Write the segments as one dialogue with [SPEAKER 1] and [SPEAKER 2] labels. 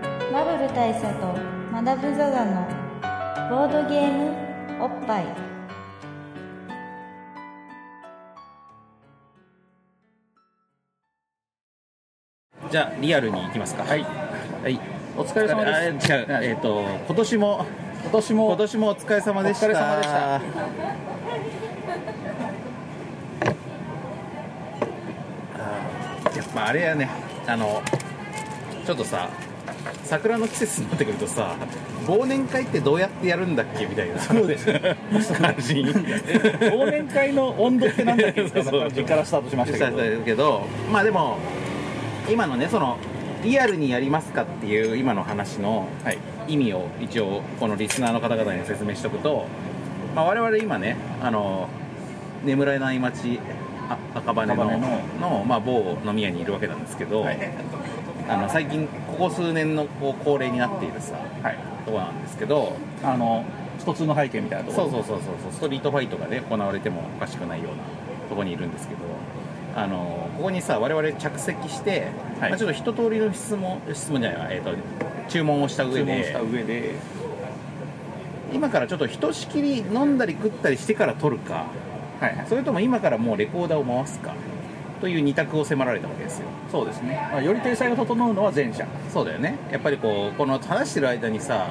[SPEAKER 1] 部大佐とマダブザザのボードゲームおっぱい
[SPEAKER 2] じゃあリアルに行きますかはい、はい、
[SPEAKER 3] お疲れ様です
[SPEAKER 2] あ違うえっ、と今年も
[SPEAKER 3] 今年も
[SPEAKER 2] 今年もお疲れ様でした
[SPEAKER 3] お疲れ様でした
[SPEAKER 2] やっぱあれやねあのちょっとさ桜の季節になってくるとさ忘年会ってどうやってやるんだっけみたいなそうです 話に
[SPEAKER 3] 忘年会の温度ってなんだっけみたいな感じからスタートしまし
[SPEAKER 2] したた
[SPEAKER 3] けど
[SPEAKER 2] けどまあでも今のねそのリアルにやりますかっていう今の話の
[SPEAKER 3] はい
[SPEAKER 2] 意味を一応このリスナーの方々に説明しておくと、まあ、我々今ねあの眠らない町あ赤羽の
[SPEAKER 3] 赤羽
[SPEAKER 2] のまあ、某飲み屋にいるわけなんですけど、あの最近ここ数年のこう恒例になっているさ
[SPEAKER 3] はい
[SPEAKER 2] とこなんですけど
[SPEAKER 3] あの一つの背景みたいなと
[SPEAKER 2] そ
[SPEAKER 3] ころ
[SPEAKER 2] うそうそうそうそうストリートファイトがね行われてもおかしくないようなとこにいるんですけどあのここにさ我々着席して、
[SPEAKER 3] はい
[SPEAKER 2] まあ、ちょっと一通りの質問質問じゃないわ、えー、と注文をした上
[SPEAKER 3] 注文
[SPEAKER 2] で
[SPEAKER 3] した上で
[SPEAKER 2] 今からちょっとひとしきり飲んだり食ったりしてから撮るか
[SPEAKER 3] はいはい
[SPEAKER 2] それとも今からもうレコーダーを回すかという二択を迫られたわけですよ
[SPEAKER 3] そうですね、まあ、より体裁が整うのは前者
[SPEAKER 2] そうだよねやっぱりこうこの話してる間にさ、
[SPEAKER 3] ね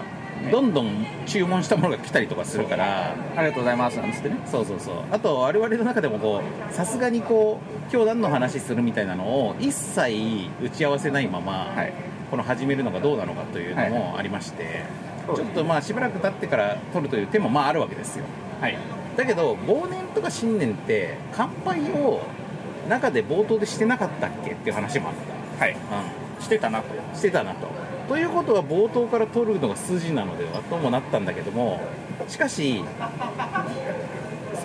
[SPEAKER 2] どんどん注文したものが来たりとかするから
[SPEAKER 3] ありがとうございますなんつってね
[SPEAKER 2] そうそうそうあと我々の中でもこうさすがにこう今日何の話するみたいなのを一切打ち合わせないまま、
[SPEAKER 3] はい
[SPEAKER 2] この始めるのがどうなのかというのもありまして、
[SPEAKER 3] そう
[SPEAKER 2] ち
[SPEAKER 3] で
[SPEAKER 2] ょ
[SPEAKER 3] すね
[SPEAKER 2] っとまあしばらく経ってから撮るという手もまああるわけですよ
[SPEAKER 3] はい
[SPEAKER 2] だけど忘年とか新年って乾杯を中で冒頭でしてなかったっけっていう話もあっ
[SPEAKER 3] はい
[SPEAKER 2] た、
[SPEAKER 3] してたなと
[SPEAKER 2] うん、してたなとということは冒頭から取るのが筋なのではともなったんだけどもしかし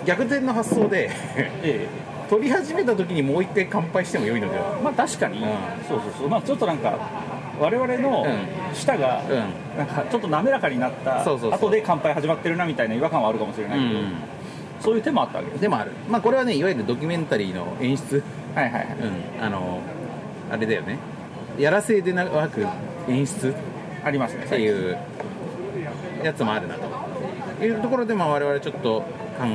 [SPEAKER 2] 逆転の発想で
[SPEAKER 3] え
[SPEAKER 2] 取り始めた時にもう一回乾杯しても良いのでは
[SPEAKER 3] えまあ確かに、
[SPEAKER 2] うん
[SPEAKER 3] そうそうそうまあちょっとなんか我々の
[SPEAKER 2] うん
[SPEAKER 3] 舌が、
[SPEAKER 2] う
[SPEAKER 3] なんかちょっと滑らかになった
[SPEAKER 2] そうそうそう
[SPEAKER 3] 後で乾杯始まってるなみたいな違和感はあるかもしれないけど、
[SPEAKER 2] ん、
[SPEAKER 3] そういう手もあったわけです
[SPEAKER 2] でもあるまあこれはねいわゆるドキュメンタリーの演出
[SPEAKER 3] はいはいはい
[SPEAKER 2] うんあのあれだよねやらせでなく演出
[SPEAKER 3] ありますね
[SPEAKER 2] っていうやつもあるなというところでまあ我々ちょっと考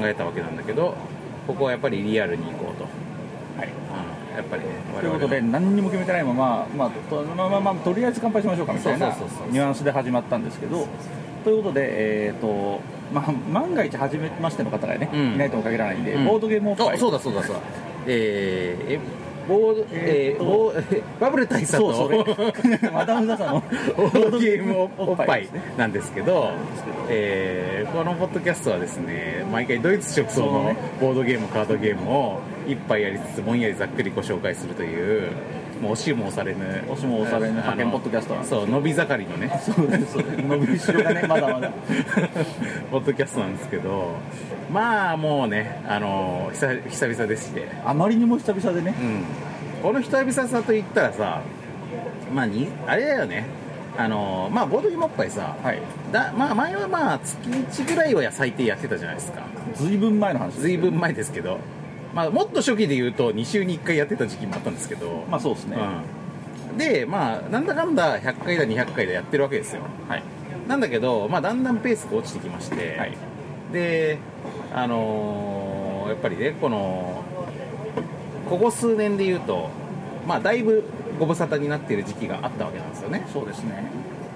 [SPEAKER 2] えたわけなんだけどここはやっぱりリアルに行こうと、
[SPEAKER 3] はい
[SPEAKER 2] うんやっぱりね我々は
[SPEAKER 3] ということで何にも決めてないまま、まあとまあまあまあ、とりあえず乾杯しましょうかみたいな
[SPEAKER 2] そうそうそうそう
[SPEAKER 3] ニュアンスで始まったんですけどということで、えーとまあ、万が一初めましての方が、ね
[SPEAKER 2] うん
[SPEAKER 3] いないとも限らないんで、
[SPEAKER 2] うん
[SPEAKER 3] ボードゲームおっぱ
[SPEAKER 2] あ
[SPEAKER 3] い
[SPEAKER 2] そうだそうだそうだえー、えボードえ
[SPEAKER 3] えーっ
[SPEAKER 2] ー
[SPEAKER 3] と
[SPEAKER 2] ボー バブル大佐と
[SPEAKER 3] そうそれ マダム・ザ・さんの
[SPEAKER 2] ボードゲームおっぱ
[SPEAKER 3] で
[SPEAKER 2] い
[SPEAKER 3] すね
[SPEAKER 2] なんですけど、えーこのポッドキャストはですね毎回ドイツ直送
[SPEAKER 3] そう
[SPEAKER 2] の
[SPEAKER 3] ね
[SPEAKER 2] ボードゲームカードゲームを一杯やりつつぼんやりざっくりご紹介するというもう押しも押されぬ
[SPEAKER 3] 押しも押され
[SPEAKER 2] あ
[SPEAKER 3] ぬ
[SPEAKER 2] の
[SPEAKER 3] 派遣ポッドキャストなんです
[SPEAKER 2] そう伸び盛りの ね
[SPEAKER 3] そうですそうです伸びしろがねまだまだ
[SPEAKER 2] ポッドキャストなんですけどまあもうねあの久久々でして
[SPEAKER 3] あまりにも久々でね
[SPEAKER 2] うん、この久々さと言ったらさ、まあ、にあれだよねあのまあボードゲームおっぱいさ、
[SPEAKER 3] はい
[SPEAKER 2] だまあ、前はまあ月1ぐらいは最低やってたじゃないですか
[SPEAKER 3] ずいぶん前の話です
[SPEAKER 2] ずいぶん前ですけど、まあ、もっと初期で言うと2週に1回やってた時期もあったんですけど、
[SPEAKER 3] まあそうですね、
[SPEAKER 2] うん、でまあなんだかんだ100回だ200回だやってるわけですよ
[SPEAKER 3] はい
[SPEAKER 2] なんだけど、まあ、だんだんペースが落ちてきまして、
[SPEAKER 3] はい
[SPEAKER 2] であのーやっぱりねこのここ数年で言うとまあだいぶご無沙汰になっている時期があったわけなんですよね
[SPEAKER 3] そうですね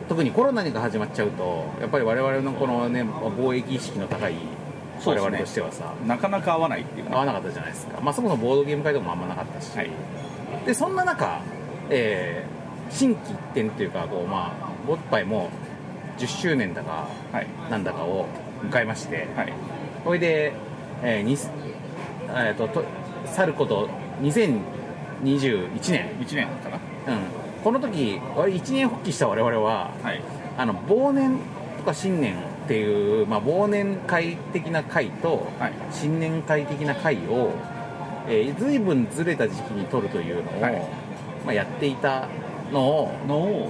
[SPEAKER 2] 特にコロナが始まっちゃうとやっぱり我々のこのね貿易意識の高い
[SPEAKER 3] そう
[SPEAKER 2] 我
[SPEAKER 3] ですね
[SPEAKER 2] 々としてはさ、
[SPEAKER 3] なかなか合わないっていうね
[SPEAKER 2] 合わなかったじゃないですか、まあ、そもそもボードゲーム会とかもあんまなかったし、
[SPEAKER 3] はい
[SPEAKER 2] でそんな中、えー新規一転というかこう、まあ、ボッパイも10周年だか
[SPEAKER 3] はい
[SPEAKER 2] なんだかを迎えまして、
[SPEAKER 3] はい
[SPEAKER 2] ほいで、えーにえーとと去ること2021年、
[SPEAKER 3] 1年かな
[SPEAKER 2] うん、この時我々一年発起した我々は
[SPEAKER 3] はい
[SPEAKER 2] あの忘年とか新年っていう、まあ、忘年会的な会と、
[SPEAKER 3] はい
[SPEAKER 2] 新年会的な会を、えー、随分ずれた時期に取るというのを、
[SPEAKER 3] はい
[SPEAKER 2] まあ、やっていたのを
[SPEAKER 3] のを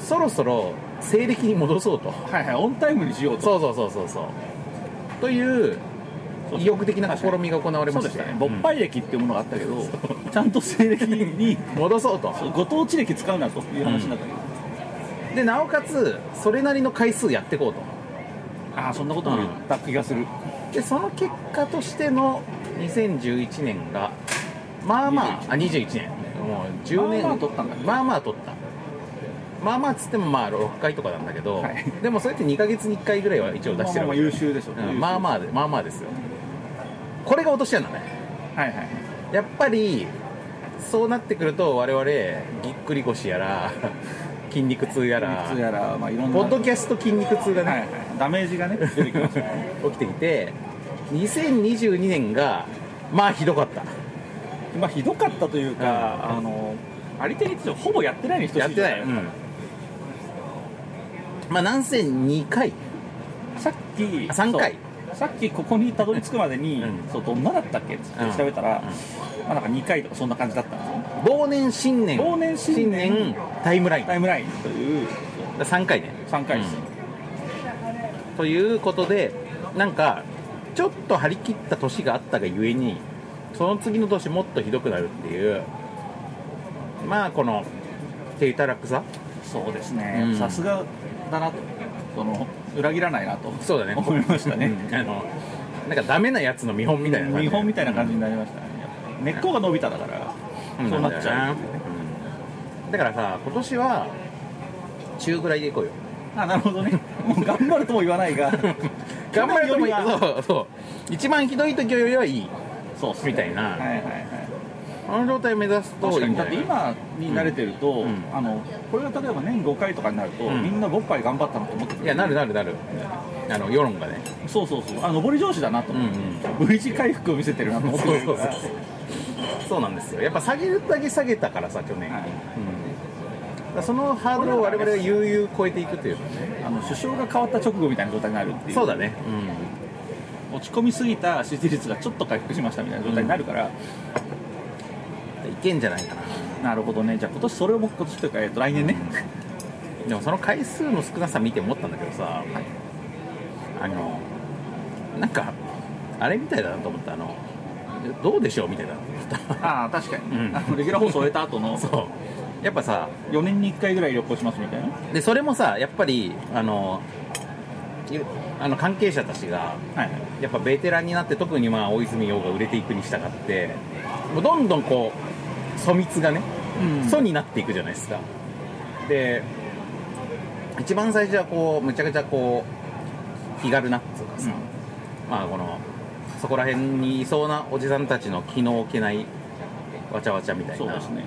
[SPEAKER 2] そろそろ西暦に戻そう と
[SPEAKER 3] はいはいオンタイムにしようと
[SPEAKER 2] そうそうそうそうそうという意欲的な試みが行われ
[SPEAKER 3] そ
[SPEAKER 2] ま
[SPEAKER 3] うで
[SPEAKER 2] し
[SPEAKER 3] してたね勃発歴っていうものがあったけど、ちゃんと西暦に
[SPEAKER 2] うん戻そうと
[SPEAKER 3] そうご当地歴使うなという話になったけど、
[SPEAKER 2] でなおかつそれなりの回数やっていこうと
[SPEAKER 3] ああそんなことも言った気がする、
[SPEAKER 2] でその結果としての2011年がまあまああ21年もう10年
[SPEAKER 3] まあまあ取ったんだっけ
[SPEAKER 2] まあまあ取ったまあまあっつってもまあ6回とかなんだけど、
[SPEAKER 3] はい
[SPEAKER 2] でもそれって2ヶ月に1回ぐらいは一応出してる
[SPEAKER 3] まあまあまあ
[SPEAKER 2] け
[SPEAKER 3] 優秀でしょ
[SPEAKER 2] うんまあまあでまあまあですよこれが落とし穴ね
[SPEAKER 3] あはいはい
[SPEAKER 2] やっぱりそうなってくると我々ぎっくり腰やら 筋肉痛やら
[SPEAKER 3] いつやらまあいろんな
[SPEAKER 2] ポッドキャスト筋肉痛がね、
[SPEAKER 3] はいはいダメージがね出てきますよね
[SPEAKER 2] 起きてきて2022年がまあひどかった
[SPEAKER 3] まあひどかったというか、あの有手率上ほぼやってないに等しい
[SPEAKER 2] やって
[SPEAKER 3] じゃ
[SPEAKER 2] ないよ、うんまあなんせ2回
[SPEAKER 3] さっき
[SPEAKER 2] あ三回
[SPEAKER 3] そうさっきここにたどり着くまでに、
[SPEAKER 2] うん
[SPEAKER 3] そうどんなだったっけって
[SPEAKER 2] うん
[SPEAKER 3] 調べたら、
[SPEAKER 2] うん
[SPEAKER 3] まあ、なんか2回とかそんな感じだったんですよね
[SPEAKER 2] 忘年新年
[SPEAKER 3] 忘年新年
[SPEAKER 2] 新タイムライン
[SPEAKER 3] タイムラインという
[SPEAKER 2] 3回ね
[SPEAKER 3] 3回です、
[SPEAKER 2] うんということでなんかちょっと張り切った年があったがゆえにその次の年もっとひどくなるっていうまあこの手たらくさ
[SPEAKER 3] そうです
[SPEAKER 2] う
[SPEAKER 3] ね
[SPEAKER 2] ん
[SPEAKER 3] さすがだなとその裏切らないなと
[SPEAKER 2] そうだね
[SPEAKER 3] 思いましたね、
[SPEAKER 2] うんあのなんかダメなやつの見本みたいな感じ
[SPEAKER 3] 日本みたいな感じになりましたね根っこが伸びただから、そうなっちゃう、
[SPEAKER 2] うんだからさ今年は中ぐらいでいこうよ
[SPEAKER 3] あなるほ どねもう頑張るとも言わないが
[SPEAKER 2] 頑張るともいい
[SPEAKER 3] 去年よりは
[SPEAKER 2] そうそう一番ひどい時よりはいい
[SPEAKER 3] そうっすね
[SPEAKER 2] みたいな
[SPEAKER 3] はいはいはい
[SPEAKER 2] あの状態目指すと
[SPEAKER 3] 確
[SPEAKER 2] い
[SPEAKER 3] か
[SPEAKER 2] いん
[SPEAKER 3] に
[SPEAKER 2] じ
[SPEAKER 3] だ
[SPEAKER 2] ゃ
[SPEAKER 3] っ
[SPEAKER 2] な
[SPEAKER 3] て
[SPEAKER 2] い
[SPEAKER 3] 今に慣れてると、
[SPEAKER 2] うん
[SPEAKER 3] あのこれが例えば年5回とかになると、
[SPEAKER 2] うん
[SPEAKER 3] みんな5杯頑張ったのと思ってく
[SPEAKER 2] いやなるなるなるあの世論がね
[SPEAKER 3] そうそうそうあ上り調子だなと
[SPEAKER 2] うんう
[SPEAKER 3] 思って、
[SPEAKER 2] ん
[SPEAKER 3] V 字回復を見せてるなと思ってくるから
[SPEAKER 2] そうそうなんですよやっぱ下げるだけ下げたからさ去年、
[SPEAKER 3] はい
[SPEAKER 2] うんだからそのハードルを我々は悠々超えていくというかね
[SPEAKER 3] あの首相が変わった直後みたいな状態になるっていう
[SPEAKER 2] そうだね、
[SPEAKER 3] 落ち込みすぎた支持率がちょっと回復しましたみたいな状態になるから、
[SPEAKER 2] うん、いけんじゃないかな
[SPEAKER 3] なるほどねじゃあ今年それをもう今年というか、えっと、来年ね、
[SPEAKER 2] でもその回数の少なさ見て思ったんだけどさ、あのなんかあれみたいだなと思ったあのどうでしょうみたいだな と思った
[SPEAKER 3] ああ確かに、
[SPEAKER 2] うん
[SPEAKER 3] あの レギュラー放送終えた後の
[SPEAKER 2] そうやっぱさ
[SPEAKER 3] 4年に1回ぐらい旅行しますみたいな
[SPEAKER 2] でそれもさやっぱりあのいあの関係者たちが
[SPEAKER 3] はいはい
[SPEAKER 2] やっぱベテランになって特にまあ大泉洋が売れていくに従ってもうどんどんこう粗密がね
[SPEAKER 3] うん
[SPEAKER 2] 素になっていくじゃないですか、で一番最初はこうむちゃくちゃこう気軽なっつうかさ、まあこのそこら辺にいそうなおじさんたちの気の置けないわちゃわちゃみたいな
[SPEAKER 3] そうですね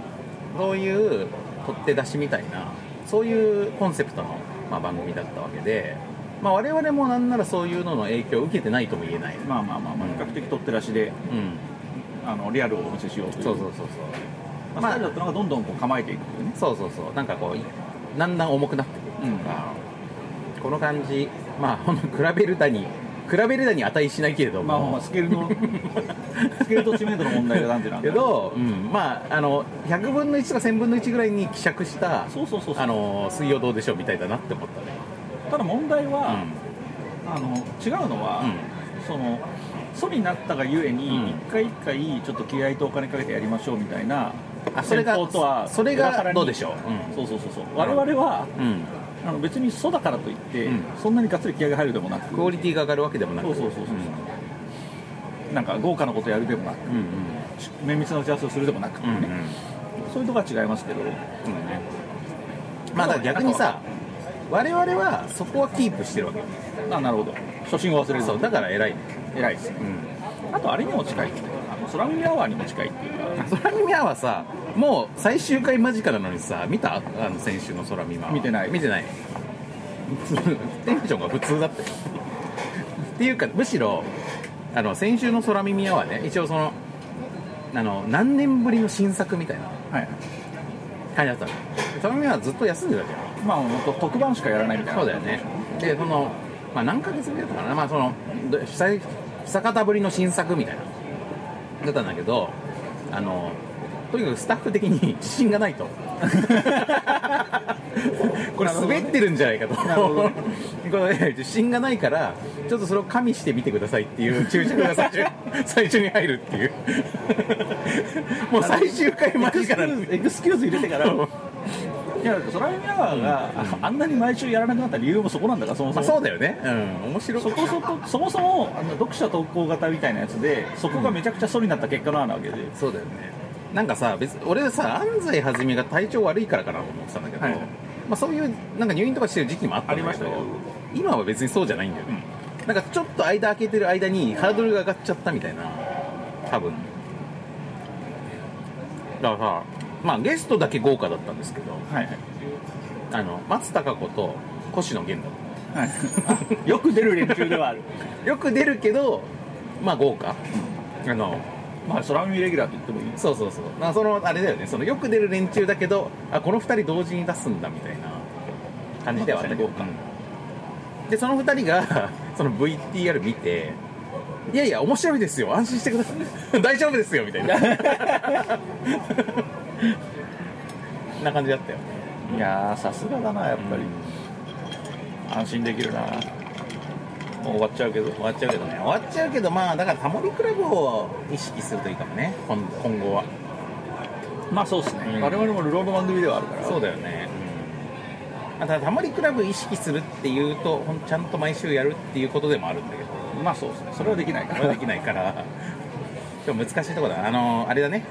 [SPEAKER 2] そういう取って出しみたいなそういうコンセプトの、まあ、番組だったわけで、まあ、我々もなんならそういうのの影響を受けてないとも言えない、
[SPEAKER 3] まあまあまあまあ比較的取って出しで
[SPEAKER 2] うん、
[SPEAKER 3] あのリアルをお見せしようという
[SPEAKER 2] そうそうそうそう、ま
[SPEAKER 3] ス
[SPEAKER 2] あ
[SPEAKER 3] タイルだったのがどんどんこう構えていくっていうね
[SPEAKER 2] そうそうそうなんかこうだんだん重くなってくる
[SPEAKER 3] うん
[SPEAKER 2] この感じまあほんの比べるだに比べるだに値しないけれども、
[SPEAKER 3] まあまあスケールのスケールと知名度の問題がなんてなんだ
[SPEAKER 2] けど、うん、まああの100分の1とか1000分の1ぐらいに希釈した
[SPEAKER 3] そうそうそうそう
[SPEAKER 2] あの水曜どうでしょうみたいだなって思ったね
[SPEAKER 3] ただ問題は、
[SPEAKER 2] う
[SPEAKER 3] あの違うのは、
[SPEAKER 2] んうん
[SPEAKER 3] その素になったがゆえ
[SPEAKER 2] うん
[SPEAKER 3] に一回一回ちょっと気合とお金かけてやりましょうみたいな
[SPEAKER 2] あそれが
[SPEAKER 3] 戦法とは
[SPEAKER 2] それ
[SPEAKER 3] 裏腹
[SPEAKER 2] が
[SPEAKER 3] に
[SPEAKER 2] どうでしょう、
[SPEAKER 3] そうそうそうそう我々は
[SPEAKER 2] うんうん、
[SPEAKER 3] あの別に素だからといって、
[SPEAKER 2] うん
[SPEAKER 3] そんなにがっつり気合が入るでもなく
[SPEAKER 2] クオリティが上がるわけでもなく
[SPEAKER 3] そうそうそうそうなんか豪華なことやるでもなく
[SPEAKER 2] うんうん
[SPEAKER 3] 綿密な打ち合わせをするでもなく
[SPEAKER 2] うんうんうん
[SPEAKER 3] ね、そういうとこは違いますけど
[SPEAKER 2] そうだねまあだから逆にさ我々はそこはキープしてるわけよ
[SPEAKER 3] あなるほど初心を忘れず
[SPEAKER 2] そうだから偉いね
[SPEAKER 3] 偉いですね
[SPEAKER 2] うん
[SPEAKER 3] あとあれにも近いっていうかあの空耳アワーにも近いっていうか
[SPEAKER 2] 空耳アワーさもう最終回間近なのにさ見たあの先週の空耳アワー
[SPEAKER 3] 見てない
[SPEAKER 2] 見てない テンションが普通だったよ っていうかむしろあの先週の空耳アワーね一応そのあの何年ぶりの新作みたいな
[SPEAKER 3] はい
[SPEAKER 2] 感じだったの空耳アワーずっと休んでたじゃん
[SPEAKER 3] まあ本当特番しかやらないみたいな
[SPEAKER 2] そうだよねでその、まあ、何ヶ月ぶりだったかな、まあ、そのど久久方ぶりの新作みたいなだったんだけどあのとにかくスタッフ的に 自信がないとこれ滑ってるんじゃないかと
[SPEAKER 3] なるほどね
[SPEAKER 2] これね自信がないからちょっとそれを加味してみてくださいっていう注釈が最初に 最初に入るって いうもう最終回
[SPEAKER 3] エ
[SPEAKER 2] 間
[SPEAKER 3] クスキ
[SPEAKER 2] 近
[SPEAKER 3] ュ
[SPEAKER 2] なの
[SPEAKER 3] ーズエクスキューズ入れてから
[SPEAKER 2] そう
[SPEAKER 3] いやだって空耳アワーが、
[SPEAKER 2] うんうん
[SPEAKER 3] あんなに毎週やらなくなった理由もそこなんだからそもそ
[SPEAKER 2] まあ
[SPEAKER 3] も
[SPEAKER 2] そうだよねうん面白
[SPEAKER 3] そこそこそもそもあの読者投稿型みたいなやつでそこがめちゃくちゃ素になった結果のあるわけで、
[SPEAKER 2] そうだよねなんかさ別に俺さ安西はじめが体調悪いからかなと思ってたんだけど、
[SPEAKER 3] はいはい
[SPEAKER 2] まあ、そういうなんか入院とかしてる時期もあったんだ
[SPEAKER 3] ありま
[SPEAKER 2] け
[SPEAKER 3] し
[SPEAKER 2] ど
[SPEAKER 3] たよ
[SPEAKER 2] 今は別にそうじゃないんだよね、なんかちょっと間空けてる間にハードルが上がっちゃったみたいな多分だからさまあゲストだけ豪華だったんですけど
[SPEAKER 3] はいはい
[SPEAKER 2] あの松たか子と越野源だ
[SPEAKER 3] はい、よく出る連中ではあ る
[SPEAKER 2] よく出るけどまあ豪華、あの
[SPEAKER 3] まあ空耳レギュラーと言ってもいいです
[SPEAKER 2] そうそうそうまあそのあれだよねそのよく出る連中だけどあこの2人同時に出すんだみたいな感じではあったけど、
[SPEAKER 3] まあ確かに
[SPEAKER 2] うんでその2人が その VTR 見ていやいや面白いですよ安心してください 大丈夫ですよみたいなな感じだったよね
[SPEAKER 3] いやーさすがだなやっぱり、安心できるなもう終わっちゃうけど
[SPEAKER 2] 終わっちゃうけどね終わっちゃうけどまあだからタモリクラブを意識するといいかもね今今後は
[SPEAKER 3] まあそうですね、
[SPEAKER 2] うん
[SPEAKER 3] 我々も流浪の番組ではあるから
[SPEAKER 2] そうだよね、ただタモリクラブ意識するっていうとほんちゃんと毎週やるっていうことでもあるんだけど
[SPEAKER 3] まあそうですねそれはできないか
[SPEAKER 2] それは
[SPEAKER 3] ら
[SPEAKER 2] できないから でも難しいとこだなあのあれだね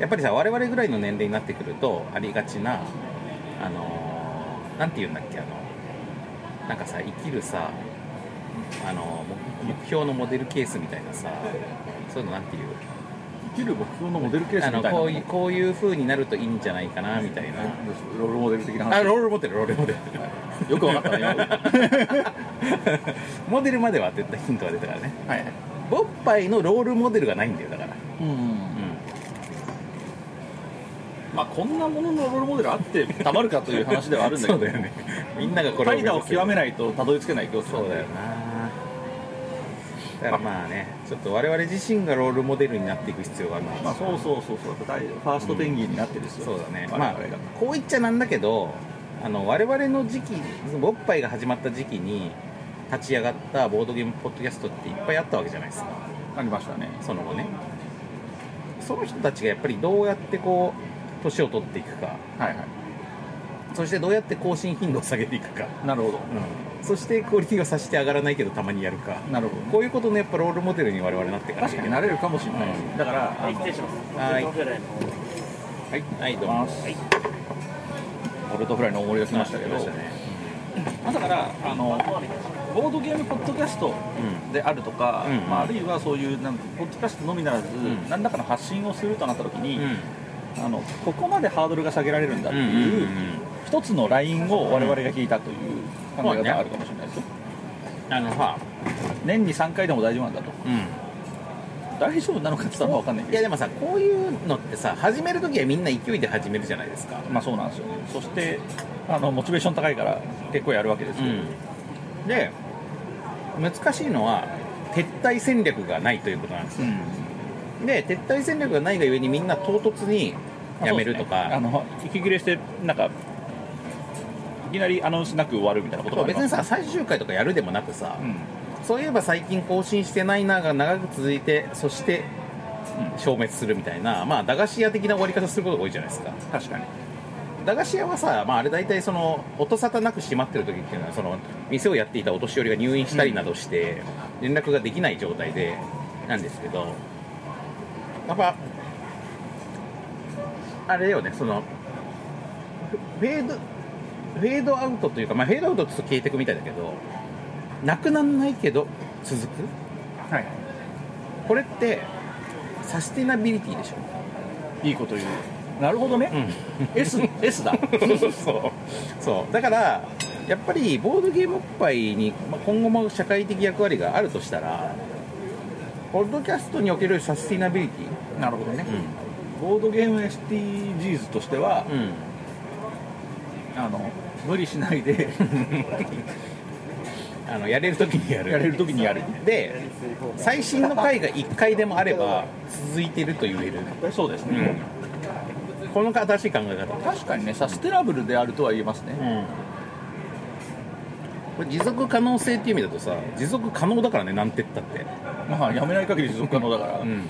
[SPEAKER 2] やっぱりさ我々ぐらいの年齢になってくるとありがちなあのなんて言うんだっけあのなんかさ生きるさあの目目標のモデルケースみたいなさそういうのなんていう
[SPEAKER 3] 生きる目標のモデルケースみ
[SPEAKER 2] あ
[SPEAKER 3] たいな
[SPEAKER 2] のこういうこういう風になるといいんじゃないかなみたいな
[SPEAKER 3] ロールモデル的な
[SPEAKER 2] あ
[SPEAKER 3] 話
[SPEAKER 2] ロールモデルロールモデル
[SPEAKER 3] よくわかったね今
[SPEAKER 2] モデルまでは当てたヒントが出たからね
[SPEAKER 3] はいはい
[SPEAKER 2] ボッパイのロールモデルがないんだよだから、
[SPEAKER 3] うんまあこんなもののロールモデルあってたまるかという話ではあるんだけ
[SPEAKER 2] そう
[SPEAKER 3] ど
[SPEAKER 2] だよねみんながこれ
[SPEAKER 3] 怠惰を極め
[SPEAKER 2] ない
[SPEAKER 3] ないとたどり着けない競争
[SPEAKER 2] そうだよなだからまあねちょっと我々自身がロールモデルになっていく必要がある
[SPEAKER 3] まあそうそうそうそう大ファーストペンギンになってですよ、
[SPEAKER 2] そうだね
[SPEAKER 3] 我
[SPEAKER 2] まあ
[SPEAKER 3] 々が、
[SPEAKER 2] こう言っちゃなんだけどあの我々の時期ボッパイが始まった時期に立ち上がったボードゲームポッドキャストっていっぱいあったわけじゃないですか
[SPEAKER 3] ありましたね
[SPEAKER 2] その後ねその人たちがやっぱりどうやってこう年を取っていくか
[SPEAKER 3] はいはい
[SPEAKER 2] そしてどうやって更新頻度を下げていくか、
[SPEAKER 3] なるほど
[SPEAKER 2] そしてクオリティがさして上がらないけどたまにやるか
[SPEAKER 3] なるほどね
[SPEAKER 2] こういうことのやっぱロールモデルに我々なっていかなきゃ
[SPEAKER 3] 確
[SPEAKER 2] い
[SPEAKER 3] か
[SPEAKER 2] け
[SPEAKER 3] に
[SPEAKER 2] ない
[SPEAKER 3] なれるかもしれないです、
[SPEAKER 2] う
[SPEAKER 3] だからあ
[SPEAKER 4] はい、
[SPEAKER 3] の
[SPEAKER 4] 失礼します。
[SPEAKER 2] はい
[SPEAKER 4] お手元ぐらいの
[SPEAKER 2] はい、はい、どうも
[SPEAKER 3] ま
[SPEAKER 4] はい。
[SPEAKER 3] ポルトフライのおもりが来ましたけど
[SPEAKER 2] 来ましたね
[SPEAKER 3] まあだからあのボードゲームポッドキャストであるとか、
[SPEAKER 2] うん
[SPEAKER 3] まあ、あるいはそういうなんかポッドキャストのみならず、
[SPEAKER 2] ん
[SPEAKER 3] 何らかの発信をするとなった時
[SPEAKER 2] うん
[SPEAKER 3] に、
[SPEAKER 2] うん
[SPEAKER 3] あのここまでハードルが下げられるんだって
[SPEAKER 2] うん
[SPEAKER 3] いう、
[SPEAKER 2] うん
[SPEAKER 3] 一つのラインを我々が引いたという考え方があるかもしれないですよ、
[SPEAKER 2] うんあのさ、
[SPEAKER 3] 年に3回でも大丈夫なんだと
[SPEAKER 2] う
[SPEAKER 3] 大丈夫なのかって言ったら分かんない
[SPEAKER 2] ん、
[SPEAKER 3] け
[SPEAKER 2] いや
[SPEAKER 3] ど
[SPEAKER 2] でもさこういうのってさ始めるときはみんな勢いで始めるじゃないですか
[SPEAKER 3] まあそうなんですよねそしてあのモチベーション高いから結構やるわけですけど、
[SPEAKER 2] うん、で難しいのは撤退戦略がないということなんですよ
[SPEAKER 3] うん
[SPEAKER 2] で撤退戦略がないがゆえにみんな唐突にやめると
[SPEAKER 3] ま
[SPEAKER 2] か、
[SPEAKER 3] あそうですねあの息切れしてなんかいきなりアナウンスなく終わるみたいなこと
[SPEAKER 2] そ
[SPEAKER 3] も
[SPEAKER 2] う
[SPEAKER 3] あり
[SPEAKER 2] 別
[SPEAKER 3] ま
[SPEAKER 2] に
[SPEAKER 3] す
[SPEAKER 2] さ最終回とかやるでもなくさ、
[SPEAKER 3] うん
[SPEAKER 2] そういえば最近更新してないなが長く続いてそして
[SPEAKER 3] うん
[SPEAKER 2] 消滅するみたいなまあ駄菓子屋的な終わり方することが多いじゃないですか
[SPEAKER 3] 確かに
[SPEAKER 2] 駄菓子屋はさ、まあ、あれ大体その音沙汰なく閉まってる時っていうのはその店をやっていたお年寄りが入院したりなどして連絡ができない状態でなんですけどやっぱあれだよねそのフェードフェードアウトというか、まあ、フェードアウトってちょっと消えていくみたいだけどなくならないけど続く
[SPEAKER 3] はい
[SPEAKER 2] これってサスティナビリティでしょ
[SPEAKER 3] いいこと言うなるほどね、S, S だ
[SPEAKER 2] そうそうだからやっぱりボードゲーム杯にまあ今後も社会的役割があるとしたらポッドキャストにおけるサスティナビリティ
[SPEAKER 3] なるほどね
[SPEAKER 2] う
[SPEAKER 3] ボードゲーム SDGs としては、
[SPEAKER 2] ん、うん、
[SPEAKER 3] あの無理しないで
[SPEAKER 2] あのやれる時にやる
[SPEAKER 3] やれる時にやる
[SPEAKER 2] で最新の回が1回でもあれば続いてると言える、
[SPEAKER 3] そうです
[SPEAKER 2] うん、この新しい考え方
[SPEAKER 3] 確かにねサステナブルであるとは言えますね、
[SPEAKER 2] これ持続可能性っていう意味だとさ持続可能だからねなんて言ったって
[SPEAKER 3] まあやめない限り持続可能だから、
[SPEAKER 2] うん、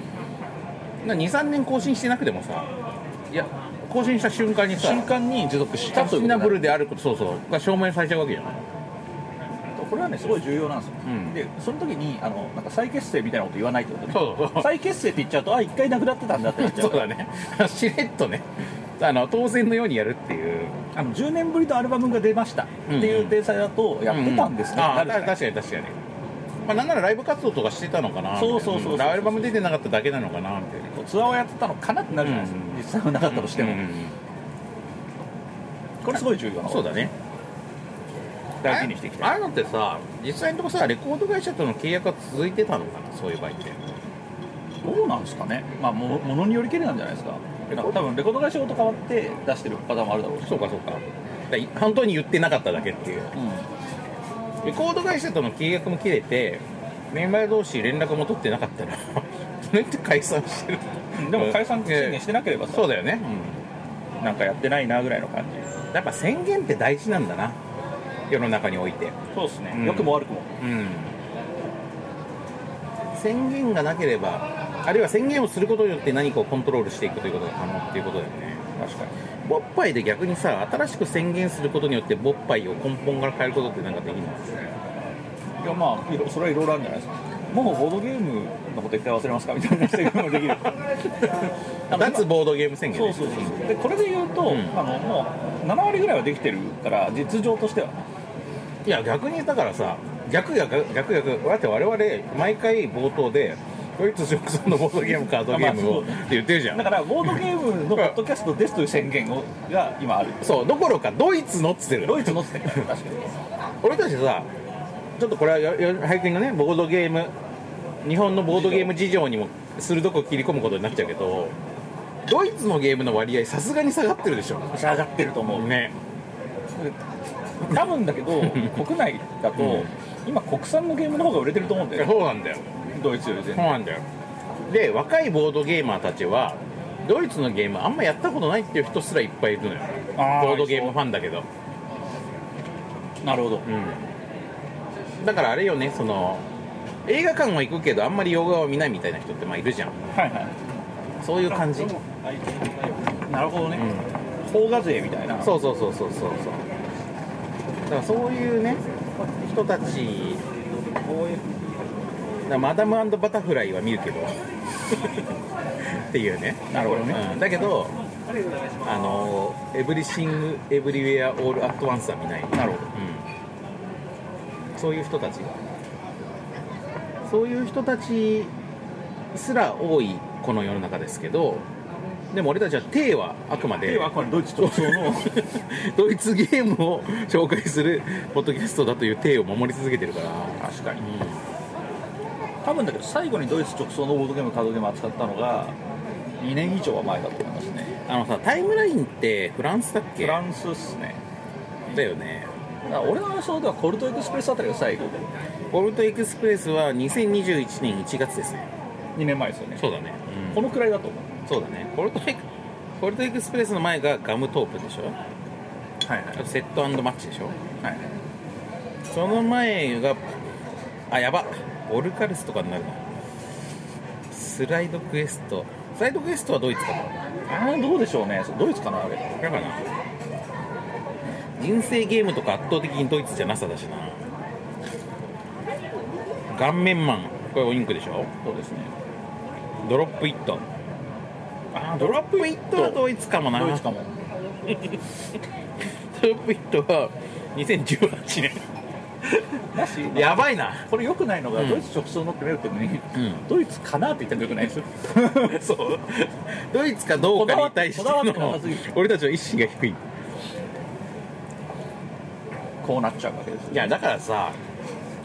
[SPEAKER 2] 23年更新してなくてもさいや更新した瞬間にさ
[SPEAKER 3] 瞬間に持続した
[SPEAKER 2] サス
[SPEAKER 3] とい
[SPEAKER 2] テ
[SPEAKER 3] う
[SPEAKER 2] ィ
[SPEAKER 3] こと
[SPEAKER 2] ナ
[SPEAKER 3] に
[SPEAKER 2] ブ
[SPEAKER 3] な
[SPEAKER 2] ル
[SPEAKER 3] る
[SPEAKER 2] であることそうそうが証明されちゃうわけじゃない
[SPEAKER 3] これはねすごい重要なんですよ、
[SPEAKER 2] うん
[SPEAKER 3] でその時にあのなんか再結成みたいなこと言わないってことね
[SPEAKER 2] そうそうそう
[SPEAKER 3] 再結成って言っちゃうとあ一回なくなってたんだって言っちゃ
[SPEAKER 2] そううだね しれっとねあの当然のようにやるっていう
[SPEAKER 3] あの10年ぶりのアルバムが出ましたって
[SPEAKER 2] うん
[SPEAKER 3] いううん体裁だとやってたんですね、
[SPEAKER 2] うあ
[SPEAKER 3] な
[SPEAKER 2] あ
[SPEAKER 3] るじゃ
[SPEAKER 2] た
[SPEAKER 3] な
[SPEAKER 2] 確
[SPEAKER 3] い
[SPEAKER 2] かに確かに、まあ、なんならライブ活動とかしてたのかな
[SPEAKER 3] そうそうそうそうん
[SPEAKER 2] アルバム出てなかっただけなのかなみたいな
[SPEAKER 3] ツアーをやってたのかなってなるじゃないですか、
[SPEAKER 2] うん
[SPEAKER 3] 実際はなかったとしても、
[SPEAKER 2] うんうん
[SPEAKER 3] これすごい重要
[SPEAKER 2] うん
[SPEAKER 3] な
[SPEAKER 2] そうだね
[SPEAKER 3] 大事にしていき
[SPEAKER 2] あ
[SPEAKER 3] たい
[SPEAKER 2] あいうのってさ実際のとこさレコード会社との契約が続いてたのかなそういう場合って
[SPEAKER 3] どうなんですかねまあもものによりけりなんじゃないですかなんか多分レコード会社ごと変わって出してるパターンもあるだろうし、
[SPEAKER 2] そうかそうかだから本当に言ってなかっただけっていう
[SPEAKER 3] う
[SPEAKER 2] レコード会社との契約も切れてメンバー同士連絡も取ってなかったらそれって解散してる
[SPEAKER 3] ん、でも解散宣言しててなければさ、
[SPEAKER 2] そうだよね、
[SPEAKER 3] なんかやってないなぐらいの感じ
[SPEAKER 2] うんやっぱ宣言って大事なんだな世の中において
[SPEAKER 3] そうですね
[SPEAKER 2] うん
[SPEAKER 3] 良くも悪くも
[SPEAKER 2] うん宣言がなければあるいは宣言をすることによって何かをコントロールしていくということが可能っていうことだよね
[SPEAKER 3] 確かに
[SPEAKER 2] ボッパイで逆にさ新しく宣言することによってボッパイを根本から変えることってなんかできない
[SPEAKER 3] いやまあいろそれはいろいろあるんじゃないですかもうボードゲームのこと一回忘れますかみたいな宣言もでき るあの
[SPEAKER 2] 脱ボードゲーム宣言
[SPEAKER 3] そう
[SPEAKER 2] ね
[SPEAKER 3] そうそうでこれで言うと、
[SPEAKER 2] うん
[SPEAKER 3] あのもう7割ぐらいはできてるから実情としては、
[SPEAKER 2] いや逆にだからさ逆逆逆逆だって我々毎回冒頭で「ドイツ直送のボードゲームカードゲームを」っ
[SPEAKER 3] あ
[SPEAKER 2] て
[SPEAKER 3] まあそう
[SPEAKER 2] 言ってるじゃ
[SPEAKER 3] だ
[SPEAKER 2] ん
[SPEAKER 3] からボードゲームのポッドキャストですという宣言をが今ある
[SPEAKER 2] そうどころかドイツのっつってるから
[SPEAKER 3] ドイツのって確かに
[SPEAKER 2] 俺たちさちょっとこれはよよ背景のねボードゲーム日本のボードゲーム事情にも鋭く切り込むことになっちゃうけどドイツのゲームの割合さすがに下がってるでしょ
[SPEAKER 3] 仕上がってると思う、
[SPEAKER 2] ね
[SPEAKER 3] 多分だけど国内だと、
[SPEAKER 2] うん
[SPEAKER 3] 今国産のゲームの方が売れてると思うんだよね
[SPEAKER 2] そうなんだよ
[SPEAKER 3] ドイツより全
[SPEAKER 2] そう
[SPEAKER 3] 然
[SPEAKER 2] なんだよで若いボードゲーマーたちはドイツのゲームあんまやったことないっていう人すらいっぱいいるのよボ
[SPEAKER 3] あー
[SPEAKER 2] ードゲームファンだけど
[SPEAKER 3] なるほど
[SPEAKER 2] うんだからあれよねその映画館は行くけどあんまり洋画を見ないみたいな人ってまあいるじゃん
[SPEAKER 3] はいはい
[SPEAKER 2] そういう感じ
[SPEAKER 3] なるほどね、邦画税みたいな
[SPEAKER 2] そうそうそうそうそうそうだからそういうね人たちだからマダムバタフライは見るけど っていうね、
[SPEAKER 3] なるほどね、
[SPEAKER 2] うん、だけどあのエブリシング・エブリウェア・オール・アット・ワンスは見ない、
[SPEAKER 3] なる
[SPEAKER 2] う
[SPEAKER 3] ほ
[SPEAKER 2] ん、そういう人たちがそういう人たちすら多いこの世の中ですけどでも俺たちは「テはあくまで
[SPEAKER 3] ではこれドイツ特徴の
[SPEAKER 2] ドイツゲームを紹介するポッドキャストだという体を守り続けてるから、
[SPEAKER 3] 確かに多分だけど最後にドイツ直送のボードゲームカードゲーム扱ったのが2年以上は前だと思いますね
[SPEAKER 2] あのさタイムラインってフランスだっけ
[SPEAKER 3] フランスっすね
[SPEAKER 2] だよね
[SPEAKER 3] だから俺の予想ではコルトエクスプレスあたりが最後2
[SPEAKER 2] ボルトエクスプレスは2021年1月ですね
[SPEAKER 3] 年前ですよね
[SPEAKER 2] そうだね、
[SPEAKER 3] このくらいだと思う
[SPEAKER 2] そうだねボルトエクボルトエクスプレスの前がガムトープでしょ
[SPEAKER 3] はいは
[SPEAKER 2] あとセットマッチでしょ
[SPEAKER 3] はい
[SPEAKER 2] その前があやばオルカルスとかになるなスライドクエストスライドクエストはドイツかな
[SPEAKER 3] ああどうでしょうねドイツかなあれ
[SPEAKER 2] だから人生ゲームとか圧倒的にドイツじゃなさだしな顔面マンこれオインクでしょ
[SPEAKER 3] そうですね
[SPEAKER 2] ドロップイットあードロップイットはドイツかもな
[SPEAKER 3] ドイツかも
[SPEAKER 2] ドロップイットは2018年
[SPEAKER 3] だし
[SPEAKER 2] やばいな
[SPEAKER 3] これ良くないのが、
[SPEAKER 2] うん
[SPEAKER 3] ドイツ直送のって見るってのに、
[SPEAKER 2] ん
[SPEAKER 3] ドイツかなって言っても良くない ですよ
[SPEAKER 2] そうドイツかどうかに対して
[SPEAKER 3] こだわってこだ
[SPEAKER 2] の
[SPEAKER 3] わってなさすぎる
[SPEAKER 2] 俺たちの意識が低い
[SPEAKER 3] こうなっちゃうわけですよ
[SPEAKER 2] いやだからさ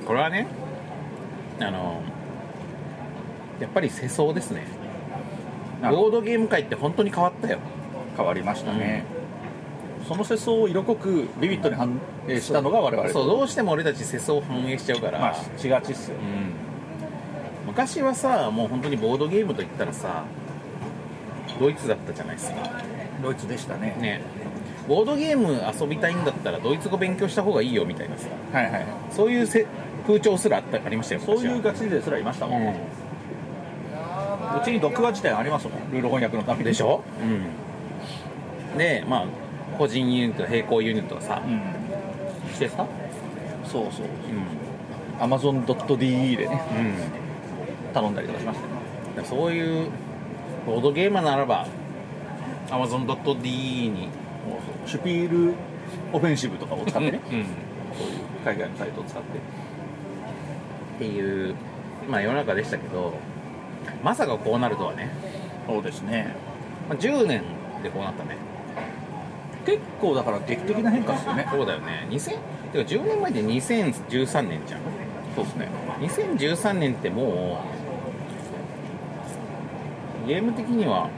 [SPEAKER 2] これはねあのやっぱり世相ですね
[SPEAKER 3] なるほ
[SPEAKER 2] ボードゲーム界って本当に変わったよ
[SPEAKER 3] 変わりましたね、その世相を色濃くビビットに反映したのが我々
[SPEAKER 2] そうどうしても俺たち世相を反映しちゃうから、
[SPEAKER 3] まあししがちっすよ
[SPEAKER 2] う
[SPEAKER 3] ね
[SPEAKER 2] ん、昔はさもう本当にボードゲームといったらさドイツだったじゃないですか
[SPEAKER 3] ドイツでしたね
[SPEAKER 2] ねボードゲーム遊びたいんだったらドイツ語勉強した方がいいよみたいなさ
[SPEAKER 3] はいはい
[SPEAKER 2] そういうせ風潮すらあったありましたよ
[SPEAKER 3] そう
[SPEAKER 2] 昔は
[SPEAKER 3] いうガチ勢すらいましたもん、う
[SPEAKER 2] う
[SPEAKER 3] ちに読話自体ありますもんルール翻訳のため
[SPEAKER 2] ん
[SPEAKER 3] に
[SPEAKER 2] でしょ、うん、でまあ個人ユニット並行ユニットはさ
[SPEAKER 3] うん、
[SPEAKER 2] してさ
[SPEAKER 3] そうそう
[SPEAKER 2] うん、
[SPEAKER 3] Amazon.de でね
[SPEAKER 2] うん、
[SPEAKER 3] 頼んだりとかしましたね
[SPEAKER 2] だからそういうボードゲーマーならば Amazon.de に
[SPEAKER 3] シュピールオフェンシブとかを使ってね
[SPEAKER 2] うんっ
[SPEAKER 3] 海外のサイトを使って
[SPEAKER 2] ていうまあ世の中でしたけどまさかこうなるとはね、
[SPEAKER 3] そうですね
[SPEAKER 2] まあ、10年でこうなったね
[SPEAKER 3] 結構だから劇的な変化ですよね
[SPEAKER 2] そうだよね2000てか10年前で2013年じゃん
[SPEAKER 3] そうですね
[SPEAKER 2] 2013年ってもうゲーム的には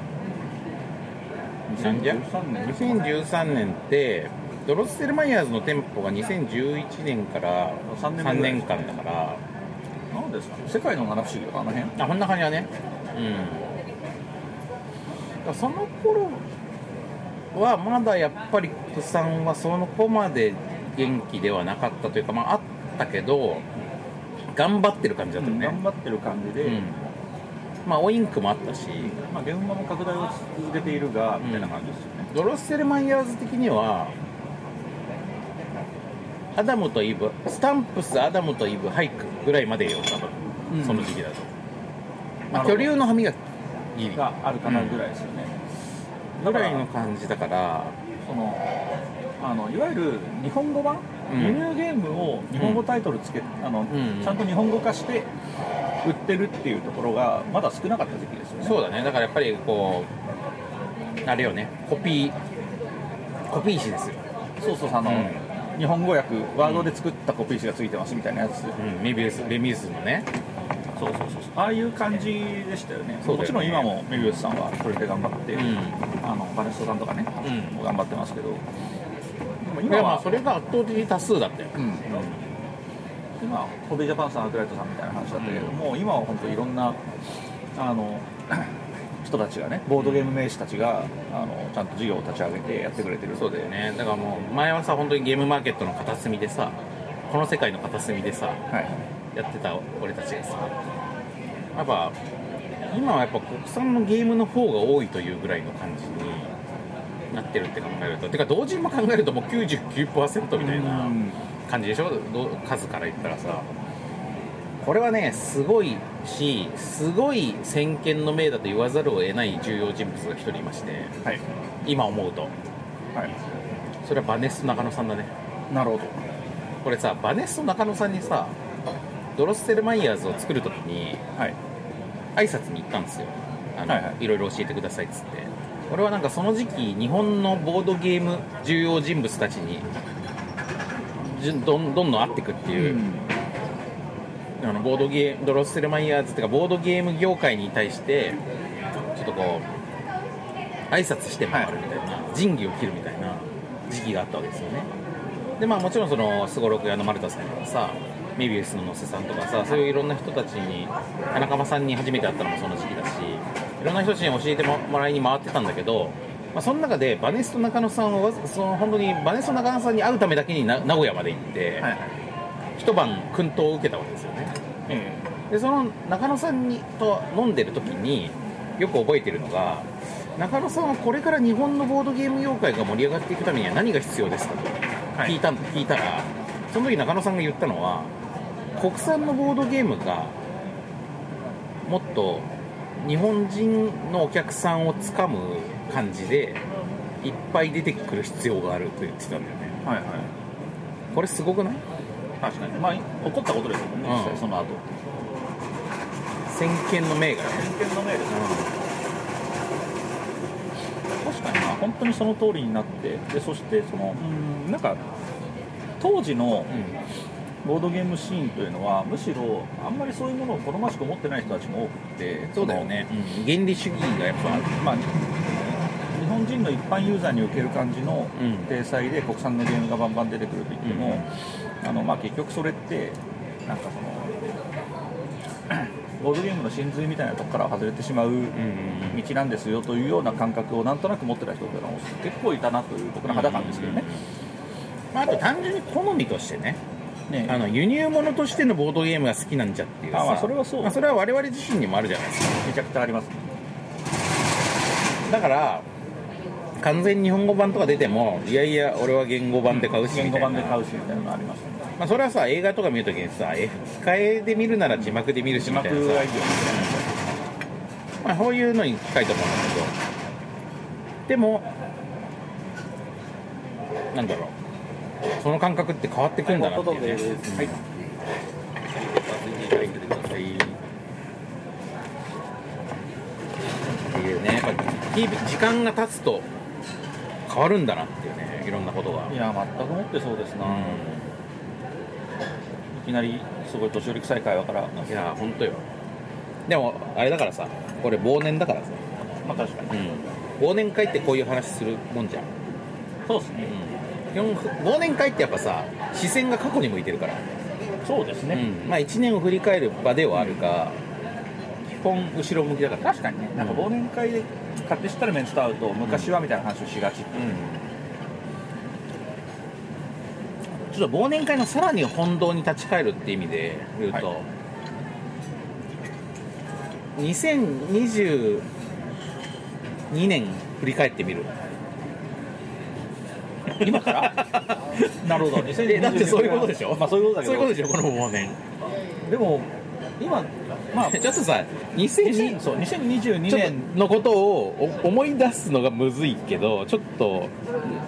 [SPEAKER 2] なんじゃ
[SPEAKER 3] 2013年
[SPEAKER 2] 2013年ってドロッセルマイヤーズの店舗が2011年から
[SPEAKER 3] 3
[SPEAKER 2] 3
[SPEAKER 3] 年
[SPEAKER 2] 年
[SPEAKER 3] 目ぐらい
[SPEAKER 2] 間だから
[SPEAKER 3] 何ですかね世界の七不思議とかあの辺
[SPEAKER 2] あこんな感じだねうんだからその頃はまだやっぱり国産はその子まで元気ではなかったというかまああったけど頑張ってる感じだったよね、
[SPEAKER 3] 頑張ってる感じで、
[SPEAKER 2] うんまあオインクもあったし
[SPEAKER 3] まあ、現場も拡大を続けているが、
[SPEAKER 2] ん
[SPEAKER 3] みたいな感じですよね
[SPEAKER 2] ドロッセルマイヤーズ的にはアダムとイブスタンプスアダムとイブハイクぐらいまでよ多分、
[SPEAKER 3] うん
[SPEAKER 2] その時期だと、ま
[SPEAKER 3] な
[SPEAKER 2] あ、
[SPEAKER 3] るほど
[SPEAKER 2] 巨竜の歯磨き
[SPEAKER 3] があるかなぐらいですよね、
[SPEAKER 2] ぐ
[SPEAKER 3] だからら
[SPEAKER 2] いの感じだから
[SPEAKER 3] そのあのいわゆる日本語版、
[SPEAKER 2] うん
[SPEAKER 3] 輸入ゲームを日本語タイトルつけ、あの
[SPEAKER 2] ん
[SPEAKER 3] ちゃんと日本語化して売ってるっていうところがまだ少なかった時期ですよね
[SPEAKER 2] そうだねだからやっぱりこうあれよねコピーコピー紙ですよ、
[SPEAKER 3] そうそうあの、
[SPEAKER 2] う
[SPEAKER 3] 日本語訳ワードで作ったコピー紙がついてますみたいなやつ、
[SPEAKER 2] うん、メビウスメビウスのね
[SPEAKER 3] そうそうそうそうああいう感じでしたよね
[SPEAKER 2] そうだよね
[SPEAKER 3] もちろん今もメビウスさんはそれで頑張って、
[SPEAKER 2] うん
[SPEAKER 3] あのバネストさんとかね、
[SPEAKER 2] うん
[SPEAKER 3] 頑張ってますけどでも
[SPEAKER 2] いや
[SPEAKER 3] 今
[SPEAKER 2] まあ
[SPEAKER 3] は
[SPEAKER 2] それが圧倒的に多数だったよ、
[SPEAKER 3] うん、今はホビージャパンさんアークライトさんみたいな話だったけど、
[SPEAKER 2] うん
[SPEAKER 3] もう今は本当いろんなあの 人たちがねボードゲーム名士たちがあのちゃんと事業を立ち上げてやってくれてる
[SPEAKER 2] そうだよねだからもう前はさ本当にゲームマーケットの片隅でさこの世界の片隅でさ
[SPEAKER 3] はい
[SPEAKER 2] やってた俺たちがさやっぱ今はやっぱ国産のゲームの方が多いというぐらいの感じになってるって考えるとてか同時も考えるともう99%みたいな
[SPEAKER 3] うん
[SPEAKER 2] 感じでしょどう数から言ったらさこれはねすごいしすごい先見の明だと言わざるを得ない重要人物が一人いまして
[SPEAKER 3] はい
[SPEAKER 2] 今思うと
[SPEAKER 3] はい
[SPEAKER 2] それはバネスト中野さんだね
[SPEAKER 3] なるほど
[SPEAKER 2] これさバネスト中野さんにさドロッセルマイヤーズを作る時に
[SPEAKER 3] はい
[SPEAKER 2] 挨拶に行ったんですよあの、
[SPEAKER 3] はい
[SPEAKER 2] い
[SPEAKER 3] はい
[SPEAKER 2] ろいろ教えてくださいっつって俺はなんかその時期日本のボードゲーム重要人物たちにじゅどんどんどん会ってくっていう、あのボードゲームドロッセルマイヤーズっていうかボードゲーム業界に対してちょっとこう挨拶して回るみたいな、仁義を切るみたいな時期があったわけですよねでまあもちろんそのすごろく屋の丸田さんとかさメビウスの野瀬さんとかさそういういろんな人たちに田中間さんに初めて会ったのもその時期だしいろんな人たちに教えてももらいに回ってたんだけどまあ、その中でバネスト中野さんはその本当にバネスト中野さんに会うためだけにな名古屋まで行って、
[SPEAKER 3] はいはい
[SPEAKER 2] 一晩薫陶を受けたわけですよね
[SPEAKER 3] え
[SPEAKER 2] でその中野さんにと飲んでる時によく覚えてるのが中野さんはこれから日本のボードゲーム業界が盛り上がっていくためには何が必要ですかと
[SPEAKER 3] はい
[SPEAKER 2] 聞いた,、聞いたらその時中野さんが言ったのは国産のボードゲームがもっと日本人のお客さんをつかむ感じでいっぱい出てくる必要があると言ってたんだよね
[SPEAKER 3] えはいはい
[SPEAKER 2] これすごくない
[SPEAKER 3] 確かにまあ起こったことですもんね、
[SPEAKER 2] うん
[SPEAKER 3] 実際その後
[SPEAKER 2] 先見の明がね
[SPEAKER 3] 偏見のメール確かにまあ本当にその通りになってでそしてそのうんなんか当時の
[SPEAKER 2] うん
[SPEAKER 3] ボードゲームシーンというのはむしろあんまりそういうものを好ましく思ってない人たちも多くて
[SPEAKER 2] そうだよね、原理主義がやっ
[SPEAKER 3] その
[SPEAKER 2] ぱ
[SPEAKER 3] まあ、日本人の一般ユーザーに受ける感じの
[SPEAKER 2] うん
[SPEAKER 3] 体裁で国産のゲームがバンバン出てくるといっても、あのまあ、結局それってなんかそのボードゲームの 真髄みたいなとこから外れてしまう
[SPEAKER 2] うん
[SPEAKER 3] 道なんですよというような感覚をなんとなく持ってた人っていうのは結構いたなという僕の肌感ですけどね。
[SPEAKER 2] まあ、あと単純に好みとしてね
[SPEAKER 3] ね
[SPEAKER 2] あの輸入物としてのボードゲームが好きなんじゃっていうさ
[SPEAKER 3] あまあそれはそう
[SPEAKER 2] まあそれは我々自身にもあるじゃないですか
[SPEAKER 3] めちゃくちゃあります
[SPEAKER 2] だから完全日本語版とか出てもいやいや俺は言語版で買うし
[SPEAKER 3] 言
[SPEAKER 2] み
[SPEAKER 3] 語
[SPEAKER 2] たいな、
[SPEAKER 3] 版で買うしみたいなのありましたね
[SPEAKER 2] まあ、それはさ映画とか見るときにさえ吹き替えで見るなら字幕で見るし
[SPEAKER 3] 字
[SPEAKER 2] みた
[SPEAKER 3] 幕
[SPEAKER 2] い
[SPEAKER 3] がいい
[SPEAKER 2] な
[SPEAKER 3] よ
[SPEAKER 2] さ
[SPEAKER 3] みたい
[SPEAKER 2] まあ、そういうのに近いと思うんだけどでもなんだろうその感覚って変わってくるんだなっていう、ね
[SPEAKER 3] はいということで
[SPEAKER 2] はいっていうねやっぱ TV 時間が経つと変わるんだなっていうねいろんなことが、
[SPEAKER 3] な。いや全くもってそうですな、い
[SPEAKER 2] うん、
[SPEAKER 3] きなりすごい年寄り臭い会話から
[SPEAKER 2] いや本当よでもあれだからさこれ忘年だからさ、
[SPEAKER 3] まあ確かに
[SPEAKER 2] うん、忘年会ってこういう話するもんじゃん
[SPEAKER 3] そうですね
[SPEAKER 2] 基本忘年会ってやっぱさ視線が過去に向いてるから、
[SPEAKER 3] そうですね、
[SPEAKER 2] うんまあ、1年を振り返る場ではあるが、基本後ろ向きだから、
[SPEAKER 3] 確かにねなんか忘年会で勝手知ったらメンツと会うと昔はみたいな話をしが
[SPEAKER 2] ち
[SPEAKER 3] ち、
[SPEAKER 2] ょっと忘年会のさらに本堂に立ち返るって意味で言うと、
[SPEAKER 3] は
[SPEAKER 2] 2022年振り返ってみる
[SPEAKER 3] 今からなるほど
[SPEAKER 2] えだってそういうことでしょ
[SPEAKER 3] まあそういうことだけ
[SPEAKER 2] そうい
[SPEAKER 3] ど
[SPEAKER 2] うことでしょこの忘年
[SPEAKER 3] でも今ま あ
[SPEAKER 2] ちょっとさ2000
[SPEAKER 3] そう2022
[SPEAKER 2] ちょっ
[SPEAKER 3] 年
[SPEAKER 2] とのことをお思い出すのがむずいけどちょっと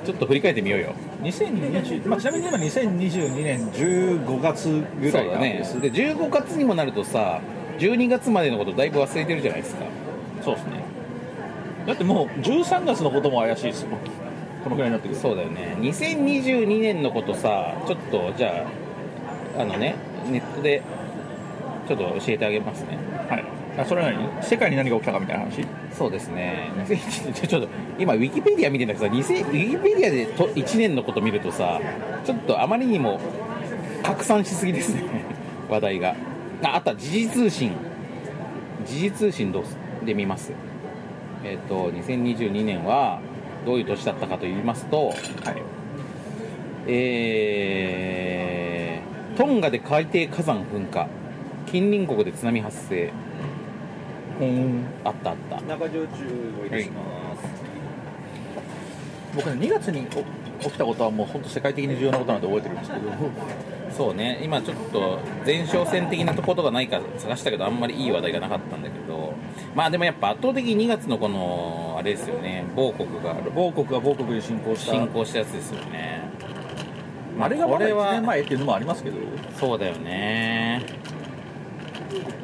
[SPEAKER 2] ちょっと振り返ってみようよ
[SPEAKER 3] 2020、まあ、ちなみに今2022年15月ぐらいなん
[SPEAKER 2] ね
[SPEAKER 3] です
[SPEAKER 2] で15月にもなるとさ12月までのことだいぶ忘れてるじゃないですか
[SPEAKER 3] そうですねだってもう13月のことも怪しいですもんこのぐらいになってくると
[SPEAKER 2] そうだよね2022年のことさちょっとじゃああのねネットでちょっと教えてあげますね
[SPEAKER 3] はいあそれは何世界に何が起きたかみたいな話
[SPEAKER 2] そうですね2001ちょっ と今ウィキペディア見てんだけどさ2000ウィキペディアでと1年のこと見るとさちょっとあまりにも拡散しすぎですね 話題がああった時事通信時事通信どうすで見ますえっ、と2022年はどういう年だったかと言いますと
[SPEAKER 3] はい
[SPEAKER 2] えートンガで海底火山噴火近隣国で津波発生あったあった
[SPEAKER 4] 中焼酎をいたします、
[SPEAKER 3] 僕ね2月にお起きたことはもう本当世界的に重要なことなんて覚えてるんですけど
[SPEAKER 2] そうね今ちょっと前哨戦的なところがないか探したけどあんまりいい話題がなかったんだけどまあでもやっぱ圧倒的に2月のこのあれですよね某国が
[SPEAKER 3] 某国が某国に侵攻した
[SPEAKER 2] 侵攻したやつですよね
[SPEAKER 3] あれがま
[SPEAKER 2] こ
[SPEAKER 3] だ
[SPEAKER 2] れは
[SPEAKER 3] 1年前っていうのもありますけど、
[SPEAKER 2] そうだよね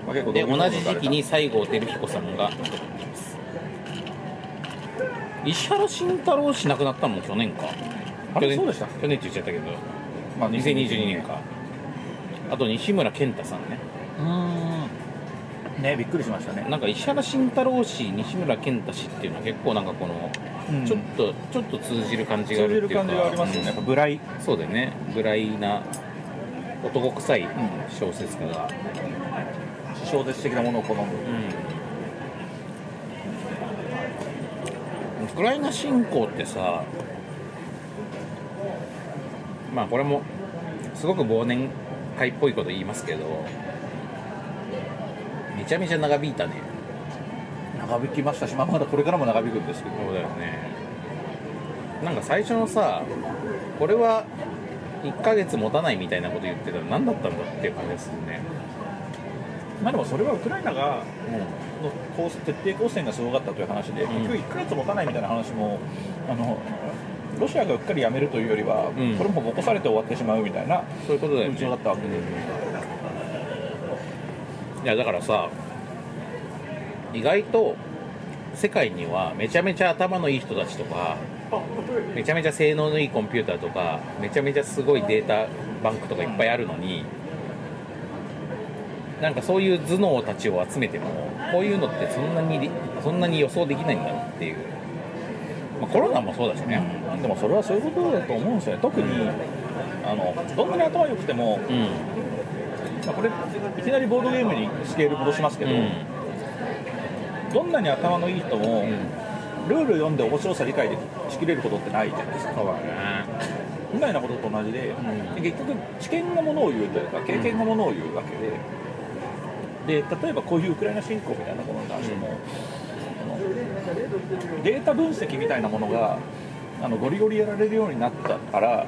[SPEAKER 3] まあ、結構
[SPEAKER 2] で
[SPEAKER 3] どうい
[SPEAKER 2] 同
[SPEAKER 3] うこと
[SPEAKER 2] じ時期に西郷輝彦さんが亡くなっています石原慎太郎氏亡くなったのも去年か
[SPEAKER 3] あ
[SPEAKER 2] 去
[SPEAKER 3] れ
[SPEAKER 2] 年
[SPEAKER 3] そうでした
[SPEAKER 2] 去年って言っちゃったけど
[SPEAKER 3] まあ
[SPEAKER 2] 2022年かあと西村健太さんね
[SPEAKER 3] うーんねびっくりしましたね
[SPEAKER 2] なんか石原慎太郎氏西村健太氏っていうのは結構なんかこの、
[SPEAKER 3] うん
[SPEAKER 2] ちょっとちょっと通じる感じがあ
[SPEAKER 3] 通じ
[SPEAKER 2] るっ
[SPEAKER 3] る
[SPEAKER 2] ていうか
[SPEAKER 3] 感じがありますよね、やっぱブライ
[SPEAKER 2] うんそうだよねぐらいな男臭い小説家が、
[SPEAKER 3] 小説的なものを好む
[SPEAKER 2] ウクライナ侵攻ってさまあこれもすごく忘年会っぽいこと言いますけどめちゃめちゃ長引いたね
[SPEAKER 3] 長引きましたし、まあ、まだこれからも長引くんですけど
[SPEAKER 2] そうだよねなんか最初のさこれは1ヶ月持たないみたいなこと言ってたら何だったんだっていう感じですよね、
[SPEAKER 3] まあでもそれはウクライナがの攻勢徹底抗戦がすごかったという話で、
[SPEAKER 2] ん
[SPEAKER 3] 結局1ヶ月持たないみたいな話もあのロシアがうっかりやめるというよりは、
[SPEAKER 2] ん
[SPEAKER 3] これもぼこされて終わってしまうみたいな
[SPEAKER 2] そういうことだよ
[SPEAKER 3] 風
[SPEAKER 2] ね
[SPEAKER 3] 潮だったわけで、
[SPEAKER 2] いやだからさ意外と世界にはめちゃめちゃ頭のいい人たちとかめちゃめちゃ性能のいいコンピューターとかめちゃめちゃすごいデータバンクとかいっぱいあるのになんかそういう頭脳たちを集めてもこういうのってそんなにりそんなに予想できないんだなっていう、まあ、コロナもそうだしね
[SPEAKER 3] でもそれはそういうことだと思うんですよね特にあのどんなに頭良くても、
[SPEAKER 2] うん
[SPEAKER 3] まあこれいきなりボードゲームにスケール戻しますけ
[SPEAKER 2] う
[SPEAKER 3] ど、
[SPEAKER 2] ん
[SPEAKER 3] どんなに頭のいい人も、
[SPEAKER 2] うん
[SPEAKER 3] ルール読んで面白さ理解でしきれることってないじゃないですか
[SPEAKER 2] そうだね
[SPEAKER 3] みたいなことと同じで、
[SPEAKER 2] ん
[SPEAKER 3] 結局知見のものを言うというか経験のものを言うわけで、で例えばこういうウクライナ侵攻みたいなものに関しても、あのデータ分析みたいなものがあのゴリゴリやられるようになったから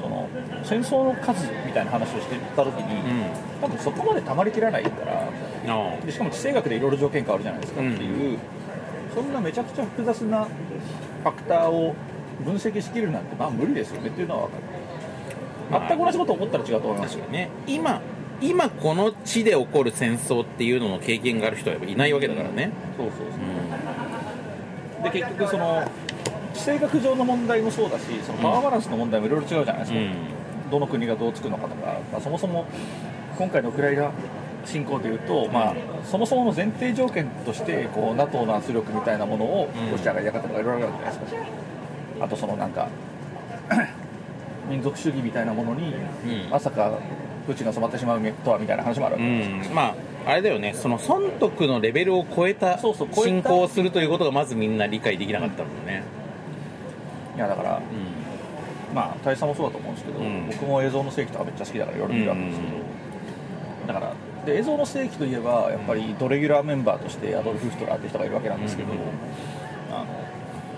[SPEAKER 3] その戦争の数みたいな話をしてた時
[SPEAKER 2] う
[SPEAKER 3] に、
[SPEAKER 2] ん
[SPEAKER 3] 多分そこまでたまりきらないから
[SPEAKER 2] あ
[SPEAKER 3] でしかも地政学でいろいろ条件変わるじゃないですかっていう、そんなめちゃくちゃ複雑なファクターを分析しきるなんてまあ無理ですよねっていうのは分か
[SPEAKER 2] まあ
[SPEAKER 3] る全く同じこと思ったら違うと思い
[SPEAKER 2] あ
[SPEAKER 3] ま
[SPEAKER 2] 確
[SPEAKER 3] すよ
[SPEAKER 2] かにね今今この地で起こる戦争っていうのの経験がある人はやっぱいないわけだからね、
[SPEAKER 3] そうそうそう
[SPEAKER 2] うん
[SPEAKER 3] で結局その地政学上の問題もそうだしそのパワーバランスの問題もいろいろ違うじゃないですか、どの国がどうつくのかとか、まあ、そもそも今回のウクライナ侵攻でいうと、まあ、そもそもの前提条件としてこう NATO の圧力みたいなものを
[SPEAKER 2] うん
[SPEAKER 3] ロシアが嫌がったとかいろいろあるじゃないですか、あとそのなんか 民族主義みたいなものに
[SPEAKER 2] うん
[SPEAKER 3] まさかプーチンが染まってしまうとはみたいな話もあるわ
[SPEAKER 2] う
[SPEAKER 3] けです、
[SPEAKER 2] ん、まああれだよねその損得のレベルを超えた
[SPEAKER 3] そうそう超えた
[SPEAKER 2] 進行をするということがまずみんな理解できなかったもんね、
[SPEAKER 3] いやだから、まあ、大佐もそうだと思うんですけど、
[SPEAKER 2] うん
[SPEAKER 3] 僕も映像の世紀とかめっちゃ好きだからいろいろ
[SPEAKER 2] うん
[SPEAKER 3] 見るわけですけど、だからで映像の世紀といえばやっぱりドレギュラーメンバーとしてアドルフ・ヒトラーって人がいるわけなんですけど、
[SPEAKER 2] うん
[SPEAKER 3] あの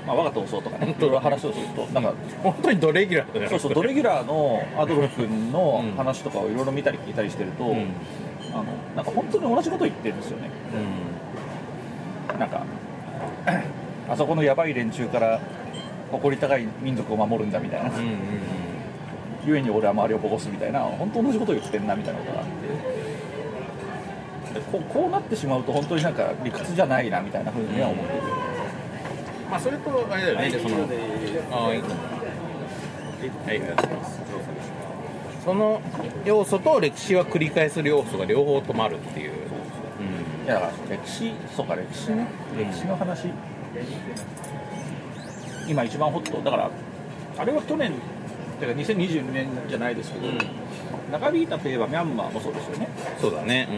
[SPEAKER 3] まあ、我が闘争とかね
[SPEAKER 2] 本
[SPEAKER 3] い
[SPEAKER 2] 当だ
[SPEAKER 3] ろいろ話をするとなんか
[SPEAKER 2] 本当にドレギュラーだよね
[SPEAKER 3] そうそうドレギュラーのアドルフ君の
[SPEAKER 2] うん
[SPEAKER 3] 話とかをいろいろ見たり聞いたりしてると、
[SPEAKER 2] うん、うん
[SPEAKER 3] あのなんか本当に同じこと言ってるんですよねなんかあそこのやばい連中から誇り高い民族を守るんだみたいな
[SPEAKER 2] うんうん
[SPEAKER 3] 故に俺は周りをぼこすみたいな本当同じこと言ってんなみたいなことがあってでこうこうなってしまうと本当になんか理屈じゃないなみたいなふうには思ってて、
[SPEAKER 2] まあそれとあれだよねでそのああいいかもはいその要素と歴史は繰り返す要素が両方ともあるっていう、
[SPEAKER 3] いやだから歴史そうか歴史ね
[SPEAKER 2] うん
[SPEAKER 3] 歴史の話、今一番ホットだからあれは去年だから2022年じゃないですけど、
[SPEAKER 2] うん
[SPEAKER 3] 長引いたといえばミャンマーもそうですよね
[SPEAKER 2] そうだね、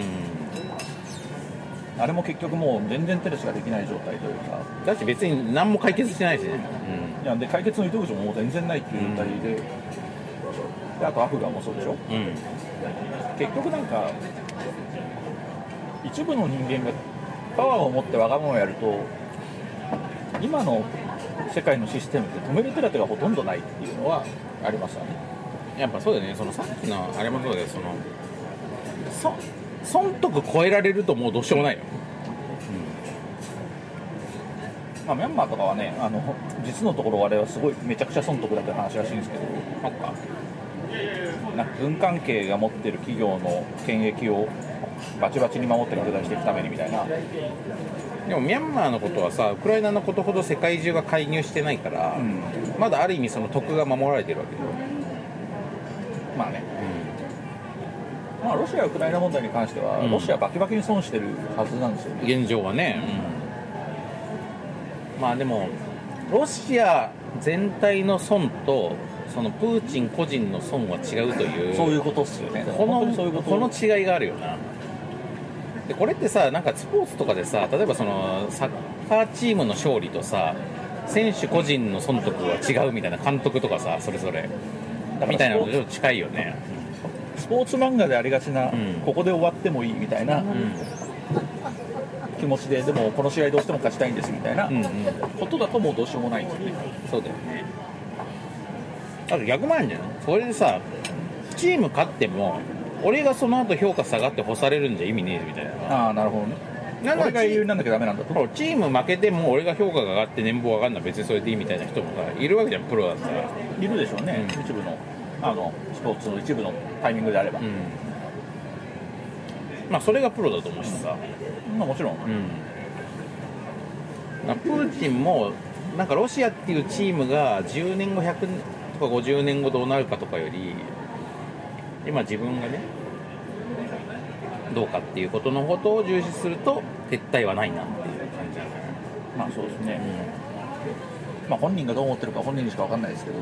[SPEAKER 2] うん、
[SPEAKER 3] あれも結局もう全然テレスができない状態というか
[SPEAKER 2] だって別に何も解決してないしね、
[SPEAKER 3] いやで解決の糸口ももう全然ないっていう状態で,、であとアフガンもそうでしょ
[SPEAKER 2] うんうん、
[SPEAKER 3] 結局なんか一部の人間がパワーを持ってわがままをやると今の世界のシステムって止める手立てがほとんどないっていうのはありますよね
[SPEAKER 2] やっぱそうだよねそのさっきのあれもそうだけどそのそ損得超えられるともうどうしようもないよ、
[SPEAKER 3] まあ、ミャンマーとかはねあの実のところあれはすごいめちゃくちゃ損得だって話らしいんですけど
[SPEAKER 2] なんか
[SPEAKER 3] なんか軍関係が持ってる企業の権益をバチバチに守って拡大していくためにみたいな
[SPEAKER 2] でもミャンマーのことはさウクライナのことほど世界中が介入してないから、
[SPEAKER 3] うん
[SPEAKER 2] まだある意味その得が守られてるわけよ、
[SPEAKER 3] まあねまあ、ロシア・ウクライナ問題に関しては、
[SPEAKER 2] うん
[SPEAKER 3] ロシアバキバキに損してるはずなんですよね、
[SPEAKER 2] 現状はね、まあでもロシア全体の損とそのプーチン個人の損は違うという
[SPEAKER 3] そういうことっすよね、
[SPEAKER 2] こ
[SPEAKER 3] 本当
[SPEAKER 2] の
[SPEAKER 3] にそういうこと
[SPEAKER 2] この違いがあるよなでこれってさなんかスポーツとかでさ例えばそのサッカーチームの勝利とさ選手個人の損得は違うみたいな監督とかさそれぞれ
[SPEAKER 3] だか
[SPEAKER 2] みたい
[SPEAKER 3] ら
[SPEAKER 2] なの
[SPEAKER 3] スポ
[SPEAKER 2] とち
[SPEAKER 3] ー
[SPEAKER 2] ょっ
[SPEAKER 3] ツ
[SPEAKER 2] と近いよね、
[SPEAKER 3] スポーツ漫画でありがちな、
[SPEAKER 2] ん
[SPEAKER 3] ここで終わってもいいみたいな気持ちで、でもこの試合どうしても勝ちたいんですみたいな
[SPEAKER 2] うんうん
[SPEAKER 3] ことだと、もうどうしようもないんですよね、
[SPEAKER 2] そうだよねあと逆もあるんじゃないそれでさチーム勝っても俺がその後評価下がって干されるんじゃ意味ねえみたいな
[SPEAKER 3] ああ、なるほどね、
[SPEAKER 2] なんなら
[SPEAKER 3] 俺が理由になんなきゃだめなんだと、
[SPEAKER 2] そうチーム負けても俺が評価が上がって年俸上がるのは別にそれでいいみたいな人もさいるわけじゃんプロだったら、
[SPEAKER 3] いるでしょうね、
[SPEAKER 2] うん
[SPEAKER 3] 一部のあのスポーツの一部のタイミングであれば、
[SPEAKER 2] まあそれがプロだと思うしさ、
[SPEAKER 3] まあ、もちろん、
[SPEAKER 2] まあプーチンもなんかロシアっていうチームが10年後100とか50年後どうなるかとかより今自分がねどうかっていうことのことを重視すると撤退はないなっていう感じだね、
[SPEAKER 3] まあそうですね、まあ、本人がどう思ってるか本人にしか分かんないですけど。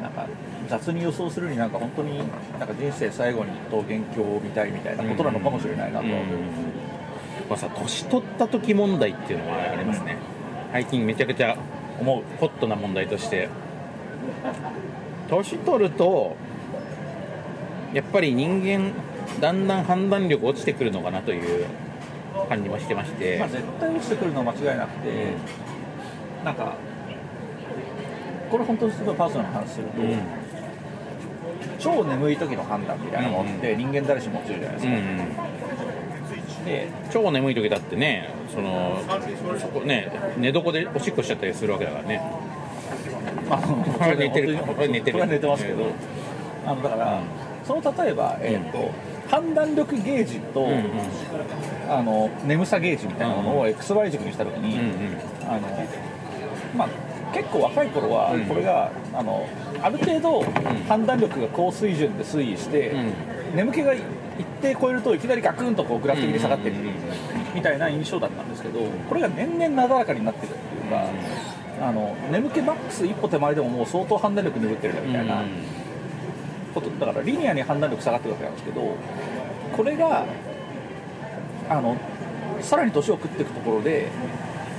[SPEAKER 3] なんか雑に予想するになんか本当になんか人生最後に桃源郷を見たいみたいなことなのかもしれないなと、
[SPEAKER 2] まあさ年取った時問題っていうのはありますね、最近めちゃくちゃ思うホットな問題として年取るとやっぱり人間だんだん判断力落ちてくるのかなという感じもしてまして、
[SPEAKER 3] まあ、絶対落ちてくるのは間違いなくて、なんかこれ本当にすごいパーソナルな話すると、
[SPEAKER 2] うん
[SPEAKER 3] 超眠い時の判断みたいなのって人間誰しも落ちるじゃないです
[SPEAKER 2] う
[SPEAKER 3] か、
[SPEAKER 2] ん、
[SPEAKER 3] で
[SPEAKER 2] 超眠い時だってねそのそこね寝床でおしっこしちゃったりするわけだからね
[SPEAKER 3] まあ、
[SPEAKER 2] これ寝てる
[SPEAKER 3] 本当に
[SPEAKER 2] 寝てる
[SPEAKER 3] これは寝てますけど、
[SPEAKER 2] うん
[SPEAKER 3] あのだから、その例えば、えーと判断力ゲージと、
[SPEAKER 2] うんうん
[SPEAKER 3] あの眠さゲージみたいなもの
[SPEAKER 2] う
[SPEAKER 3] を XY 軸にした時に、
[SPEAKER 2] うん
[SPEAKER 3] あのまあ、結構若い頃は
[SPEAKER 2] うん
[SPEAKER 3] これが、あのある程度判断力が高水準で推移して、眠気が一定超えるといきなりガクンとこうグラフ的に下がっていく
[SPEAKER 2] うんうんうん
[SPEAKER 3] みたいな印象だったんですけどこれが年々なだらかになってるっていうか、あの眠気マックス一歩手前でももう相当判断力鈍ってるなみたいな。ことだからリニアに判断力下がってるわけなんですけどこれがあのさらに年を食っていくところで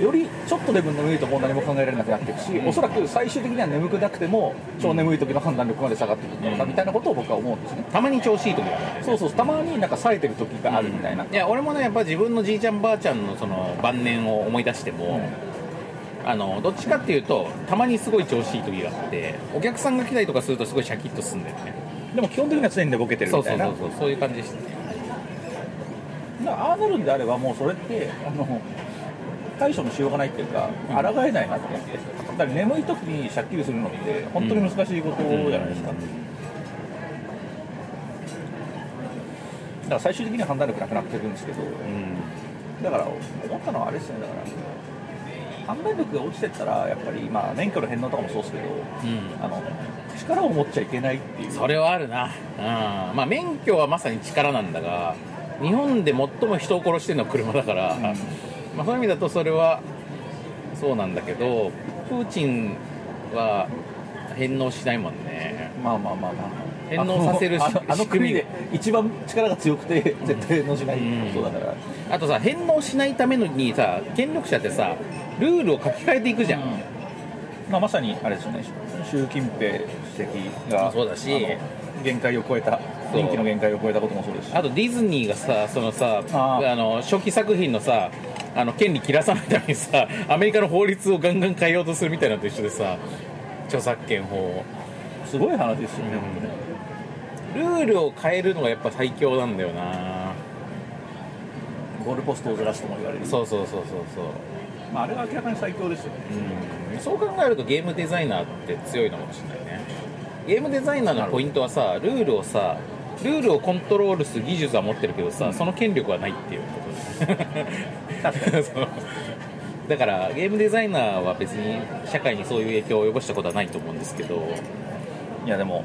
[SPEAKER 3] よりちょっとでも眠いともう何も考えられなくなっていくし、
[SPEAKER 2] うん
[SPEAKER 3] おそらく最終的には眠くなくても超眠い時の判断力まで下がっていくんだろうな
[SPEAKER 2] うん
[SPEAKER 3] みたいなことを僕は思うんですね、
[SPEAKER 2] たまに調子いい時だからね
[SPEAKER 3] そうそうたまになんか冴えてる時があるみたいな、
[SPEAKER 2] いや俺もねやっぱ自分のじいちゃんばあちゃんのその晩年を思い出しても、あのどっちかっていうとたまにすごい調子いい時があってお客さんが来たりとかするとすごいシャキッとすんだよね
[SPEAKER 3] でも基本的には常に寝ぼけてる
[SPEAKER 2] そ
[SPEAKER 3] み
[SPEAKER 2] う
[SPEAKER 3] た
[SPEAKER 2] そ
[SPEAKER 3] いうな
[SPEAKER 2] そうそうそういう感じでしたね
[SPEAKER 3] だからああなるんであればもうそれってあの対処のしようがないっていうか、
[SPEAKER 2] うん
[SPEAKER 3] 抗えないなと思ってだから眠い時に借金するのって本当に難しいことじゃないですか、
[SPEAKER 2] うん
[SPEAKER 3] だから最終的には判断力なくなってくるんですけど
[SPEAKER 2] うん
[SPEAKER 3] だから思ったのはあれですねだから判断力が落ちてったらやっぱりまあ免許の返納とかもそうですけど
[SPEAKER 2] うん
[SPEAKER 3] あの力を持っちゃいけないっていう
[SPEAKER 2] それはあるな、うんまあ、免許はまさに力なんだが日本で最も人を殺してるのは車だから、
[SPEAKER 3] うん
[SPEAKER 2] まあ、そういう意味だとそれはそうなんだけどプーチンは返納しないもんね
[SPEAKER 3] まあまあまあまあ
[SPEAKER 2] 返納させるし
[SPEAKER 3] あのあのあの
[SPEAKER 2] 仕組
[SPEAKER 3] 国
[SPEAKER 2] み
[SPEAKER 3] で一番力が強くて絶対返納しないってことだから、
[SPEAKER 2] あとさ返納しないためのにさ権力者ってさルールを書き換えていくじゃん、
[SPEAKER 3] まあ、まさにあれですよね習近平主席が
[SPEAKER 2] そうだし
[SPEAKER 3] あの限界を超えた
[SPEAKER 2] そう
[SPEAKER 3] 人気の限界を超えたこともそうですし
[SPEAKER 2] あとディズニーがさそのさ
[SPEAKER 3] あ
[SPEAKER 2] あ
[SPEAKER 3] ー
[SPEAKER 2] の初期作品のさあの権利切らさないためにさアメリカの法律をガンガン変えようとするみたいなのと一緒でさ著作権法を
[SPEAKER 3] すごい話ですよね、
[SPEAKER 2] うんルールを変えるのがやっぱ最強なんだよな
[SPEAKER 3] ゴールポストをずらすとも言われる
[SPEAKER 2] そうそうそうそうそう
[SPEAKER 3] まあ、あれは明らかに最強ですよね
[SPEAKER 2] うんそう考えるとゲームデザイナーって強いのかもしれないねゲームデザイナーのポイントはさルールをさルールをコントロールする技術は持ってるけどさ、その権力はないっていうことだ そうだからゲームデザイナーは別に社会にそういう影響を及ぼしたことはないと思うんですけど
[SPEAKER 3] いやでも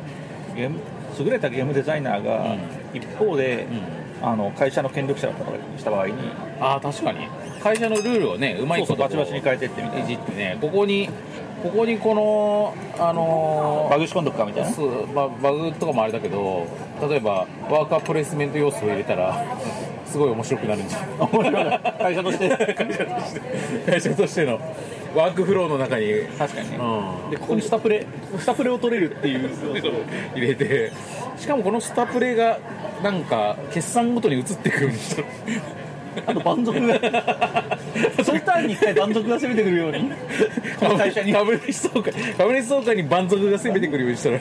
[SPEAKER 3] ゲーム優れたゲームデザイナーが
[SPEAKER 2] うん
[SPEAKER 3] 一方で、
[SPEAKER 2] う
[SPEAKER 3] あの会社の権力者だったとかした場合に
[SPEAKER 2] ああ確かに会社のルールをねうまい
[SPEAKER 3] そうそ
[SPEAKER 2] こ
[SPEAKER 3] う
[SPEAKER 2] とこ
[SPEAKER 3] バ
[SPEAKER 2] う
[SPEAKER 3] チバチに変えてってみたい
[SPEAKER 2] い
[SPEAKER 3] な
[SPEAKER 2] じってねここにここにこのあのー
[SPEAKER 3] バグ仕込んどくかみたいな
[SPEAKER 2] そうババグとかもあれだけど例えばワーカープレイスメント要素を入れたらすごい面白くなるんじゃない
[SPEAKER 3] 面白い会社として
[SPEAKER 2] 会社として会社としてのワークフローの中に、うん、
[SPEAKER 3] 確かにね、でここにスタプレスタプレを取れるっていう
[SPEAKER 2] 入れてしかもこのスタプレイがなんか決算ごとに移ってくるようにした
[SPEAKER 3] あと満足がそのターンに一回満足が攻めてくるようにこの会社に
[SPEAKER 2] 株主総会株主総会に蛮族が攻めてくるようにしたら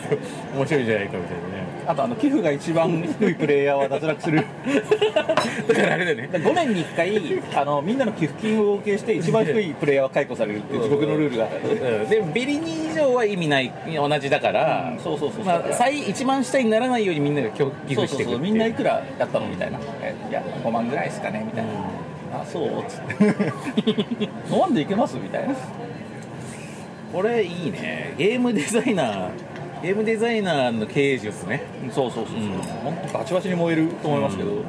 [SPEAKER 2] 面白いんじゃないかみたいなね
[SPEAKER 3] あとあの寄付が一番低いプレイヤーは脱落する
[SPEAKER 2] だからあれだよね
[SPEAKER 3] 5年に1回あのみんなの寄付金を合計して一番低いプレイヤーは解雇されるっていう地獄のルールがあって
[SPEAKER 2] うんでビリ2以上は意味ない同じだから、
[SPEAKER 3] うんそうそうそう
[SPEAKER 2] まあ、最一番下にならないようにみんなが寄寄
[SPEAKER 3] そ
[SPEAKER 2] 付
[SPEAKER 3] う
[SPEAKER 2] し
[SPEAKER 3] そう
[SPEAKER 2] てく
[SPEAKER 3] そ
[SPEAKER 2] るっ
[SPEAKER 3] う
[SPEAKER 2] て
[SPEAKER 3] み
[SPEAKER 2] い
[SPEAKER 3] ん
[SPEAKER 2] う
[SPEAKER 3] ないくらやったのみたいなえいや5万ぐらいですかねみたいな、あそうっつって 飲んでいけますみたいな
[SPEAKER 2] これいいねゲームデザイナーゲームデザイナーの経営術ね
[SPEAKER 3] そうそうそうそう、
[SPEAKER 2] うん
[SPEAKER 3] 本当バチバチに燃えると思いますけど、
[SPEAKER 2] うん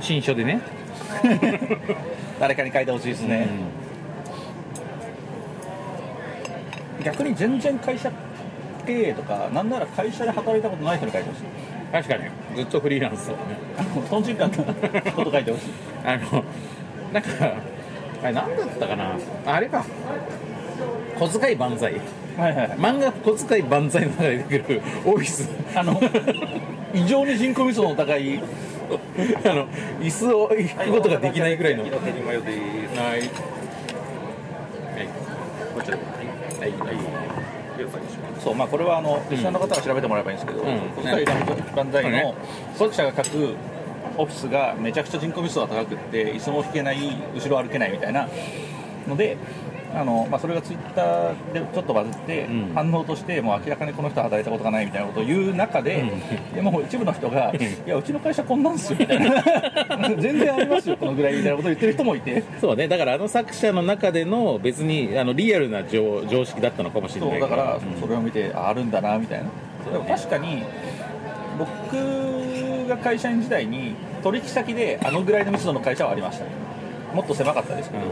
[SPEAKER 2] 新書でね
[SPEAKER 3] 誰かに書いてほしいですね、逆に全然会社経営とかなんなら会社で働いたことない人に書いてほしい
[SPEAKER 2] うん確かにずっとフリーランスだね
[SPEAKER 3] あのトンチンカンなこと書いてほしい
[SPEAKER 2] あのなんかあれ何だったかなあれか小遣い万歳
[SPEAKER 3] はいはいはい
[SPEAKER 2] 漫画小遣い万歳の中で出てくるオフィス
[SPEAKER 3] あの異常に人口密度の高い
[SPEAKER 2] あの椅子を引くことができないぐらいの。
[SPEAKER 4] 色手に迷って
[SPEAKER 2] はい。はい。こちらで。はい。はい。
[SPEAKER 3] そうまあこれはあのリスナーの方は調べてもらえばいいんですけど、
[SPEAKER 2] うん
[SPEAKER 3] 国際万歳の
[SPEAKER 2] ね
[SPEAKER 3] 作者が書くオフィスがめちゃくちゃ人口密度が高くって椅子も引けない後ろ歩けないみたいなのであの、まあ、それがツイッターでちょっとバズって、
[SPEAKER 2] うん
[SPEAKER 3] 反応としてもう明らかにこの人は働いたことがないみたいなことを言う中で、でもう一部の人が「いやうちの会社こんなんですよ」み たいな「全然ありますよこのぐらい」みたいなことを言ってる人もいて。
[SPEAKER 2] そうね。だからあの作者の中での別にあのリアルな常常識だったのかもしれ
[SPEAKER 3] そ
[SPEAKER 2] な
[SPEAKER 3] う
[SPEAKER 2] い
[SPEAKER 3] だか
[SPEAKER 2] からら。うん
[SPEAKER 3] それを見て、ああるんだなみたいな、でも確かに僕が会社員時代に取引先であのぐらいの密度の会社はありましたもっと狭かったですけど、
[SPEAKER 2] うん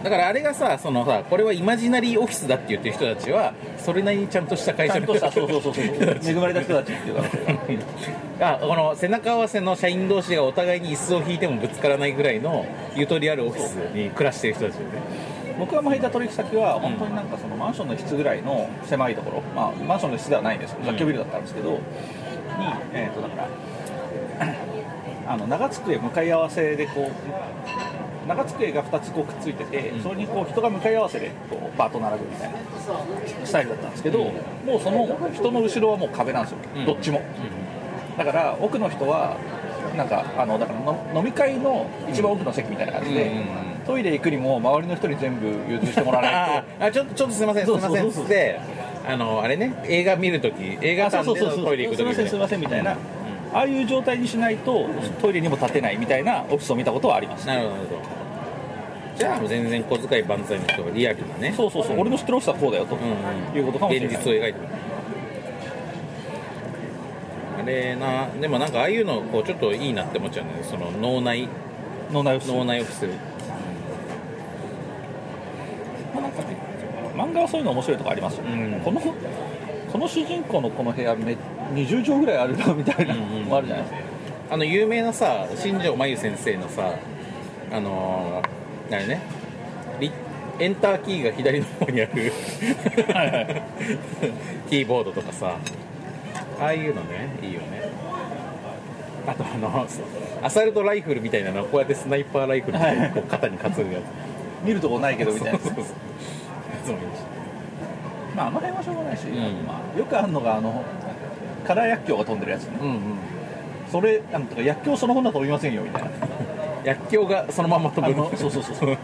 [SPEAKER 2] だからあれがさ、そのさ、これはイマジナリーオフィスだって言ってる人たちは、それなりにちゃんとした会
[SPEAKER 3] ちゃ
[SPEAKER 2] 社
[SPEAKER 3] ん
[SPEAKER 2] の
[SPEAKER 3] としたそうそうそうそう恵まれた人たちっていうか
[SPEAKER 2] あこの背中合わせの社員同士がお互いに椅子を引いてもぶつからないぐらいのゆとりあるオフィスに暮らしてる人たちよね。
[SPEAKER 3] 僕が前いた取引先は本当になんかそのマンションの一室ぐらいの狭いところ、まあ、マンションの一室ではないですけど雑居ビルだったんですけど、に、えー、とだからあの長机向かい合わせでこう長机が2つこうくっついてて、
[SPEAKER 2] うん
[SPEAKER 3] それにこう人が向かい合わせでこうバーッと並ぶみたいなスタイルだったんですけど、
[SPEAKER 2] うん
[SPEAKER 3] もうその人の後ろはもう壁なんですよ、
[SPEAKER 2] うん
[SPEAKER 3] どっちも。だから奥の人はなんかあのだからの飲み会の一番奥の席みたいな感じで、
[SPEAKER 2] うんうんうん
[SPEAKER 3] トイレ行くにも周りの人に全部融通してもらわない
[SPEAKER 2] あ
[SPEAKER 3] と。
[SPEAKER 2] ーあちょっとちょっとすいませんすいませ
[SPEAKER 3] そ
[SPEAKER 2] ん
[SPEAKER 3] う
[SPEAKER 2] っ
[SPEAKER 3] そうそうそう
[SPEAKER 2] つってあのあれね映画見るとき映画
[SPEAKER 3] あそう
[SPEAKER 2] 館
[SPEAKER 3] そう
[SPEAKER 2] で
[SPEAKER 3] そう
[SPEAKER 2] の
[SPEAKER 3] そう
[SPEAKER 2] トイレ行く
[SPEAKER 3] すい
[SPEAKER 2] とき
[SPEAKER 3] ませんすいませんみたいな、ああいう状態にしないとトイレにも立てないみたいなオフィスを見たことはあります
[SPEAKER 2] なるほどなるほどじゃあもう全然小遣い万歳の人がリアルなね
[SPEAKER 3] そうそうそう、俺の知ってるオフィスはこうだよと、
[SPEAKER 2] うん
[SPEAKER 3] いうことかもしれ
[SPEAKER 2] 現
[SPEAKER 3] ない
[SPEAKER 2] 実を描いてるあれなでもなんかああいうのこうちょっといいなって思っちゃうねその脳内
[SPEAKER 3] 脳内オフィス
[SPEAKER 2] 脳内オフィス
[SPEAKER 3] まあなんかね漫画はそういうの面白いとこありますよ、
[SPEAKER 2] うん
[SPEAKER 3] このこの主人公のこの部屋め20畳ぐらいあるなみたいなの
[SPEAKER 2] うんうん
[SPEAKER 3] もあるじゃないですか、
[SPEAKER 2] あの有名なさ新庄真由先生のさあのー、あれねリエンターキーが左の方にある
[SPEAKER 3] はいはい
[SPEAKER 2] キーボードとかさああいうのねいいよねあとあのアサルトライフルみたいなのをこうやってスナイパーライフル
[SPEAKER 3] はい
[SPEAKER 2] でこう肩に担ぐや
[SPEAKER 3] 見るとこないけ
[SPEAKER 2] つ
[SPEAKER 3] どみたいな
[SPEAKER 2] そうそうそうそういいし
[SPEAKER 3] まあ、あの辺はしょうがないし、
[SPEAKER 2] ん
[SPEAKER 3] まあ、よくあるのがあのカラー薬莢が飛んでるやつね
[SPEAKER 2] うんうん
[SPEAKER 3] それなんとか薬莢そのものは飛びませんよみたいな
[SPEAKER 2] 薬莢がそのまま飛
[SPEAKER 3] あ
[SPEAKER 2] ぶ
[SPEAKER 3] のそうそうそうそうい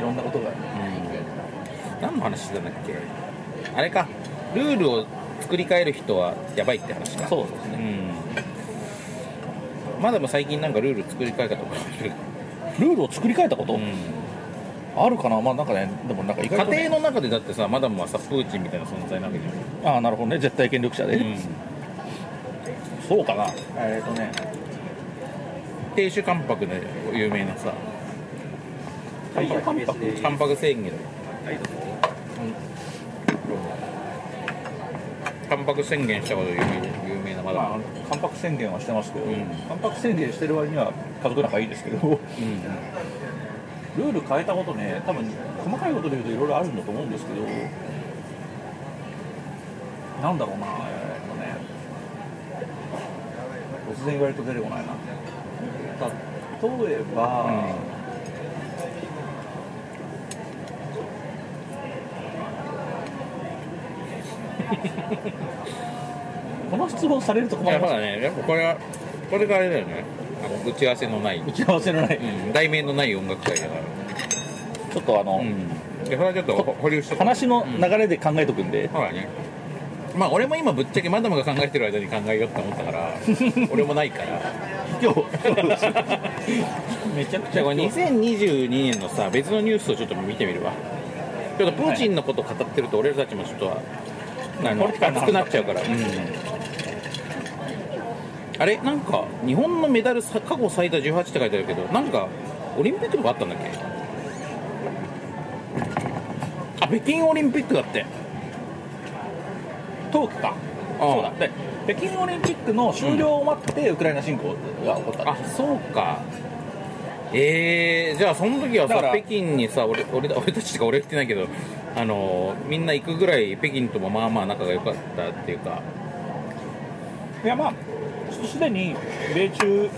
[SPEAKER 3] ろんなことが
[SPEAKER 2] うん何の話してたんだっけあれかルールを作り変える人はやばいって話か
[SPEAKER 3] そうですね
[SPEAKER 2] うんまあでも最近なんかルール作り変えたとかある
[SPEAKER 3] ルールを作り変えたこと、
[SPEAKER 2] うん
[SPEAKER 3] あるかなまあなんかねでもなんか意外と、
[SPEAKER 2] 家
[SPEAKER 3] ね、
[SPEAKER 2] 庭の中でだってさマダムはさプーチンみたいな存在なわけじゃ
[SPEAKER 3] ああなるほどね絶対権力者で、
[SPEAKER 2] ん、うん、
[SPEAKER 3] そうかなえっ、とね
[SPEAKER 2] 亭主関白で有名なさ
[SPEAKER 4] はい、はい、
[SPEAKER 3] 関白
[SPEAKER 2] 関白宣言
[SPEAKER 4] はい、どうぞ。
[SPEAKER 2] 関白宣言したこと有名で有名なマダ
[SPEAKER 3] まあ
[SPEAKER 2] ム、
[SPEAKER 3] 関白宣言はしてますけど、
[SPEAKER 2] うん
[SPEAKER 3] 関白宣言してる割には家族仲いいですけど
[SPEAKER 2] うん
[SPEAKER 3] ルール変えたことね、多分細かいことで言うといろいろあるんだと思うんですけど、なんだろうな、えーっとね、突然言われると出てこないな。例えば、この質問されると
[SPEAKER 2] い
[SPEAKER 3] 困
[SPEAKER 2] や
[SPEAKER 3] り
[SPEAKER 2] ま
[SPEAKER 3] ま
[SPEAKER 2] だ
[SPEAKER 3] す。
[SPEAKER 2] ねやっぱこれはこれがあれだよねあの打ち合わせのない、
[SPEAKER 3] 打ち合わせのない、
[SPEAKER 2] うん、題名のない音楽会だから
[SPEAKER 3] ちょっとあの、
[SPEAKER 2] うん、でそれはちょっとほ保留しとこう
[SPEAKER 3] 話の流れで考えとくんで、
[SPEAKER 2] そうだねまあ俺も今ぶっちゃけマダムが考えてる間に考えようって思ったから 俺もないから
[SPEAKER 3] 今日、めちゃく
[SPEAKER 2] じ
[SPEAKER 3] ち
[SPEAKER 2] ゃ
[SPEAKER 3] ゃ
[SPEAKER 2] あこれ2022年のさ別のニュースをちょっと見てみるわちょっとプーチンのこと語ってると俺たちもちょっとあの
[SPEAKER 3] ポリティカルな
[SPEAKER 2] 熱くなっちゃうから、うんあれなんか日本のメダルさ過去最多18って書いてあるけどなんかオリンピックとかあったんだっけあ北京オリンピックだって
[SPEAKER 3] 冬季か、そうだで北京オリンピックの終了を待ってウクライナ侵攻が起こった、
[SPEAKER 2] あそうかえー、じゃあその時は
[SPEAKER 3] だか
[SPEAKER 2] さ
[SPEAKER 3] ら
[SPEAKER 2] 北京にさ俺俺俺たちしか俺は来てないけどあのーみんな行くぐらい北京ともまあまあ仲が良かったっていうか
[SPEAKER 3] いやまあすでに米中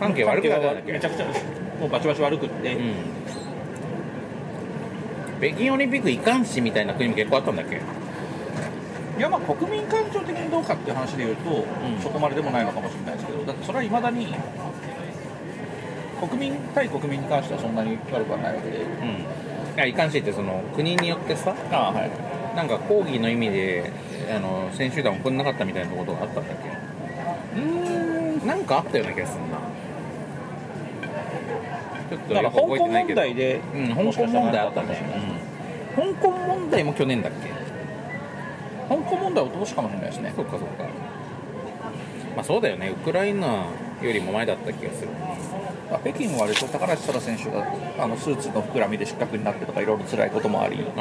[SPEAKER 2] 関係悪くなかったんだっけ
[SPEAKER 3] めちゃくちゃもうバチバチ悪くって、
[SPEAKER 2] うん北京オリンピックいかんしみたいな国も結構あったんだっけ
[SPEAKER 3] いやまあ国民感情的にどうかっていう話で言うと、
[SPEAKER 2] ん
[SPEAKER 3] そこまででもないのかもしれないですけどだってそれはいまだに国民対国民に関してはそんなに悪くはないわけで
[SPEAKER 2] うんあいかんしってその国によってさ
[SPEAKER 3] ああはい
[SPEAKER 2] なんか抗議の意味であの選手団送んなかったみたいなことがあったんだっけうーんなんかあったような気がするなちょっと
[SPEAKER 3] だから
[SPEAKER 2] よ
[SPEAKER 3] 香
[SPEAKER 2] く覚え
[SPEAKER 3] 港
[SPEAKER 2] てないけど
[SPEAKER 3] 問題で、
[SPEAKER 2] うん、香港問題あったね、うん香港問題も去年だっけ
[SPEAKER 3] 香港問題はおとしかもしれないですね
[SPEAKER 2] そっかそっかまあそうだよねウクライナよりも前だった気がする
[SPEAKER 3] あ北京はあれでしょ高梨沙羅選手があのスーツの膨らみで失格になってとかいろいろ辛いこともあり
[SPEAKER 2] うんうんうん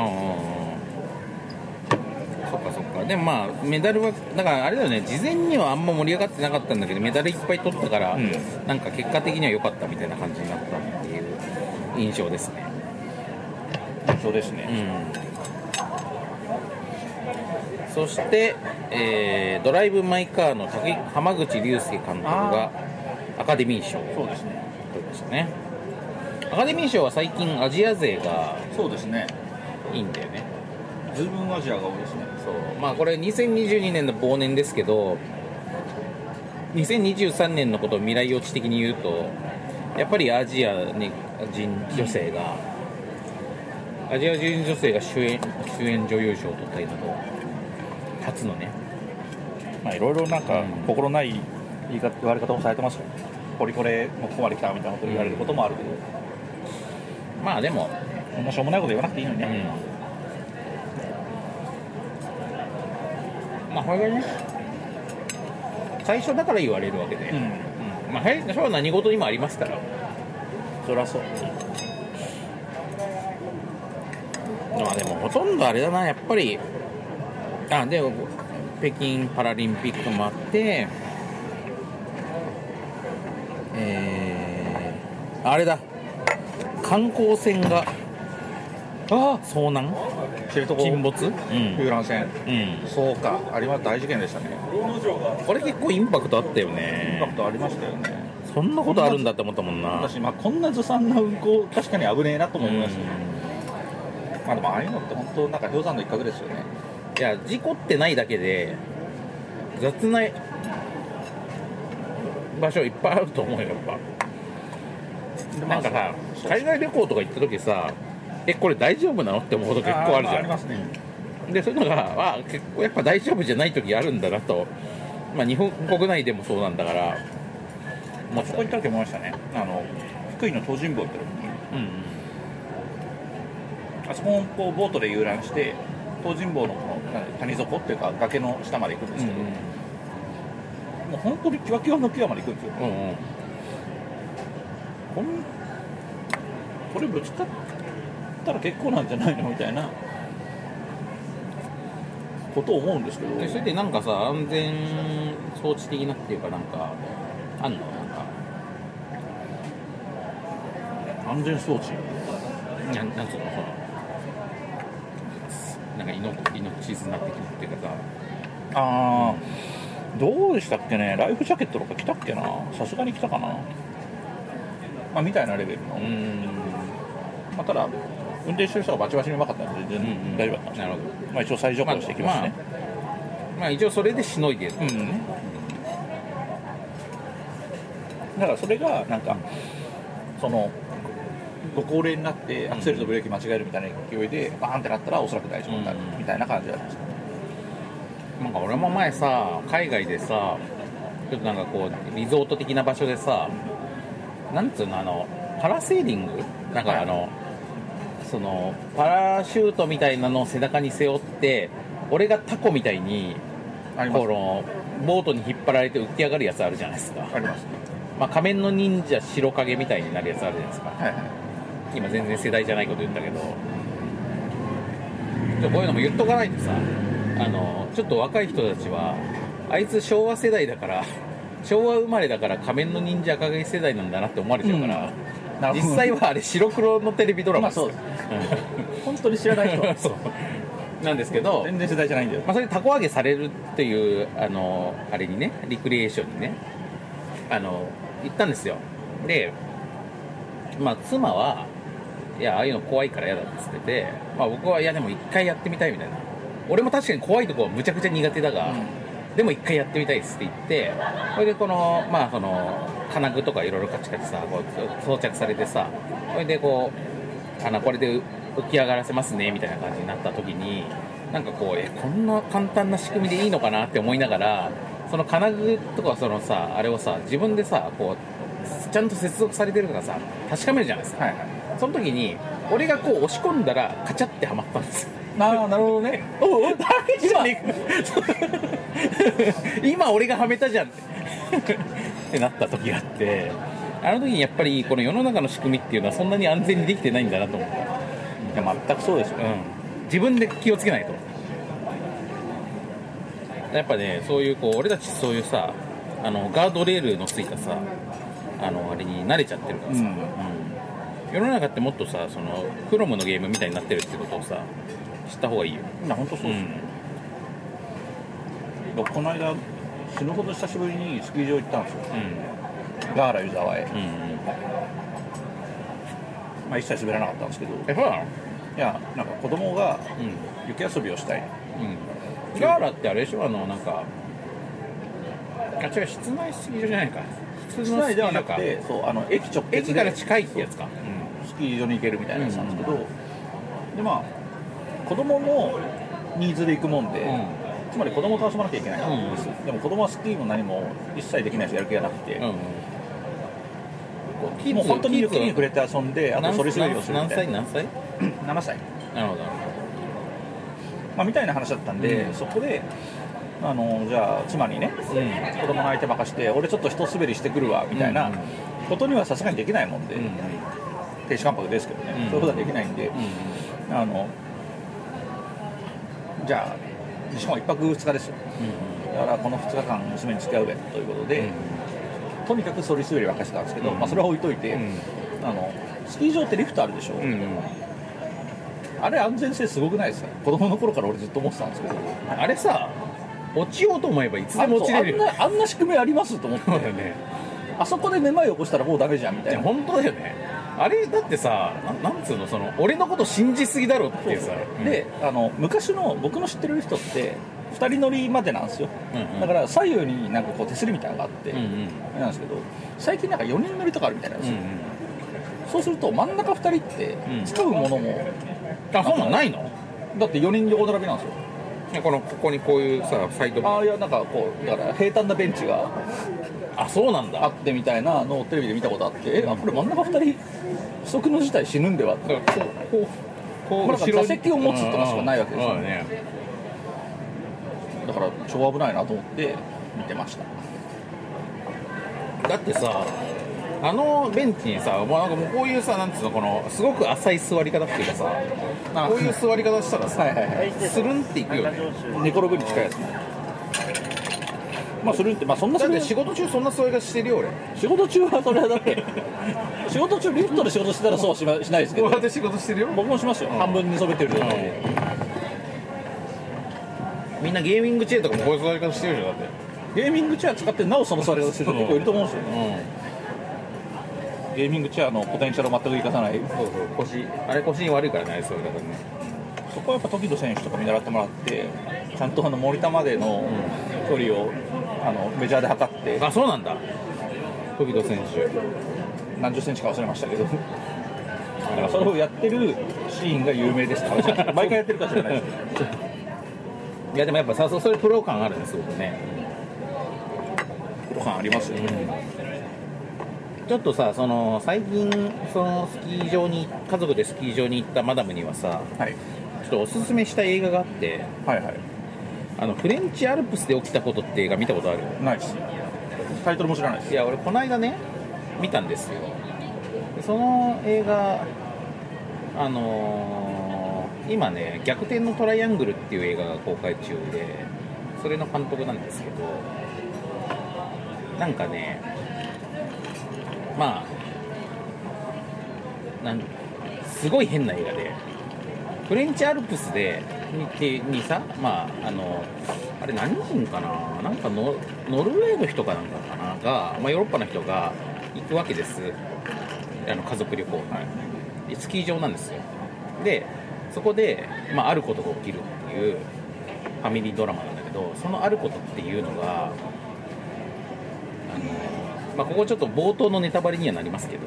[SPEAKER 2] そっかそっかでもまあメダルはだからあれだよね事前にはあんま盛り上がってなかったんだけどメダルいっぱい取ったから、
[SPEAKER 3] うん
[SPEAKER 2] なんか結果的には良かったみたいな感じになったっていう印象ですね
[SPEAKER 3] そうですね、
[SPEAKER 2] そして、えードライブ・マイ・カー」の滝浜口竜介監督がアカデミー賞を
[SPEAKER 3] そうですね
[SPEAKER 2] 取りましたねアカデミー賞は最近アジア勢が
[SPEAKER 3] そうですね
[SPEAKER 2] いいんだよね
[SPEAKER 3] ずいぶんアジアが多いですね
[SPEAKER 2] そうまあこれ2022年の忘年ですけど2023年のことを未来予知的に言うとやっぱりアジアに人女性が、アジア人女性が主演主演女優賞を取ったりだと初のね
[SPEAKER 3] まあいろいろなんか
[SPEAKER 2] うん
[SPEAKER 3] 心ない言い方言われ方もされてますよポリコレもここまで来たみたいなこと言われることもあるけど、
[SPEAKER 2] まあでも、
[SPEAKER 3] そんなしょうもないこと言わなくていいのに
[SPEAKER 2] う
[SPEAKER 3] ね、
[SPEAKER 2] ん、まあこれがね最初だから言われるわけで、
[SPEAKER 3] うん
[SPEAKER 2] うんまあ最初は何事にもありますから
[SPEAKER 3] そりゃそう
[SPEAKER 2] まあでもほとんどあれだなやっぱりあでも北京パラリンピックもあってえー、あれだ観光船が
[SPEAKER 3] あ
[SPEAKER 2] 遭難
[SPEAKER 3] あ知床
[SPEAKER 2] 沈没、うん
[SPEAKER 3] 遊覧船
[SPEAKER 2] うん、
[SPEAKER 3] そうかありま大事件でしたね
[SPEAKER 2] これ結構インパクトあったよ
[SPEAKER 3] インパク
[SPEAKER 2] ね
[SPEAKER 3] トありましたよね
[SPEAKER 2] そんなことあるんだって思ったもんな
[SPEAKER 3] 私、まあ、こんなずさんな運行確かに危ねえなと
[SPEAKER 2] うん
[SPEAKER 3] も思い
[SPEAKER 2] い
[SPEAKER 3] ましたね、まあでもああいうのって本当なんか氷山の一角ですよね
[SPEAKER 2] や事故ってないだけで雑な場所いっぱいあると思うよやっぱなんかさ
[SPEAKER 3] そう
[SPEAKER 2] 海外旅行とか行った時さえこれ大丈夫なのって思うこと結構あるじゃ
[SPEAKER 3] あーまああり
[SPEAKER 2] ん、
[SPEAKER 3] ますね
[SPEAKER 2] でそういうのがあ結構やっぱ大丈夫じゃない時あるんだなと、まあ、日本国内でもそうなんだから思っ
[SPEAKER 3] そ
[SPEAKER 2] た
[SPEAKER 3] こ行った時思いましたねあの福井の東尋坊行った時に
[SPEAKER 2] うんうん
[SPEAKER 3] あそこをこうボートで遊覧して東尋坊のこのなんだ谷底っていうか崖の下まで行くんですけど、もう本当にキワキワのキワまで行くんですよ
[SPEAKER 2] うんうん
[SPEAKER 3] こんこれぶつかったら結構なんじゃないのみたいなことを思うんですけど
[SPEAKER 2] でそれでなんかさ安全装置的なっていうかなんかあんのなんか
[SPEAKER 3] 安全装置
[SPEAKER 2] なんなんつうのほらなんかイノイノシズなってくるっていうかさ
[SPEAKER 3] ああどうでしたっけねライフジャケットとか着たっけなさすがに着たかな、まあ、みたいなレベルの、
[SPEAKER 2] ん
[SPEAKER 3] まあ、ただ運転してる人がバチバチにうまかったんで全然大丈夫だったんです
[SPEAKER 2] な
[SPEAKER 3] よ
[SPEAKER 2] るほど
[SPEAKER 3] まあ、一応最上階をしていきますね、
[SPEAKER 2] まあ一応それでしのいでる
[SPEAKER 3] うんだからそれがなんかそのご高齢になってアクセルとブレーキ間違えるみたいな勢いでバーンってなったらおそらく大丈夫になるみたいな感じがありました、
[SPEAKER 2] なんか俺も前さ海外でさちょっとなんかこうリゾート的な場所でさなんつうのあのパラセーリングなんかあの、そのパラシュートみたいなのを背中に背負って俺がタコみたいに
[SPEAKER 3] ありま
[SPEAKER 2] こ
[SPEAKER 3] す
[SPEAKER 2] のボートに引っ張られて浮き上がるやつあるじゃないですか、
[SPEAKER 3] あります
[SPEAKER 2] まあ、仮面の忍者白影みたいになるやつあるじゃないですか
[SPEAKER 3] はいはい
[SPEAKER 2] 今全然世代じゃないこと言ったけどちょこういうのも言っとかないとさあのちょっと若い人たちはあいつ昭和世代だから 昭和生まれだから仮面の忍者赤毛世代なんだなって思われちゃうから、
[SPEAKER 3] なるほど
[SPEAKER 2] 実際はあれ白黒のテレビドラマですよ、
[SPEAKER 3] ま 本当に知らない人は
[SPEAKER 2] うん そうなんですけど、
[SPEAKER 3] 全然世代じゃないんだよ
[SPEAKER 2] まあ、それでたこ揚げされるっていうあのあれにねリクリエーションにねあの行ったんですよでまあ妻はいやああいうの怖いから嫌だって言ってて、まあ、僕はいやでも一回やってみたいみたいな俺も確かに怖いとこはむちゃくちゃ苦手だが、でも一回やってみたいっすって言ってそれでこのまあその金具とかいろいろカチカチさこう装着されてさそれでこうあのこれで浮き上がらせますねみたいな感じになった時になんかこうえこんな簡単な仕組みでいいのかなって思いながらその金具とかそのさあれをさ自分でさこうちゃんと接続されてるからさ確かめるじゃないですか
[SPEAKER 3] はいはい
[SPEAKER 2] その時に俺がこう押し込んだらカチャってはまったんですよ
[SPEAKER 3] ああなるほどね
[SPEAKER 2] おおダメじゃねえか 今俺がはめたじゃんってってなった時があってあの時にやっぱりこの世の中の仕組みっていうのはそんなに安全にできてないんだなと思った、
[SPEAKER 3] いや全くそうでしょうね
[SPEAKER 2] うん、自分で気をつけないとやっぱねそういうこう俺たちそういうさあのガードレールのついたさあのあれに慣れちゃってるからさ、
[SPEAKER 3] うん
[SPEAKER 2] うん世の中ってもっとさそのクロムのゲームみたいになってるってことをさ知った方がいいよ
[SPEAKER 3] いや本当そうですね、いやこの間死ぬほど久しぶりにスキー場行ったんですよ
[SPEAKER 2] う
[SPEAKER 3] ガーラ湯沢へ
[SPEAKER 2] ん、うん、
[SPEAKER 3] まあ一切滑らなかったんですけど
[SPEAKER 2] えそうなの
[SPEAKER 3] いやなんか子供が
[SPEAKER 2] う
[SPEAKER 3] 雪遊びをしたい
[SPEAKER 2] んうんガーラってあれでしょあのなんかあ違う室内スキー場じゃないか室
[SPEAKER 3] 室内ではなくてそうあの駅直結で
[SPEAKER 2] 駅から近いってやつか
[SPEAKER 3] スキー場に行けるみたいなやつなんですけど、でまあ子供もニーズで行くもんで、
[SPEAKER 2] うん、うん
[SPEAKER 3] つまり子供と遊ばなきゃいけないんです、
[SPEAKER 2] う
[SPEAKER 3] でも子供はスキーも何も一切できないしやる気がなくて、
[SPEAKER 2] うん
[SPEAKER 3] もう本当に雪に触
[SPEAKER 2] れ
[SPEAKER 3] れて遊んであとそれ滑りをするみ
[SPEAKER 2] 何
[SPEAKER 3] た
[SPEAKER 2] 歳
[SPEAKER 3] いな
[SPEAKER 2] 何歳
[SPEAKER 3] 7歳、
[SPEAKER 2] なるほど
[SPEAKER 3] まあ、みたいな話だったんで、
[SPEAKER 2] うん
[SPEAKER 3] そこであのじゃあ妻にね
[SPEAKER 2] うん
[SPEAKER 3] 子供の相手ばかして俺ちょっと一滑りしてくるわみたいな
[SPEAKER 2] うんうん
[SPEAKER 3] ことにはさすがにできないもんで、
[SPEAKER 2] うんうん
[SPEAKER 3] 停止関白ですけどね、
[SPEAKER 2] うん
[SPEAKER 3] そういうことはできないんで、あのじゃあしかも1泊2日ですよだからこの2日間娘に付き合うべということで、とにかくそり滑り沸かしてたんですけど、
[SPEAKER 2] うん
[SPEAKER 3] まあ、それは置いといて、あのスキー場ってリフトあるでしょ、
[SPEAKER 2] うんうんうんうんうん
[SPEAKER 3] あれ安全性すごくないですか子供の頃から俺ずっと思ってたんですけど
[SPEAKER 2] あれさ落ちようと思えばいつでも落ちれるよ
[SPEAKER 3] あんなあんな仕組みありますと思っ
[SPEAKER 2] そうだ
[SPEAKER 3] て
[SPEAKER 2] よね
[SPEAKER 3] あそこでめまい起こしたらもうダメじゃんみた
[SPEAKER 2] い
[SPEAKER 3] い
[SPEAKER 2] や
[SPEAKER 3] な
[SPEAKER 2] 本当だよねあれだってさななんつうのその俺のこと信じすぎだろっていうさ
[SPEAKER 3] であの昔の僕の知ってる人って2人乗りまでなんですよ、
[SPEAKER 2] うんうん
[SPEAKER 3] だから左右になんかこう手すりみたいなのがあって、
[SPEAKER 2] うんうん
[SPEAKER 3] あれなんですけど最近なんか4人乗りとかあるみたいなん
[SPEAKER 2] う
[SPEAKER 3] です
[SPEAKER 2] んう
[SPEAKER 3] よ、
[SPEAKER 2] ん
[SPEAKER 3] そうすると真ん中2人って
[SPEAKER 2] うん
[SPEAKER 3] 使うものも、
[SPEAKER 2] あそんなんないの
[SPEAKER 3] だって4人横並びなんですよ
[SPEAKER 2] いやこのここにこういうさサイド
[SPEAKER 3] ああいやなんかこうだから平坦なベンチが
[SPEAKER 2] あそうなん
[SPEAKER 3] あ
[SPEAKER 2] だ
[SPEAKER 3] ってみたいなのをテレビで見たことあって、えあこれ真ん中2人不足の事態死ぬんではって
[SPEAKER 2] だからこうこうこ
[SPEAKER 3] まあなんか座席を持つとかしかないわけですよ
[SPEAKER 2] うんうんそうだね
[SPEAKER 3] だから超危ないなと思って見てました
[SPEAKER 2] だってさあのベンチにさ、まあ、なんかもうこういうさなんつうのこのすごく浅い座り方っていうかさ
[SPEAKER 3] あ
[SPEAKER 2] こういう座り方したらさ
[SPEAKER 3] はいはいはい
[SPEAKER 2] スルンっていくよね
[SPEAKER 3] 寝転ぶに近いやつまあそれってまあそんな
[SPEAKER 2] だ
[SPEAKER 3] そ
[SPEAKER 2] っ
[SPEAKER 3] れ
[SPEAKER 2] て仕事中そんな座り方してる よ俺
[SPEAKER 3] 仕事中はそれはだって仕事中リフトで仕事してたらそうはしましないですけ
[SPEAKER 2] こ
[SPEAKER 3] ど
[SPEAKER 2] うやって仕事してるよ
[SPEAKER 3] 僕もしますよ、
[SPEAKER 2] ん
[SPEAKER 3] 半分に染めてる状態で、
[SPEAKER 2] みんなゲーミングチェアとかもこういう座り方してるでしょだって
[SPEAKER 3] ゲーミングチェア使ってなおその座り方してる人結構いると思うんですよね
[SPEAKER 2] う
[SPEAKER 3] ゲーミングチェアのポテンシャルを全く生かさない
[SPEAKER 2] んそうそう腰あれ腰に悪いからねあれ座り方ね
[SPEAKER 3] そこはやっぱ時戸選手とか見習ってもらってちゃんとあの森田までの距離をあのメジャーで測って
[SPEAKER 2] あそうなんだ時戸選手
[SPEAKER 3] 何十センチか忘れましたけどだからそれをやってるシーンが有名ですって話なんですけど毎回やってるか知らないですけど
[SPEAKER 2] いやでもやっぱさそうそういうプロ感あるねすごくね、
[SPEAKER 3] ご飯ありますよね
[SPEAKER 2] ちょっとさその最近そのスキー場に家族でスキー場に行ったマダムにはさ
[SPEAKER 3] はい、
[SPEAKER 2] ちょっとおすすめした映画があって
[SPEAKER 3] はいはい
[SPEAKER 2] あのフレンチアルプスで起きたことって映画見たことある
[SPEAKER 3] ないですタイトルも知らないです
[SPEAKER 2] いや俺この間ね見たんですよでその映画あのー今ね「逆転のトライアングル」っていう映画が公開中でそれの監督なんですけどなんかねまあなんすごい変な映画でフレンチアルプスでにてにさまああのあれ何人かななんかノノルウェーの人かなんかかなが、まあ、ヨーロッパの人が行くわけですあの家族旅行、でスキー場なんですよでそこで、まあ、あることが起きるっていうファミリードラマなんだけどそのあることっていうのがあの、まあ、ここちょっと冒頭のネタバレにはなりますけど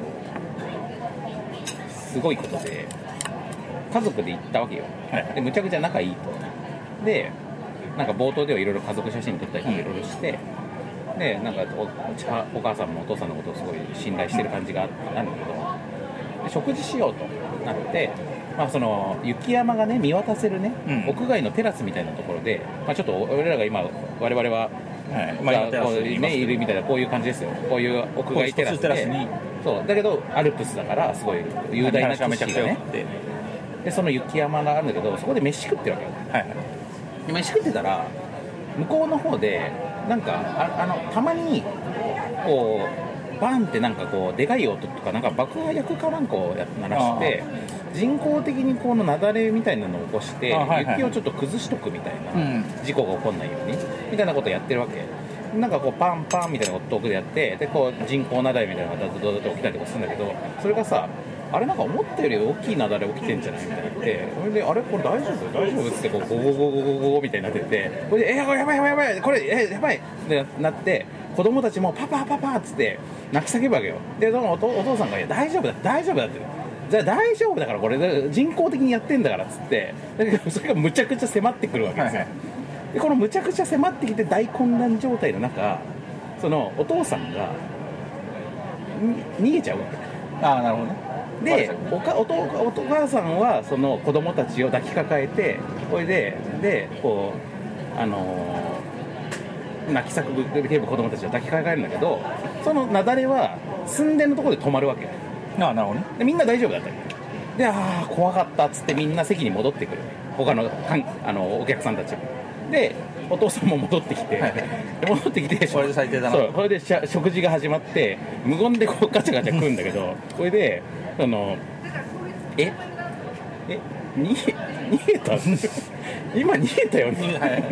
[SPEAKER 2] すごいことで家族で行ったわけよ、
[SPEAKER 3] はい
[SPEAKER 2] でむちゃくちゃ仲いいとでなんか冒頭ではいろいろ家族写真撮ったりとかいろいろして、でなんかおお茶お母さんもお父さんのことをすごい信頼してる感じがあったんだけどで食事しようとなって、まあ、その雪山がね見渡せるね、
[SPEAKER 3] うん
[SPEAKER 2] 屋外のテラスみたいなところで、まあ、ちょっと俺らが今我々は
[SPEAKER 3] はい
[SPEAKER 2] ま
[SPEAKER 3] ま
[SPEAKER 2] あ
[SPEAKER 3] あ、今テラスにいます
[SPEAKER 2] ね、いるみたいなこういう感じですよこういう屋外テラスで
[SPEAKER 3] こういう一つテラスに
[SPEAKER 2] そうだけどアルプスだからすごい雄大な
[SPEAKER 3] 話がめ
[SPEAKER 2] 景
[SPEAKER 3] ちゃく
[SPEAKER 2] 色
[SPEAKER 3] ちゃ
[SPEAKER 2] が
[SPEAKER 3] 良
[SPEAKER 2] ね
[SPEAKER 3] くて、
[SPEAKER 2] でその雪山があるんだけどそこで飯食ってるわけよ
[SPEAKER 3] はいはい、
[SPEAKER 2] で飯食ってたら向こうの方でなんかああのたまにこうバンってなんかこうでかい音とかなんか爆破薬かなんかをや鳴らして人工的にこの雪崩みたいなのを起こして
[SPEAKER 3] あはいはい
[SPEAKER 2] 雪をちょっと崩しとくみたいな
[SPEAKER 3] うん
[SPEAKER 2] 事故が起こらないようにみたいなことをやってるわけなんかこうパンパンみたいなこと遠くでやってでこう人工雪崩みたいなのがドドドドと起きたりとかするんだけどそれがさあれなんか思ったより大きい雪崩起きてんじゃないみたいになってそれであれこれ大丈夫大丈夫っつってこうゴゴゴゴゴゴゴみたいになっててこれでえー、これやばいやばいやばいこれえー、やばいってなって子供たちもパパパパっつって泣き叫ぶわけよででもお父お父さんが「いや大丈夫だ大丈夫だ」ってじゃあ大丈夫だからこれで人工的にやってんだからっつってだけどそれがむちゃくちゃ迫ってくるわけですよ、
[SPEAKER 3] はいはい
[SPEAKER 2] でこのむちゃくちゃ迫ってきて大混乱状態の中そのお父さんがに逃げちゃうわけ
[SPEAKER 3] ああなるほどね
[SPEAKER 2] でおかおとおお母さんはその子供たちを抱きかかえてこれででこうあのー泣き叫ぶテレビ子供たちを抱きかかえるんだけどその雪崩は寸前のところで止まるわけ
[SPEAKER 3] ああなるほどね
[SPEAKER 2] でみんな大丈夫だったよでああ怖かったっつってみんな席に戻ってくる他のかんあのお客さんたちもでお父さんも戻ってきて、
[SPEAKER 3] はい
[SPEAKER 2] で戻ってきて
[SPEAKER 3] これで最低だな
[SPEAKER 2] そうこれでしゃ食事が始まって無言でこうガチャガチャ食うんだけ どこれでそのええ逃げ逃げた今逃げたよね、
[SPEAKER 3] はい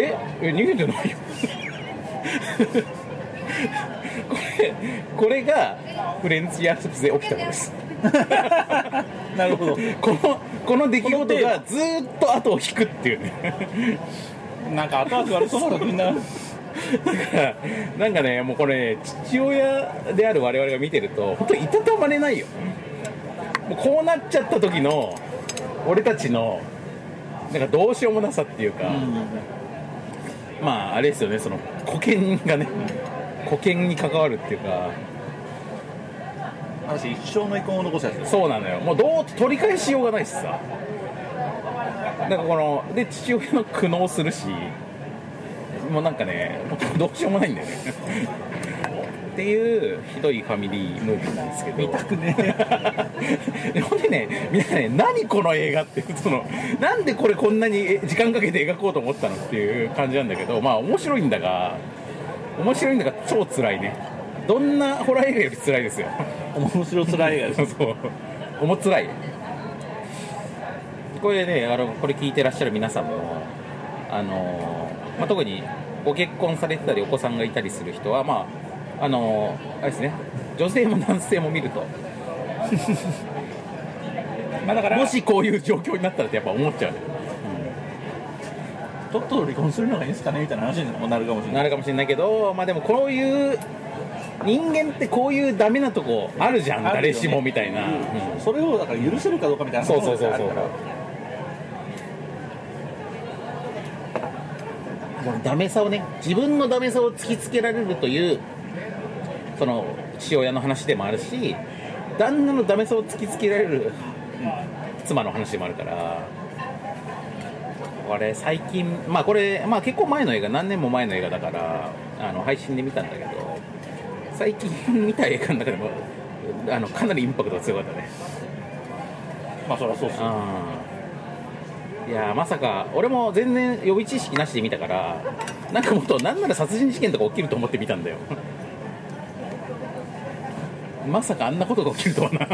[SPEAKER 2] ええ逃げてないよ これこれがフレンチアルプスで起きたんです
[SPEAKER 3] なるほど
[SPEAKER 2] このこの出来事がずーっと後を引くっていうね
[SPEAKER 3] なんか後々悪そうなのみんな
[SPEAKER 2] なんかねもうこれね父親である我々が見てると本当にいたたまれないよもうこうなっちゃった時の俺たちのなんかどうしようもなさっていうか、まああれですよねその保険がね保険に関わるっていうか
[SPEAKER 3] 私一生の遺恨を残したやつ
[SPEAKER 2] そうなのよもうどう取り返しようがないしさなんかこので父親の苦悩するしもうなんかねもうどうしようもないんだよねっていうひどいファミリームービーなんですけど
[SPEAKER 3] 見たくねえ
[SPEAKER 2] ほんでねみんなね何この映画ってそのなんでこれこんなにえ時間かけて描こうと思ったのっていう感じなんだけどまあ面白いんだが面白いんだが超辛いねどんなホラー映画より辛いですよ
[SPEAKER 3] 面白つらい映画です
[SPEAKER 2] そうそうおもつらいこれねあのこれ聞いてらっしゃる皆さんもあの、まあ、特にご結婚されてたりお子さんがいたりする人はまああのあれですね女性も男性も見ると
[SPEAKER 3] まあだから
[SPEAKER 2] もしこういう状況になったらってやっぱ思っちゃうね
[SPEAKER 3] とっとと離婚するのがいいんですかねみたいな話にもなるかもしれな
[SPEAKER 2] ないるかもしれないけどまあでもこういう人間ってこういうダメなとこあるじゃん、
[SPEAKER 3] あるよね
[SPEAKER 2] 誰しもみたいな、うん
[SPEAKER 3] それをだから許せるかどうかみたいな
[SPEAKER 2] そうそうそうそう
[SPEAKER 3] 話もあるから
[SPEAKER 2] このダメさをね自分のダメさを突きつけられるというその父親の話でもあるし旦那のダメさを突きつけられる妻の話でもあるからこれ最近まあこれ、まあ、結構前の映画何年も前の映画だからあの配信で見たんだけど最近見た映画の中でもあのかなりインパクトが強かったね
[SPEAKER 3] まあそりゃそうっすよ
[SPEAKER 2] うんいやーまさか俺も全然予備知識なしで見たからなんかもっとなんなら殺人事件とか起きると思ってみたんだよまさかあんなことが起きるとはな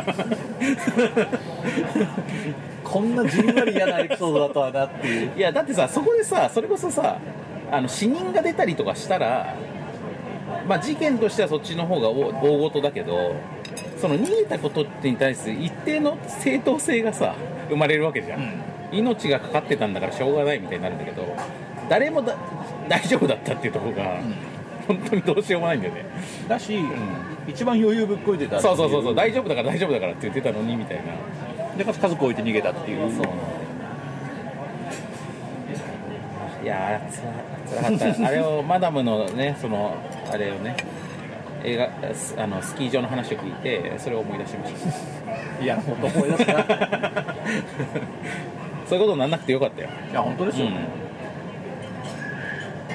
[SPEAKER 5] こんなじんわり嫌なエピソードだとはなっていう
[SPEAKER 2] いやだってさそこでさそれこそさあの死人が出たりとかしたらまあ事件としてはそっちの方がお大ごとだけどその逃げたことに対する一定の正当性がさ生まれるわけじゃん、命がかかってたんだからしょうがないみたいになるんだけど誰もだ大丈夫だったっていうところが、本当にどうしようもないんだよね
[SPEAKER 3] だし、一番余裕ぶっこいてたってい
[SPEAKER 2] そうそうそうそう大丈夫だから大丈夫だからって言ってたのにみたいな
[SPEAKER 3] でかつ家族置いて逃げたっていう
[SPEAKER 2] いやーつらつらかったあれをマダムのねそのあれをね映画すあのスキー場の話を聞いてそれを思い出しました
[SPEAKER 3] 嫌なこと思い出すない
[SPEAKER 2] そういうことにならなくてよかったよ、
[SPEAKER 3] や本当ですよね、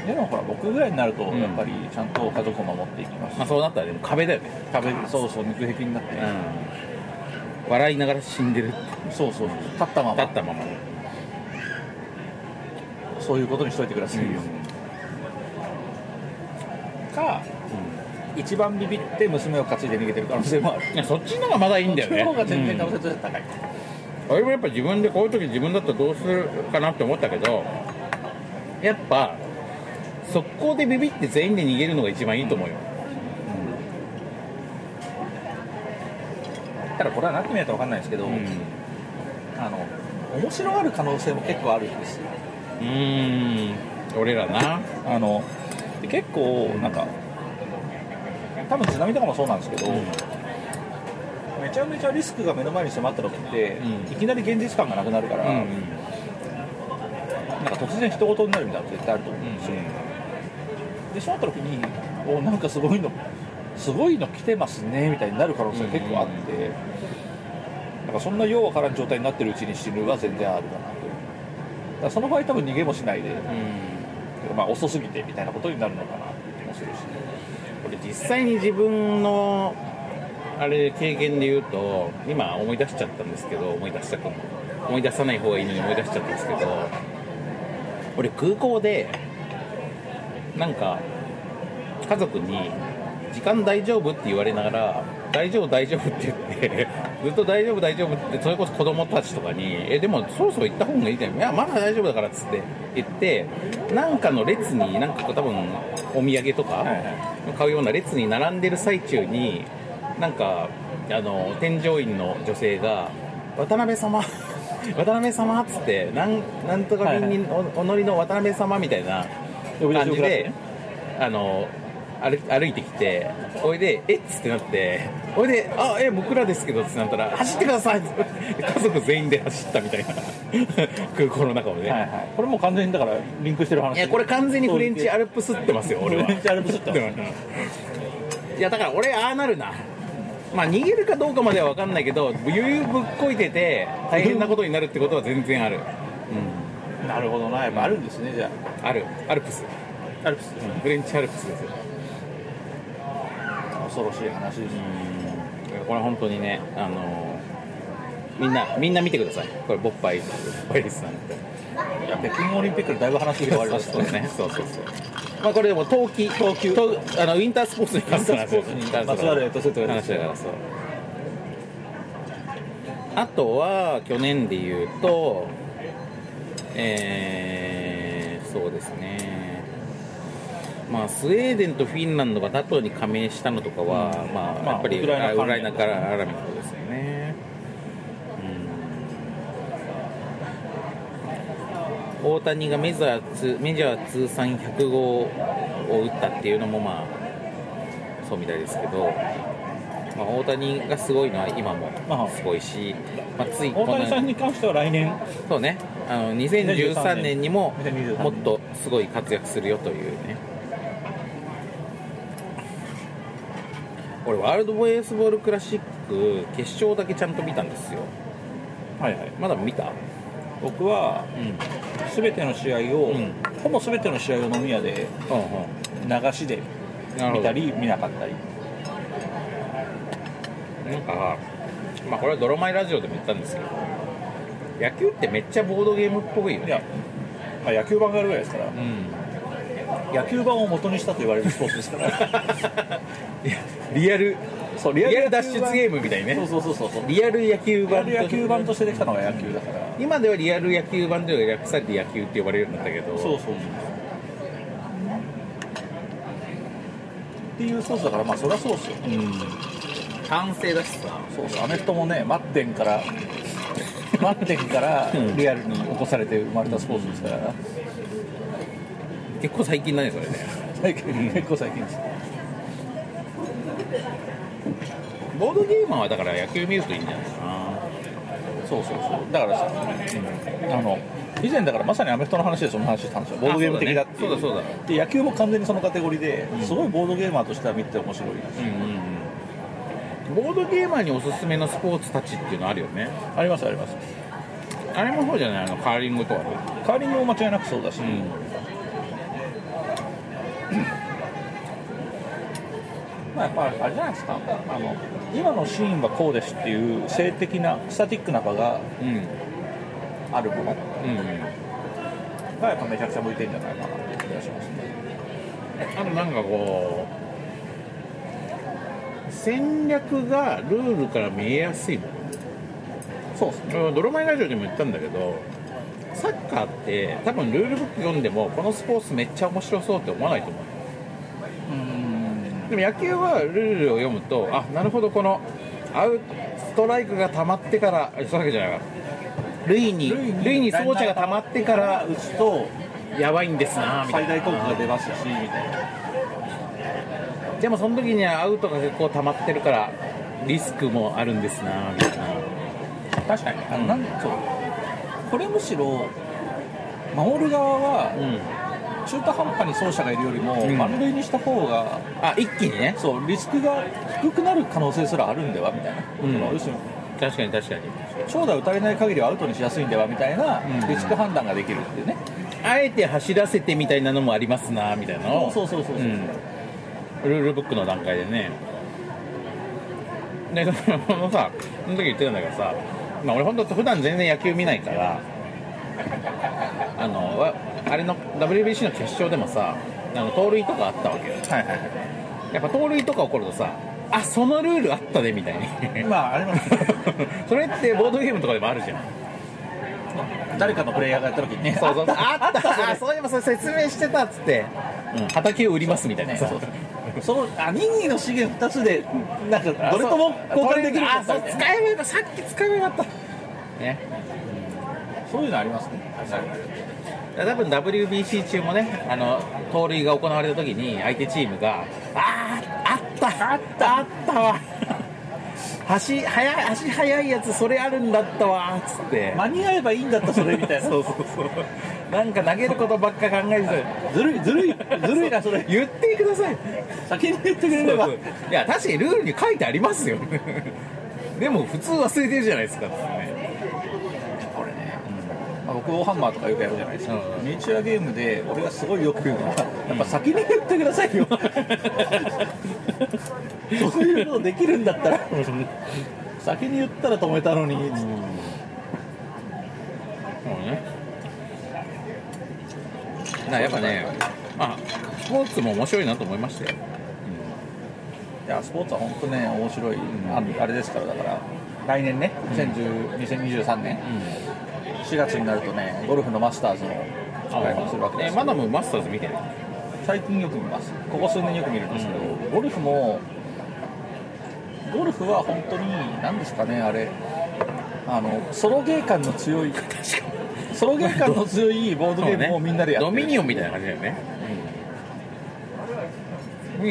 [SPEAKER 3] でもほら僕ぐらいになると
[SPEAKER 2] ん
[SPEAKER 3] やっぱりちゃんと家族を守っていきます、
[SPEAKER 2] まあ、そうなったらでも壁だよね、
[SPEAKER 3] 壁そうそう肉壁になって、
[SPEAKER 2] うん、笑いながら死んでる
[SPEAKER 3] そうそう立ったま
[SPEAKER 2] 立
[SPEAKER 3] ま
[SPEAKER 2] ったまま
[SPEAKER 3] そういうことにしといてくださいよ、か、一番ビビって娘を担いで逃げてる可能性もある
[SPEAKER 2] いやそっちの方がまだいいんだよね
[SPEAKER 3] そっちの方が全然可能
[SPEAKER 2] うん
[SPEAKER 3] 性としては高い、
[SPEAKER 2] 俺もやっぱ自分でこういう時自分だったらどうするかなって思ったけどやっぱ速攻でビビって全員で逃げるのが一番いいと思うよ、
[SPEAKER 3] ただこれはなってみないと分かんないですけど、
[SPEAKER 2] うん
[SPEAKER 3] あの面白がる可能性も結構あるんですよ
[SPEAKER 2] うーん俺らな
[SPEAKER 3] あので結構なんか多分津波とかもそうなんですけど、めちゃめちゃリスクが目の前に迫った時って、
[SPEAKER 2] うん
[SPEAKER 3] いきなり現実感がなくなるから、
[SPEAKER 2] うん
[SPEAKER 3] なんか突然人事になるみたいなの絶対あると思うんですよ、でそうなった時におなんかすごいのすごいの来てますねみたいになる可能性が結構あって、なんかそんなようわからん状態になってるうちに死ぬは全然あるかなとだからその場合多分逃げもしないで、まあ、遅すぎてみたいなことになるのかなって気もするし、
[SPEAKER 2] これ実際に自分のあれ経験で言うと今思い出しちゃったんですけど思い出したかも思い出さない方がいいのに思い出しちゃったんですけど俺空港でなんか家族に「時間大丈夫?」って言われながら「大丈夫大丈夫」って言って ずっと「大丈夫大丈夫」ってそれこそ子供たちとかに「えでもそろそろ行った方がいいんだよ」「いやまだ大丈夫だから」っつって言ってなんかの列になんか多分お土産とか買うような列に並んでる最中になんかあの添乗員の女性が「渡辺様 渡辺様」っつってなんなんとか便におお乗りの渡辺様みたいな
[SPEAKER 3] 呼び出し
[SPEAKER 2] 感
[SPEAKER 3] を
[SPEAKER 2] じ
[SPEAKER 3] 食らって
[SPEAKER 2] で
[SPEAKER 3] ね。
[SPEAKER 2] あの歩歩いてきておいで「えっ?」つってなっておいで「あえ僕らですけど」っつってなったら「走ってください」家族全員で走ったみたいな 空港の中をね、
[SPEAKER 3] はい
[SPEAKER 2] い
[SPEAKER 3] はい、これもう完全にだからリンクしてる話
[SPEAKER 2] やこれ完全にフレンチアルプスってますよ俺は
[SPEAKER 3] フレンチアルプスってます
[SPEAKER 2] うん いやだから俺ああなるなまあ逃げるかどうかまでは分かんないけど余裕ぶっこいてて大変なことになるってことは全然ある
[SPEAKER 3] なるほどなやっぱあるんですねじゃ
[SPEAKER 2] あるアルプス
[SPEAKER 3] あアルプス
[SPEAKER 2] フレンチアルプスですよ
[SPEAKER 3] 恐ろしい話です、
[SPEAKER 2] うんこれ本当にね、あのみんな、みんな見てください。これ、ボッパイ、ボッパイリスなんで。
[SPEAKER 3] いや北京オリンピックでだいぶ話が変わりま した
[SPEAKER 2] そうですね。 そうそうそう。まあ、これでも、冬季、冬季、あの、ウィンタースポーツに関する話
[SPEAKER 3] ウィンタースポーツにまつわるエットセットが
[SPEAKER 2] 話だから、そう。あとは、去年で言うと、えー、そうですね。まあ、スウェーデンとフィンランドが NATO に加盟したのとかは、まあ、
[SPEAKER 3] まあ
[SPEAKER 2] やっぱり
[SPEAKER 3] ウクライナ関連
[SPEAKER 2] ウクライナから絡みのことですよね。うん大谷がメジャー通メジャー通算100号を打ったっていうのもまあそうみたいですけど、まあ、大谷がすごいのは今も
[SPEAKER 3] まあ
[SPEAKER 2] すごいし、まあ、ついこ
[SPEAKER 3] 大
[SPEAKER 2] の
[SPEAKER 3] 谷さんに関しては来年
[SPEAKER 2] そうね、あの2013年にも
[SPEAKER 3] 2023年
[SPEAKER 2] もっとすごい活躍するよというね。俺ワールドベースボールクラシック決勝だけちゃんと見たんですよ。
[SPEAKER 3] はいはい
[SPEAKER 2] まだ見た？
[SPEAKER 3] 僕は
[SPEAKER 2] うん。うん
[SPEAKER 3] 全ての試合を、
[SPEAKER 2] うん
[SPEAKER 3] ほぼ全ての試合を飲み屋で流しで
[SPEAKER 2] うん。なるほ
[SPEAKER 3] 見た
[SPEAKER 2] ど。
[SPEAKER 3] り見なかったり
[SPEAKER 2] なんかまあこれはドロマイラジオでも言ったんですけど、野球ってめっちゃボードゲームっぽいよ
[SPEAKER 3] い
[SPEAKER 2] ね。
[SPEAKER 3] や、まあ、野球版があるぐらいですから
[SPEAKER 2] うん。
[SPEAKER 3] 野球盤を元にしたと言われるスポーツで すから、
[SPEAKER 2] リアル
[SPEAKER 3] そう
[SPEAKER 2] リアル
[SPEAKER 3] 野
[SPEAKER 2] 脱
[SPEAKER 3] 球
[SPEAKER 2] 出
[SPEAKER 3] 盤
[SPEAKER 2] ゲームみたいに
[SPEAKER 3] そ
[SPEAKER 2] ね
[SPEAKER 3] うそうそうそうそう、
[SPEAKER 2] リアル野球
[SPEAKER 3] リア
[SPEAKER 2] 版
[SPEAKER 3] ル野球盤としてできたのが野球だから、
[SPEAKER 2] 今ではリアル野球版というのが略されて野球って呼ばれるようになったけど
[SPEAKER 3] そうそうっていうスポーツだから、まあ、そりゃそうですよ、
[SPEAKER 2] 完成だしさ
[SPEAKER 3] そうそう、アメフトもね、マッテンから、マッテンから
[SPEAKER 2] うん
[SPEAKER 3] リアルに起こされて生まれたスポーツですから、
[SPEAKER 2] 結構最近だねそれね
[SPEAKER 3] 最近結構最近です。
[SPEAKER 2] ボードゲーマーはだから野球見るといいんじゃないかな
[SPEAKER 3] そうそうそうだからさ、あの以前だからまさにアメフトの話でその話したんですよボードゲーム的だって
[SPEAKER 2] そ
[SPEAKER 3] い
[SPEAKER 2] う
[SPEAKER 3] う
[SPEAKER 2] だそうだ
[SPEAKER 3] で野球も完全にそのカテゴリーで、すごいボードゲーマーとしては見て面白い
[SPEAKER 2] うんうんうんボードゲーマーにおすすめのスポーツたちっていうのあるよね
[SPEAKER 3] ありますあります
[SPEAKER 2] あれもそうじゃないあのカーリングとかね
[SPEAKER 3] カーリングも間違いなくそうだし、
[SPEAKER 2] うん
[SPEAKER 3] まあ、やっぱあれじゃないですかあの今のシーンはこうですっていう性的なスタティックな場が
[SPEAKER 2] うんうん
[SPEAKER 3] あるも
[SPEAKER 2] う
[SPEAKER 3] の
[SPEAKER 2] ん
[SPEAKER 3] がやっぱめちゃくちゃ向いてるんじゃないかなっていう気がしますね
[SPEAKER 2] あとなんかこう戦略がルールから見えやすいも
[SPEAKER 3] そうですね
[SPEAKER 2] のドロマイラジオでも言ったんだけどサッカーって多分ルールブック読んでもこのスポーツめっちゃ面白そうって思わないと思うでも野球はルールを読むとあなるほどこのアウストライクが溜まってからあそういうわけじゃないか塁に塁に走者が溜まってから
[SPEAKER 3] 打つと
[SPEAKER 2] やばいんですなみたい
[SPEAKER 3] 最
[SPEAKER 2] な
[SPEAKER 3] 大効果が出ますしみたいな
[SPEAKER 2] でもその時にはアウトが結構溜まってるからリスクもあるんですなみたいな
[SPEAKER 3] 確かにあの、なんそうこれむしろ守る側は
[SPEAKER 2] うん
[SPEAKER 3] 中途半端に走者がいるよりも、
[SPEAKER 2] うん
[SPEAKER 3] 満塁にした方が
[SPEAKER 2] あ一気にね
[SPEAKER 3] そうリスクが低くなる可能性すらあるんではみたいな、
[SPEAKER 2] うん
[SPEAKER 3] その要するに
[SPEAKER 2] 確かに確かに
[SPEAKER 3] 長打打たれない限りはアウトにしやすいんではみたいな
[SPEAKER 2] うん
[SPEAKER 3] リスク判断ができるっていうね、
[SPEAKER 2] あえて走らせてみたいなのもありますなみたいなのを
[SPEAKER 3] そうそうそうそうそう
[SPEAKER 2] ルールブックの段階でねでそのそのさその時言ってたんだけどさ、まあ、俺本当普段全然野球見ないからあのわあれの WBC の決勝でもさあの盗塁とかあったわけよ
[SPEAKER 3] はいはい
[SPEAKER 2] やっぱ盗塁とか起こるとさあそのルールあったでみたいに
[SPEAKER 3] まああれも
[SPEAKER 2] それってボードゲームとかでもあるじゃん
[SPEAKER 3] 誰かのプレイヤーがやった時 にね
[SPEAKER 2] そうそうあ
[SPEAKER 3] あ
[SPEAKER 2] っ
[SPEAKER 3] ったた
[SPEAKER 2] あそういえばそれ説明してたっつって、畑を売りますみたいな
[SPEAKER 3] ね
[SPEAKER 2] さ
[SPEAKER 3] そうそのあ任意の資源2つでなんかどれとも交換できる
[SPEAKER 2] あそう
[SPEAKER 3] みたいな
[SPEAKER 2] 使えばよかったさっき使えばよかったね
[SPEAKER 3] そういうのありますね
[SPEAKER 2] 多分 WBC 中もねあの盗塁が行われた時に相手チームがあーあったあったあったわ足速い足速いやつそれあるんだったわつって
[SPEAKER 3] 間に合えばいいんだったそれみたいな
[SPEAKER 2] そうそうそうなんか投げることばっか考えて
[SPEAKER 3] ずるいずるいずるいなそれ
[SPEAKER 2] 言ってください
[SPEAKER 3] 先に言ってくれれば
[SPEAKER 2] いや確かにルールに書いてありますよ でも普通忘れてるじゃないですかっつってね
[SPEAKER 3] これね、まあ僕オーハンマーとかよくやるじゃないですか、
[SPEAKER 2] うん
[SPEAKER 3] ミニチュアゲームで俺がすごいよく言うのはやっぱ先に言ってくださいよそういうのできるんだったら先に言ったら止めたのに、
[SPEAKER 2] そうねだからやっぱねまあスポーツも面白いなと思いましたよ
[SPEAKER 3] いやスポーツは本当ね面白い、あのあれですからだから来年ね、2010 2023年4月になるとねゴルフのマスターズの開幕するわけで
[SPEAKER 2] ね
[SPEAKER 3] すよ
[SPEAKER 2] マダムマスターズ見てる
[SPEAKER 3] 最近よく見ますここ数年よく見るんですけど、ゴルフもゴルフは本当に何ですかねあれあのソロゲー感の強いソロゲー感の強いボードゲームをみんなでやって
[SPEAKER 2] ド
[SPEAKER 3] る、
[SPEAKER 2] ミニオンみたいな感じだよね、うん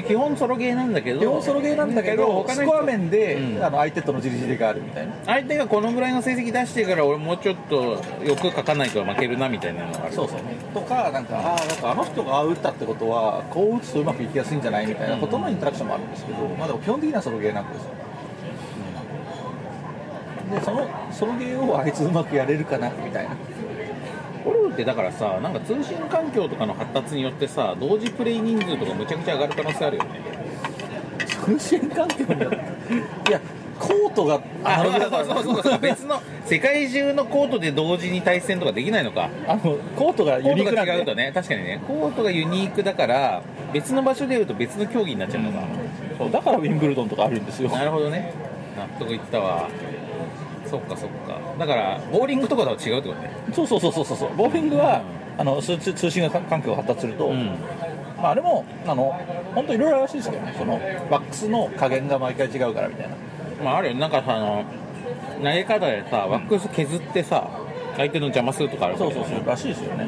[SPEAKER 2] 基本ソロゲーなんだけど
[SPEAKER 3] 基本ソロゲーなんだけど
[SPEAKER 2] 他の
[SPEAKER 3] ス
[SPEAKER 2] 人
[SPEAKER 3] コア面で、
[SPEAKER 2] うん
[SPEAKER 3] あの相手とのじりじりがあるみたいな
[SPEAKER 2] 相手がこのぐらいの成績出してから俺もうちょっと欲書かないと負けるなみたいなのがある
[SPEAKER 3] そうそうとかなんかあーなんかあの人がああ打ったってことはこう打つとうまくいきやすいんじゃないみたいなことのインタラクションもあるんですけど、まあ、でも基本的にはソロゲーなんですよ、でそのソロゲーをあいつうまくやれるかなみたいな
[SPEAKER 2] ゴルフってだからさなんか通信環境とかの発達によってさ同時プレイ人数とかむちゃくちゃ上がる可能性あるよね
[SPEAKER 3] 通信環境によっていや
[SPEAKER 5] コートがアナログだか
[SPEAKER 2] あ
[SPEAKER 5] ら
[SPEAKER 2] そうそうそう別の世界中のコートで同時に対戦とかできないのか
[SPEAKER 3] あのコートが
[SPEAKER 2] コ
[SPEAKER 3] ユニ
[SPEAKER 2] ー
[SPEAKER 3] ーク
[SPEAKER 2] ト
[SPEAKER 3] な
[SPEAKER 2] が
[SPEAKER 3] ん
[SPEAKER 2] 違う
[SPEAKER 3] で
[SPEAKER 2] とね確かにねコートがユニークだから別の場所でやると別の競技になっちゃうのか、
[SPEAKER 3] そうだからウィンブルドンとかあるんですよ
[SPEAKER 2] なるほどね納得いったわそっかそっかだからボーリングとかとは違うってことね
[SPEAKER 3] そうそうそうそうそうそうボーリングは、あの通通信が環境が発達すると、まあ、あれもあの本当いろいろらしいですけどねそのワックスの加減が毎回違うからみたいな
[SPEAKER 2] まああるよねなんかさあの投げ方でさワックス削ってさ、相手の邪魔するとかあるから
[SPEAKER 3] そう
[SPEAKER 2] ね
[SPEAKER 3] そうそうらしいですよね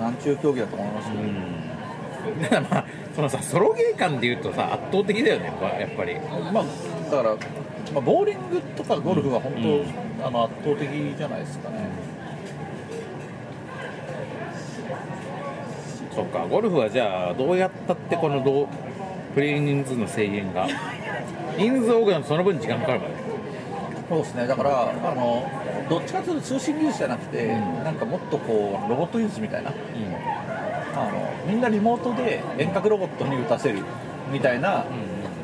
[SPEAKER 3] なんちゅう競技だと思いますけ
[SPEAKER 2] だ
[SPEAKER 3] ど、
[SPEAKER 2] から まあそのさソロゲー感で言うとさ圧倒的だよねやっぱり
[SPEAKER 3] まあだから、まあ、ボーリングとかゴルフは本当、あの圧倒的じゃないですかね、
[SPEAKER 2] そうかゴルフはじゃあどうやったってこのどうプレイ人数の制限 が人数多くなるとその分時間かかるからね
[SPEAKER 3] そうですねだからあのどっちかというと通信技術じゃなくて、なんかもっとこうロボット技術みたいなあのみんなリモートで遠隔ロボットに打たせるみたいな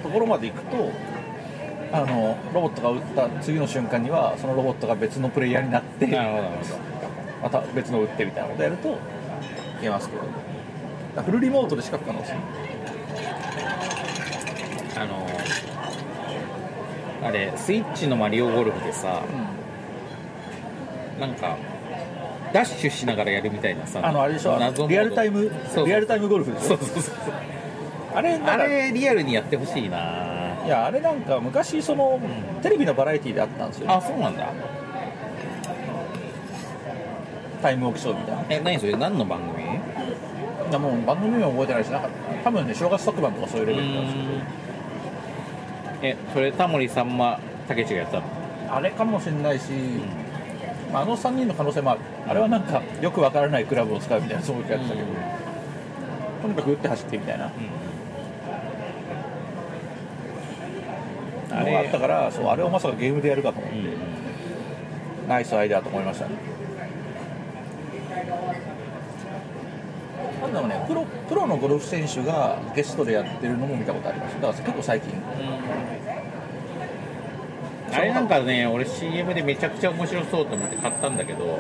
[SPEAKER 3] ところまで行くとあのロボットが打った次の瞬間にはそのロボットが別のプレイヤーになって
[SPEAKER 2] なるほどなるほ
[SPEAKER 3] また別の打ってみたいなことやるといけますけどだからフルリモートでしか不可能ですね
[SPEAKER 2] どあのあれスイッチのマリオゴルフでさ、なんかダッシュしながらやるみたいなさ
[SPEAKER 3] あのあれでしょあ
[SPEAKER 2] 謎の
[SPEAKER 3] のリアルタイム
[SPEAKER 2] そうそう
[SPEAKER 3] リアルタイムゴルフでし
[SPEAKER 2] そ
[SPEAKER 3] ょ
[SPEAKER 2] うそうそう
[SPEAKER 3] あれな
[SPEAKER 2] あ
[SPEAKER 3] んか
[SPEAKER 2] れリアルにやってほしいない
[SPEAKER 3] やあれなんか昔そのテレビのバラエティであったんですよ
[SPEAKER 2] あそうなんだ
[SPEAKER 3] タイムオークションみたいな
[SPEAKER 2] え何それ何の番組
[SPEAKER 3] いやもう番組名は覚えてないしなんか多分ね正月特番とかそういうレベルなんですよ
[SPEAKER 2] えそれタモリさんまたけしがやったの
[SPEAKER 3] あれかもしれないし、まああの3人の可能性もあるあれはなんかよくわからないクラブを使うみたいなそういうやつだけど、とにかく打って走ってみたいな、あれがあったからそうあれをまさかゲームでやるかと思って、ナイスアイデアと思いましたねなんだろうねプロプロのゴルフ選手がゲストでやってるのも見たことありますだから結構最近
[SPEAKER 2] あれなんかね俺 CM でめちゃくちゃ面白そうと思って買ったんだけど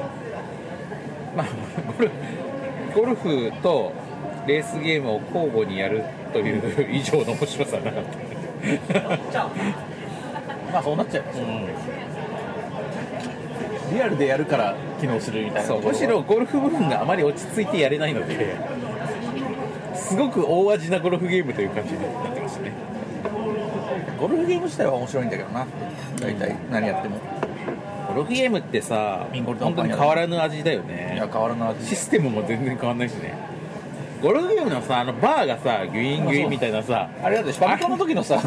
[SPEAKER 2] まあゴルフゴルフとレースゲームを交互にやるという以上の面白さはなかった
[SPEAKER 3] まあそうなっちゃいますよ、リアルでやるから機能するみたいな
[SPEAKER 2] そう
[SPEAKER 3] とこ
[SPEAKER 2] む
[SPEAKER 3] ろ
[SPEAKER 2] しろゴルフ部分があまり落ち着いてやれないのですごく大味なゴルフゲームという感じになってましたね
[SPEAKER 3] ゴルフゲーム自体は面白いんだけどな大体何やっても
[SPEAKER 2] ゴルフゲームってさ
[SPEAKER 3] ミンゴルドン
[SPEAKER 2] 本当に変わらぬ味だよね
[SPEAKER 3] いや変わらない
[SPEAKER 2] システムも全然変わんないしねゴルフゲームのさあのバーがさギュインギュインみたいなさ
[SPEAKER 3] あれだってファミコンの時のさ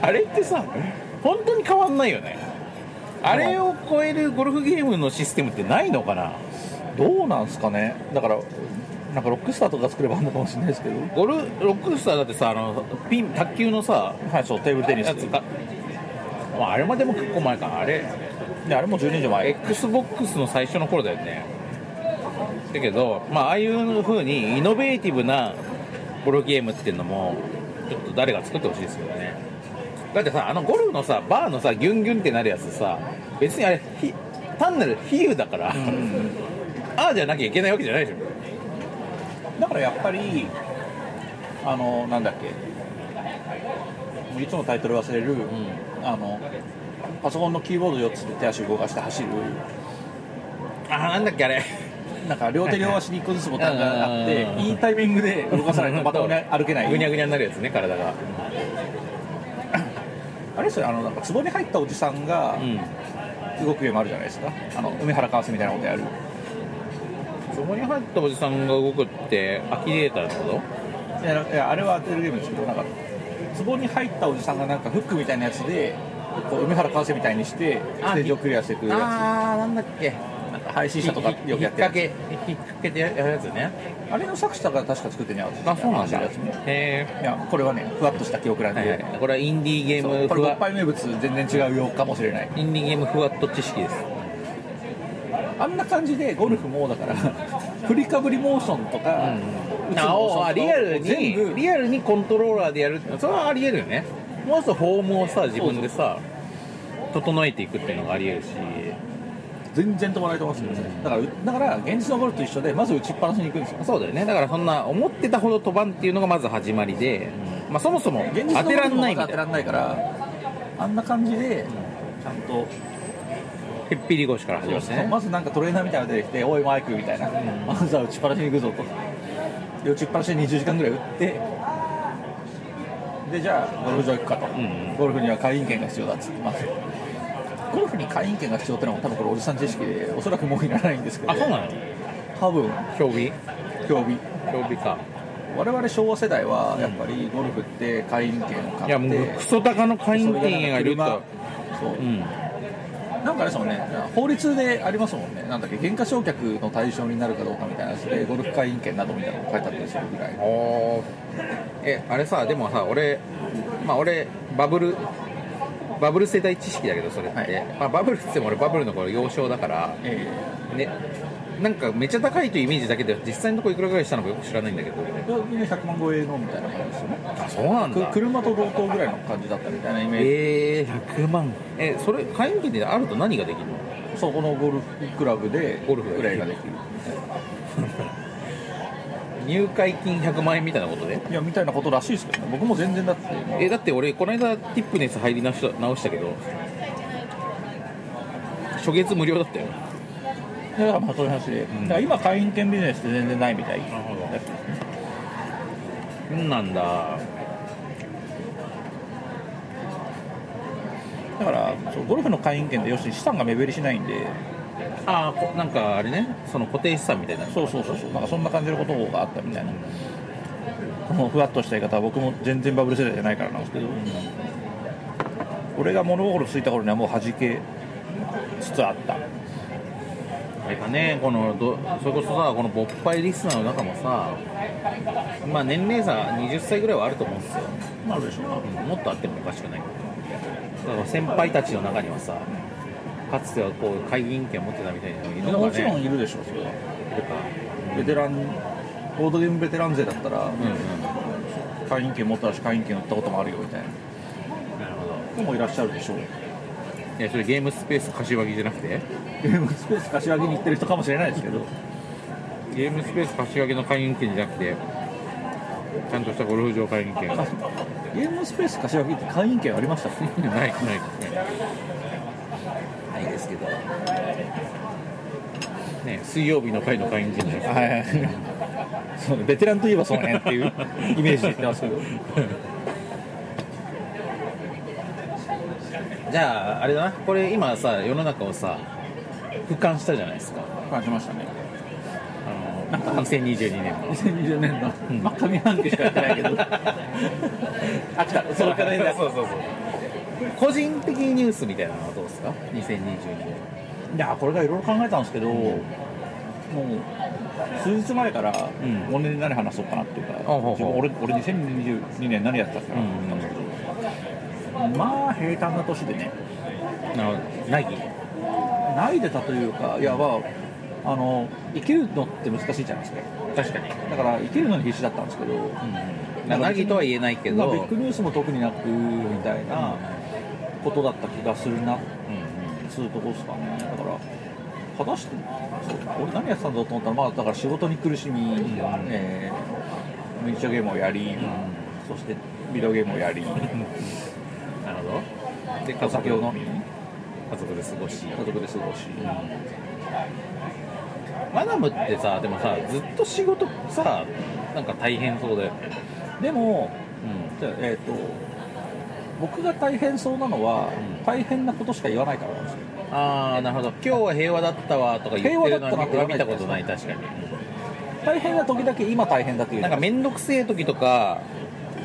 [SPEAKER 2] あれってさ本当に変わんないよねあれを超えるゴルフゲームのシステムってないのかな
[SPEAKER 3] どうなんすかねだからなんかロックスターとか作ればあんのかもしれないですけど
[SPEAKER 2] ゴルロックスターだってさあのピン卓球のさ
[SPEAKER 3] はいそうテーブルテニ
[SPEAKER 2] や
[SPEAKER 3] ス
[SPEAKER 2] つか、まあ、あれまでも結構前かあれ
[SPEAKER 3] であれも10年以上前
[SPEAKER 2] XBOX の最初の頃だよねだけど、まあ、ああいう風にイノベーティブなゴルフゲームっていうのもちょっと誰が作ってほしいですよねだってさあのゴルフのさバーのさギュンギュンってなるやつさ別にあれひ単なる比喩だから、 ああじゃなきゃいけないわけじゃないでしょ
[SPEAKER 3] だからやっぱりあのなんだっけいつもタイトル忘れる、あのパソコンのキーボード4つで手足動かして走る
[SPEAKER 2] ああなんだっけあれ
[SPEAKER 3] なんか両手両足に1個ずつボタンがあっ
[SPEAKER 2] う
[SPEAKER 3] て
[SPEAKER 2] んうんうん
[SPEAKER 3] いいタイミングで動かさないと また歩けない
[SPEAKER 2] ぐにゃぐにゃになるやつね体が
[SPEAKER 3] あれですよねあのなんか壺に入ったおじさんが
[SPEAKER 2] うん
[SPEAKER 3] 動くゲームあるじゃないですかあの梅原川瀬みたいなことやる
[SPEAKER 2] そこに入ったおじさんが動くってアキレーターってこ
[SPEAKER 3] いやいやあれは当てるゲームですけどなんか壺に入ったおじさんがなんかフックみたいなやつでこう梅原川瀬みたいにしてステージをクリアしていく
[SPEAKER 2] と
[SPEAKER 3] や
[SPEAKER 2] ああなんだっけ
[SPEAKER 3] つなんか配信者とかよく
[SPEAKER 2] 引っ
[SPEAKER 3] やってるや
[SPEAKER 2] 掛
[SPEAKER 3] つ
[SPEAKER 2] け引っ掛けてやるやつね
[SPEAKER 3] あれの作者が確か作ってね
[SPEAKER 2] あそうなんだ
[SPEAKER 3] やつも
[SPEAKER 2] へ
[SPEAKER 3] いやこれはねふわっとした記憶なん
[SPEAKER 2] え、
[SPEAKER 3] で、
[SPEAKER 2] はいはい、これはインディーゲー
[SPEAKER 3] そう
[SPEAKER 2] ム
[SPEAKER 3] こ
[SPEAKER 2] ふ
[SPEAKER 3] れ
[SPEAKER 2] わ
[SPEAKER 3] 勃発名物全然違うよかもしれない
[SPEAKER 2] インディーゲームふわっと知識です
[SPEAKER 3] あんな感じでゴルフもだから振りかぶりモーションとか、物
[SPEAKER 2] あ
[SPEAKER 3] のそ
[SPEAKER 2] お
[SPEAKER 3] の
[SPEAKER 2] あリアルに
[SPEAKER 3] 全部
[SPEAKER 2] リアルにコントローラーでやるそれはありえるよねもう一つフォームをさ自分でさ整えていくっていうのがありえるし
[SPEAKER 3] 全然止まられてますけどね、だからだから現実のゴルフと一緒でまず打ちっぱなしに行くんですよ
[SPEAKER 2] そうだよねだからそんな思ってたほど飛ばんっていうのがまず始まりで、まあ、そもそも
[SPEAKER 3] 現
[SPEAKER 2] 当
[SPEAKER 3] 実のゴ
[SPEAKER 2] て
[SPEAKER 3] ル
[SPEAKER 2] ら
[SPEAKER 3] フ
[SPEAKER 2] ん
[SPEAKER 3] の
[SPEAKER 2] な
[SPEAKER 3] 方
[SPEAKER 2] いみた
[SPEAKER 3] が当て
[SPEAKER 2] い
[SPEAKER 3] ら
[SPEAKER 2] なん
[SPEAKER 3] ないからあんな感じでちゃんと
[SPEAKER 2] へっぴり腰から始まってね
[SPEAKER 3] まずなんかトレーナーみたいなのが出てきて「おいマイク」みたいな「まずは打ちっぱなしに行くぞ」とで打ちっぱなしで20時間ぐらい打ってでじゃあゴルフ場行くかと、
[SPEAKER 2] ん
[SPEAKER 3] ゴルフには会員権が必要だっつってますゴルフに会員権が必要ってのは多分これおじさん知識でおそらくもういらないんですけど
[SPEAKER 2] あそうなの
[SPEAKER 3] 多分
[SPEAKER 2] 競技
[SPEAKER 3] 競技
[SPEAKER 2] 競技か
[SPEAKER 3] 我々昭和世代はやっぱりゴルフって会員権を買って
[SPEAKER 2] いやもうクソ高の会員権がいると
[SPEAKER 3] そう
[SPEAKER 2] うん
[SPEAKER 3] なんかあれですもんね、法律でありますもんね、なんだっけ、減価償却の対象になるかどうかみたいなやつで、ゴルフ会員権などみたいなのが書いてあったりするぐらい、
[SPEAKER 2] おーえあれさでもさ俺まあ俺バブルバブル世代知識だけどそれって、
[SPEAKER 3] はい
[SPEAKER 2] まあ、バブルっつっても俺バブルの頃幼少だから
[SPEAKER 3] え
[SPEAKER 2] ねなんかめちゃ高いというイメージだけで実際のとこいくらぐらいしたのかよく知らないんだけど
[SPEAKER 3] え100万超えのみたいな感じですよね、
[SPEAKER 2] あそうなん
[SPEAKER 3] く車と同等ぐらいの感じだったみたいなイメージ、
[SPEAKER 2] えー、100万えそれ会員権であると何ができるの
[SPEAKER 3] そこのゴルフクラブで
[SPEAKER 2] ゴルフ
[SPEAKER 3] プレーができる、
[SPEAKER 2] 入会金100万円みたいなことで
[SPEAKER 3] いや、みたいなことらしいですけどね、僕も全然だって、
[SPEAKER 2] えだって俺この間ティップネス入り直した直したけど初月無料だったよ
[SPEAKER 3] だからまあそういう話で、
[SPEAKER 2] ん
[SPEAKER 3] だから今、会員権ビジネスって全然ないみたい
[SPEAKER 2] なるほどそうなんだ
[SPEAKER 3] だからそうゴルフの会員権って、要するに資産が目減りしないんで、
[SPEAKER 2] ああこなんかあれねその固定資産みたいな
[SPEAKER 3] そうそうそうそうなんかそんな感じのことがあったみたいな、このふわっとした言い方は僕も全然バブル世代じゃないからなんですけど、俺が物心ついた頃にはもう弾けつつあった
[SPEAKER 2] あれかねこのどそれこそさこの勃発リスナーの中もさまあ年齢差20歳ぐらいはあると思うんですよ、
[SPEAKER 3] なるでしょう
[SPEAKER 2] うんもっとあってもおかしくないだから先輩たちの中にはさかつてはこう会議員権を持ってたみたいなのがいるのがね
[SPEAKER 3] もちろんいるでしょうそれはい
[SPEAKER 2] るか
[SPEAKER 3] ベテランボードゲームベテラン勢だったら
[SPEAKER 2] うんうん
[SPEAKER 3] 会員権持ったらし会員権売ったこともあるよみたいな
[SPEAKER 2] なるほど
[SPEAKER 3] 人もいらっしゃるでしょう
[SPEAKER 2] いやそれゲームスペース柏木じゃなくて
[SPEAKER 3] ゲームスペース柏木に行ってる人かもしれないですけど
[SPEAKER 2] ゲームスペース柏木の会員権じゃなくてちゃんとしたゴルフ場会員権ない
[SPEAKER 3] ゲームスペース柏木って会員権ありましたっけ
[SPEAKER 2] ないね
[SPEAKER 5] ないですけど
[SPEAKER 2] ね、水曜日の会の会員権じゃなくて
[SPEAKER 3] はい、そうねベテランといえばそうねっていうイメージで言ってますけど、
[SPEAKER 2] じゃああれだなこれ今さ世の中をさ俯瞰したじゃないですか
[SPEAKER 3] 感じましたね、
[SPEAKER 2] あ の2022年の
[SPEAKER 3] 2020年の、まあ、上半期しかやってないけど、飽きた、それからね、
[SPEAKER 2] そうそうそう個人的ニュースみたいなのはどうですか2022年
[SPEAKER 3] いや、これからいろいろ考えたんですけど、もう数日前から、
[SPEAKER 2] ん
[SPEAKER 3] 俺に何話そうかなっていうか、
[SPEAKER 2] ほうほう
[SPEAKER 3] 自分俺、俺、2022年、何やってたっけなって思ったんですけど、まあ、平坦な年でね。
[SPEAKER 2] なない
[SPEAKER 3] ないでたというか、いや、まあ、あの生きるのって難しいじゃないですか、
[SPEAKER 2] 確かに、
[SPEAKER 3] だから生きるのに必死だったんですけど、
[SPEAKER 2] うん、なぎとは言えないけ
[SPEAKER 3] まあ
[SPEAKER 2] ど、
[SPEAKER 3] ビッグニュースも特になくみたいなことだった気がするな
[SPEAKER 2] うんう
[SPEAKER 3] っ
[SPEAKER 2] ん
[SPEAKER 3] つうとこですかね、だから、果たして、そうだ俺、何やってたんだろうと思ったら、まあ、だから仕事に苦しみ、えー、ミニチュアゲームをやり、そしてビデオゲームを やり、
[SPEAKER 2] なるほどで
[SPEAKER 3] お酒を飲
[SPEAKER 2] 家
[SPEAKER 3] み、
[SPEAKER 2] 族で過ごし
[SPEAKER 3] 家族で過ごし。
[SPEAKER 2] マダムってさでもさずっと仕事さなんか大変そうだよ、
[SPEAKER 3] でも
[SPEAKER 2] う
[SPEAKER 3] じゃあえっ、と僕が大変そうなのは、
[SPEAKER 2] うん
[SPEAKER 3] 大変なことしか言わないからなんですよ
[SPEAKER 2] ん、ああなるほど今日は平和だったわとか言ってるの
[SPEAKER 3] 平和だったな
[SPEAKER 2] は
[SPEAKER 3] って
[SPEAKER 2] 俺
[SPEAKER 3] 言
[SPEAKER 2] は見た
[SPEAKER 3] わない
[SPEAKER 2] ことない確かに
[SPEAKER 3] 大変な時だけ今大変だっていう
[SPEAKER 2] なんか面倒くせえ時とか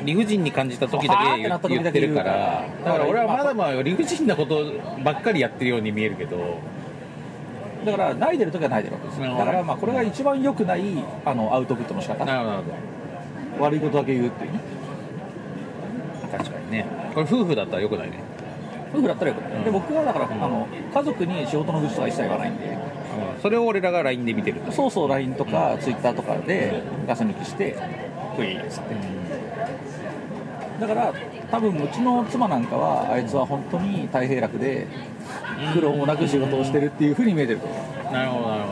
[SPEAKER 2] 理不尽に感じた時だ
[SPEAKER 3] はあ
[SPEAKER 2] け
[SPEAKER 3] ってな
[SPEAKER 2] 言
[SPEAKER 3] った時
[SPEAKER 2] 言っ
[SPEAKER 3] だ
[SPEAKER 2] て
[SPEAKER 3] け
[SPEAKER 2] る
[SPEAKER 3] 言う
[SPEAKER 2] か
[SPEAKER 3] からら
[SPEAKER 2] だから俺はマダムは理不尽なことばっかりやってるように見えるけど
[SPEAKER 3] だから泣いてる時は泣いてるわけです
[SPEAKER 2] なる
[SPEAKER 3] よ
[SPEAKER 2] ほど
[SPEAKER 3] だからまあこれが一番良くないあのアウトプットの仕方
[SPEAKER 2] なるほどなるほ
[SPEAKER 3] 悪いことだけ言うっていうね
[SPEAKER 2] ど確かにねこれ夫婦だったらよくないね
[SPEAKER 3] 夫婦だったらよくない、
[SPEAKER 2] うん
[SPEAKER 3] で僕はだから、あの家族に仕事の愚痴とか一切言わないんで
[SPEAKER 2] うん
[SPEAKER 6] それを俺らが LINE で見てると
[SPEAKER 3] そうそう LINE とか Twitter とかでガス抜きしてクイーンっつってだから多分うちの妻なんかはあいつは本当に大平楽で苦労もなく仕事をしてるっていうふうに見えてると思
[SPEAKER 2] なるほどなるほ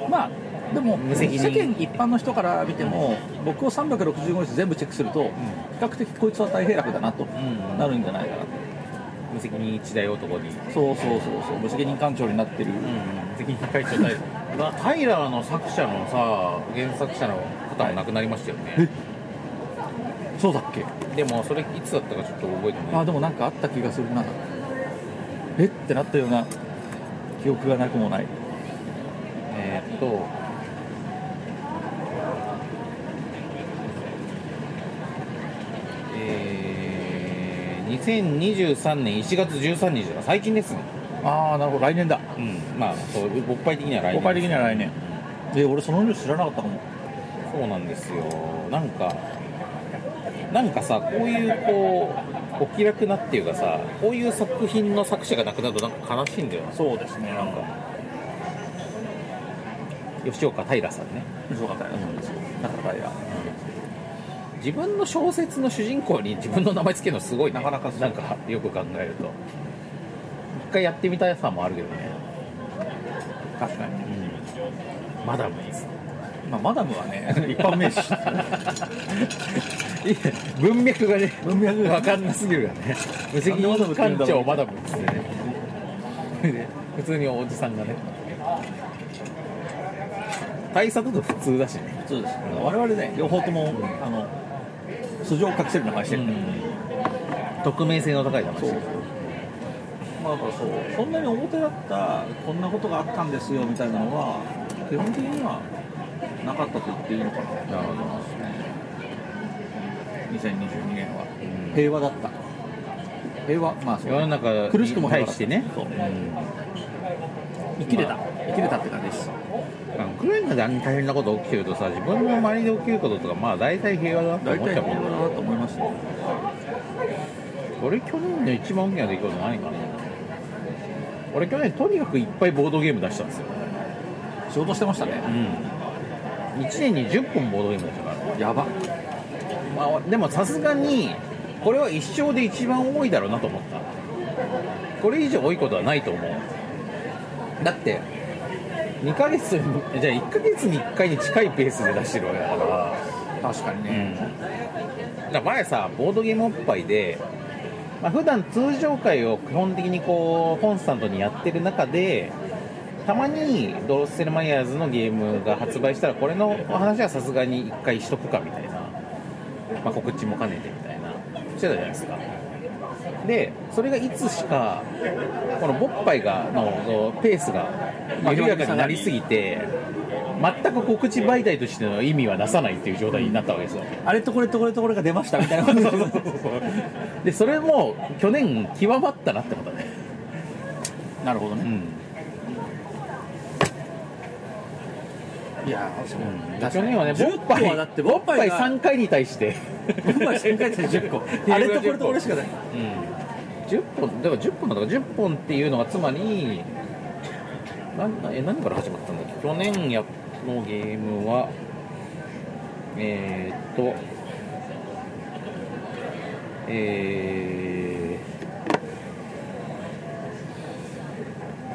[SPEAKER 2] ど
[SPEAKER 3] うまあでも
[SPEAKER 6] 無
[SPEAKER 3] 世
[SPEAKER 6] 責任
[SPEAKER 3] 間一般の人から見ても僕を365日全部チェックすると比較的こいつは大平楽だなとなるんじゃないかな
[SPEAKER 6] 無責任一代男に、
[SPEAKER 3] そうそうそうそう無責任官庁になってる
[SPEAKER 6] 無責任会長
[SPEAKER 2] 大まあタイラーの作者のさ原作者の方も亡くなりましたよね、
[SPEAKER 3] そうだっけ
[SPEAKER 2] でもそれいつだったかちょっと覚えてない
[SPEAKER 3] あでもなんかあった気がするなえってなったような記憶がなくもない
[SPEAKER 2] えーっとえー2023年1月13日だから最近ですね
[SPEAKER 3] ああなるほど来年だ
[SPEAKER 2] うんまあそう勃発的には来年
[SPEAKER 3] 公開的には来年え俺そのニュース知らなかったかも
[SPEAKER 2] そうなんですよなんかなんかさこういうこうお気楽なっていうかさこういう作品の作者が亡くなるとなんか悲しいんだよな
[SPEAKER 3] そうですねなんか
[SPEAKER 2] 吉岡平さんね
[SPEAKER 3] 面白かったよなかなかや
[SPEAKER 2] 自分の小説の主人公に自分の名前つけるのすごいね
[SPEAKER 3] なかなかそう
[SPEAKER 2] なんかよく考えると一回やってみたいさもあるけどね、
[SPEAKER 3] 確かに、
[SPEAKER 2] マダムです
[SPEAKER 3] まあ、マダムはね 一般名詞
[SPEAKER 2] 文脈がね
[SPEAKER 3] 文脈
[SPEAKER 2] 分かんなすぎるからね無責
[SPEAKER 3] なんでマダ
[SPEAKER 2] 任
[SPEAKER 3] ムって言う
[SPEAKER 2] 館
[SPEAKER 3] んだろ
[SPEAKER 2] 長
[SPEAKER 3] う
[SPEAKER 2] マダムですねそれで普通におじさんがね大佐だと普通だしね
[SPEAKER 3] そうです我々ね両方とも、あの素性を隠せる名前してるから、
[SPEAKER 2] 匿名性の高い話
[SPEAKER 3] そうまあだからそうそんなに表だったこんなことがあったんですよみたいなのは基本的にはなかったと言っていいのかな
[SPEAKER 2] なるほど
[SPEAKER 3] 2022年は平和だった平和まあそう
[SPEAKER 2] 世の中に
[SPEAKER 3] 苦しくも平
[SPEAKER 2] 対
[SPEAKER 3] 和だっ
[SPEAKER 2] したてね
[SPEAKER 3] そう
[SPEAKER 2] うん
[SPEAKER 3] 生きれた、生きれたって感じです
[SPEAKER 2] まあウクライナであんなに大変なこと起きてるとさ自分の周りで起きることとかまあ大体平和だなと
[SPEAKER 3] 大
[SPEAKER 2] 思っ
[SPEAKER 3] 体
[SPEAKER 2] ちゃうも
[SPEAKER 3] 平
[SPEAKER 2] ん
[SPEAKER 3] 和
[SPEAKER 2] な
[SPEAKER 3] だなと思いましたね
[SPEAKER 2] 俺去年の一番大きな出来事何かな俺去年とにかくいっぱいボードゲーム出したんですよ、
[SPEAKER 3] 仕事してましたね
[SPEAKER 2] うん、1年に10本ボードゲーム出したから
[SPEAKER 3] やば
[SPEAKER 2] まあ、でもさすがにこれは一生で一番多いだろうなと思ったこれ以上多いことはないと思うだって2ヶ月にじゃあ1ヶ月に1回に近いペースで出してるわけだから
[SPEAKER 3] 確かにね、
[SPEAKER 2] だから前さボードゲームおっぱいで、まあ普段通常会を基本的にこうコンスタントにやってる中でたまにドロッセルマイヤーズのゲームが発売したらこれのお話はさすがに1回しとくかみたいな、まあ告知も兼ねてみたいなしてたじゃないですかでそれがいつしかこのボッパイがのそのペースが緩やかになりすぎて全く告知媒体としての意味はなさないっていう状態になったわけですよ
[SPEAKER 3] あれとこれとこれとこれが出ましたみたいなこと
[SPEAKER 2] でそれも去年極まったなってことね
[SPEAKER 3] なるほどね、いやーそう、
[SPEAKER 2] 去年はね
[SPEAKER 3] 10個はだって
[SPEAKER 2] ボ
[SPEAKER 3] ボ
[SPEAKER 2] ッ
[SPEAKER 3] ッ
[SPEAKER 2] パ
[SPEAKER 3] パ
[SPEAKER 2] イ
[SPEAKER 3] イが
[SPEAKER 2] 3回に対して、
[SPEAKER 3] 僕は新回転10個あれとこれとこれしかない
[SPEAKER 2] 10本だから10本だから10本っていうのがつまりなんえ何から始まったんだっけ去年やのゲームはえー、っとえー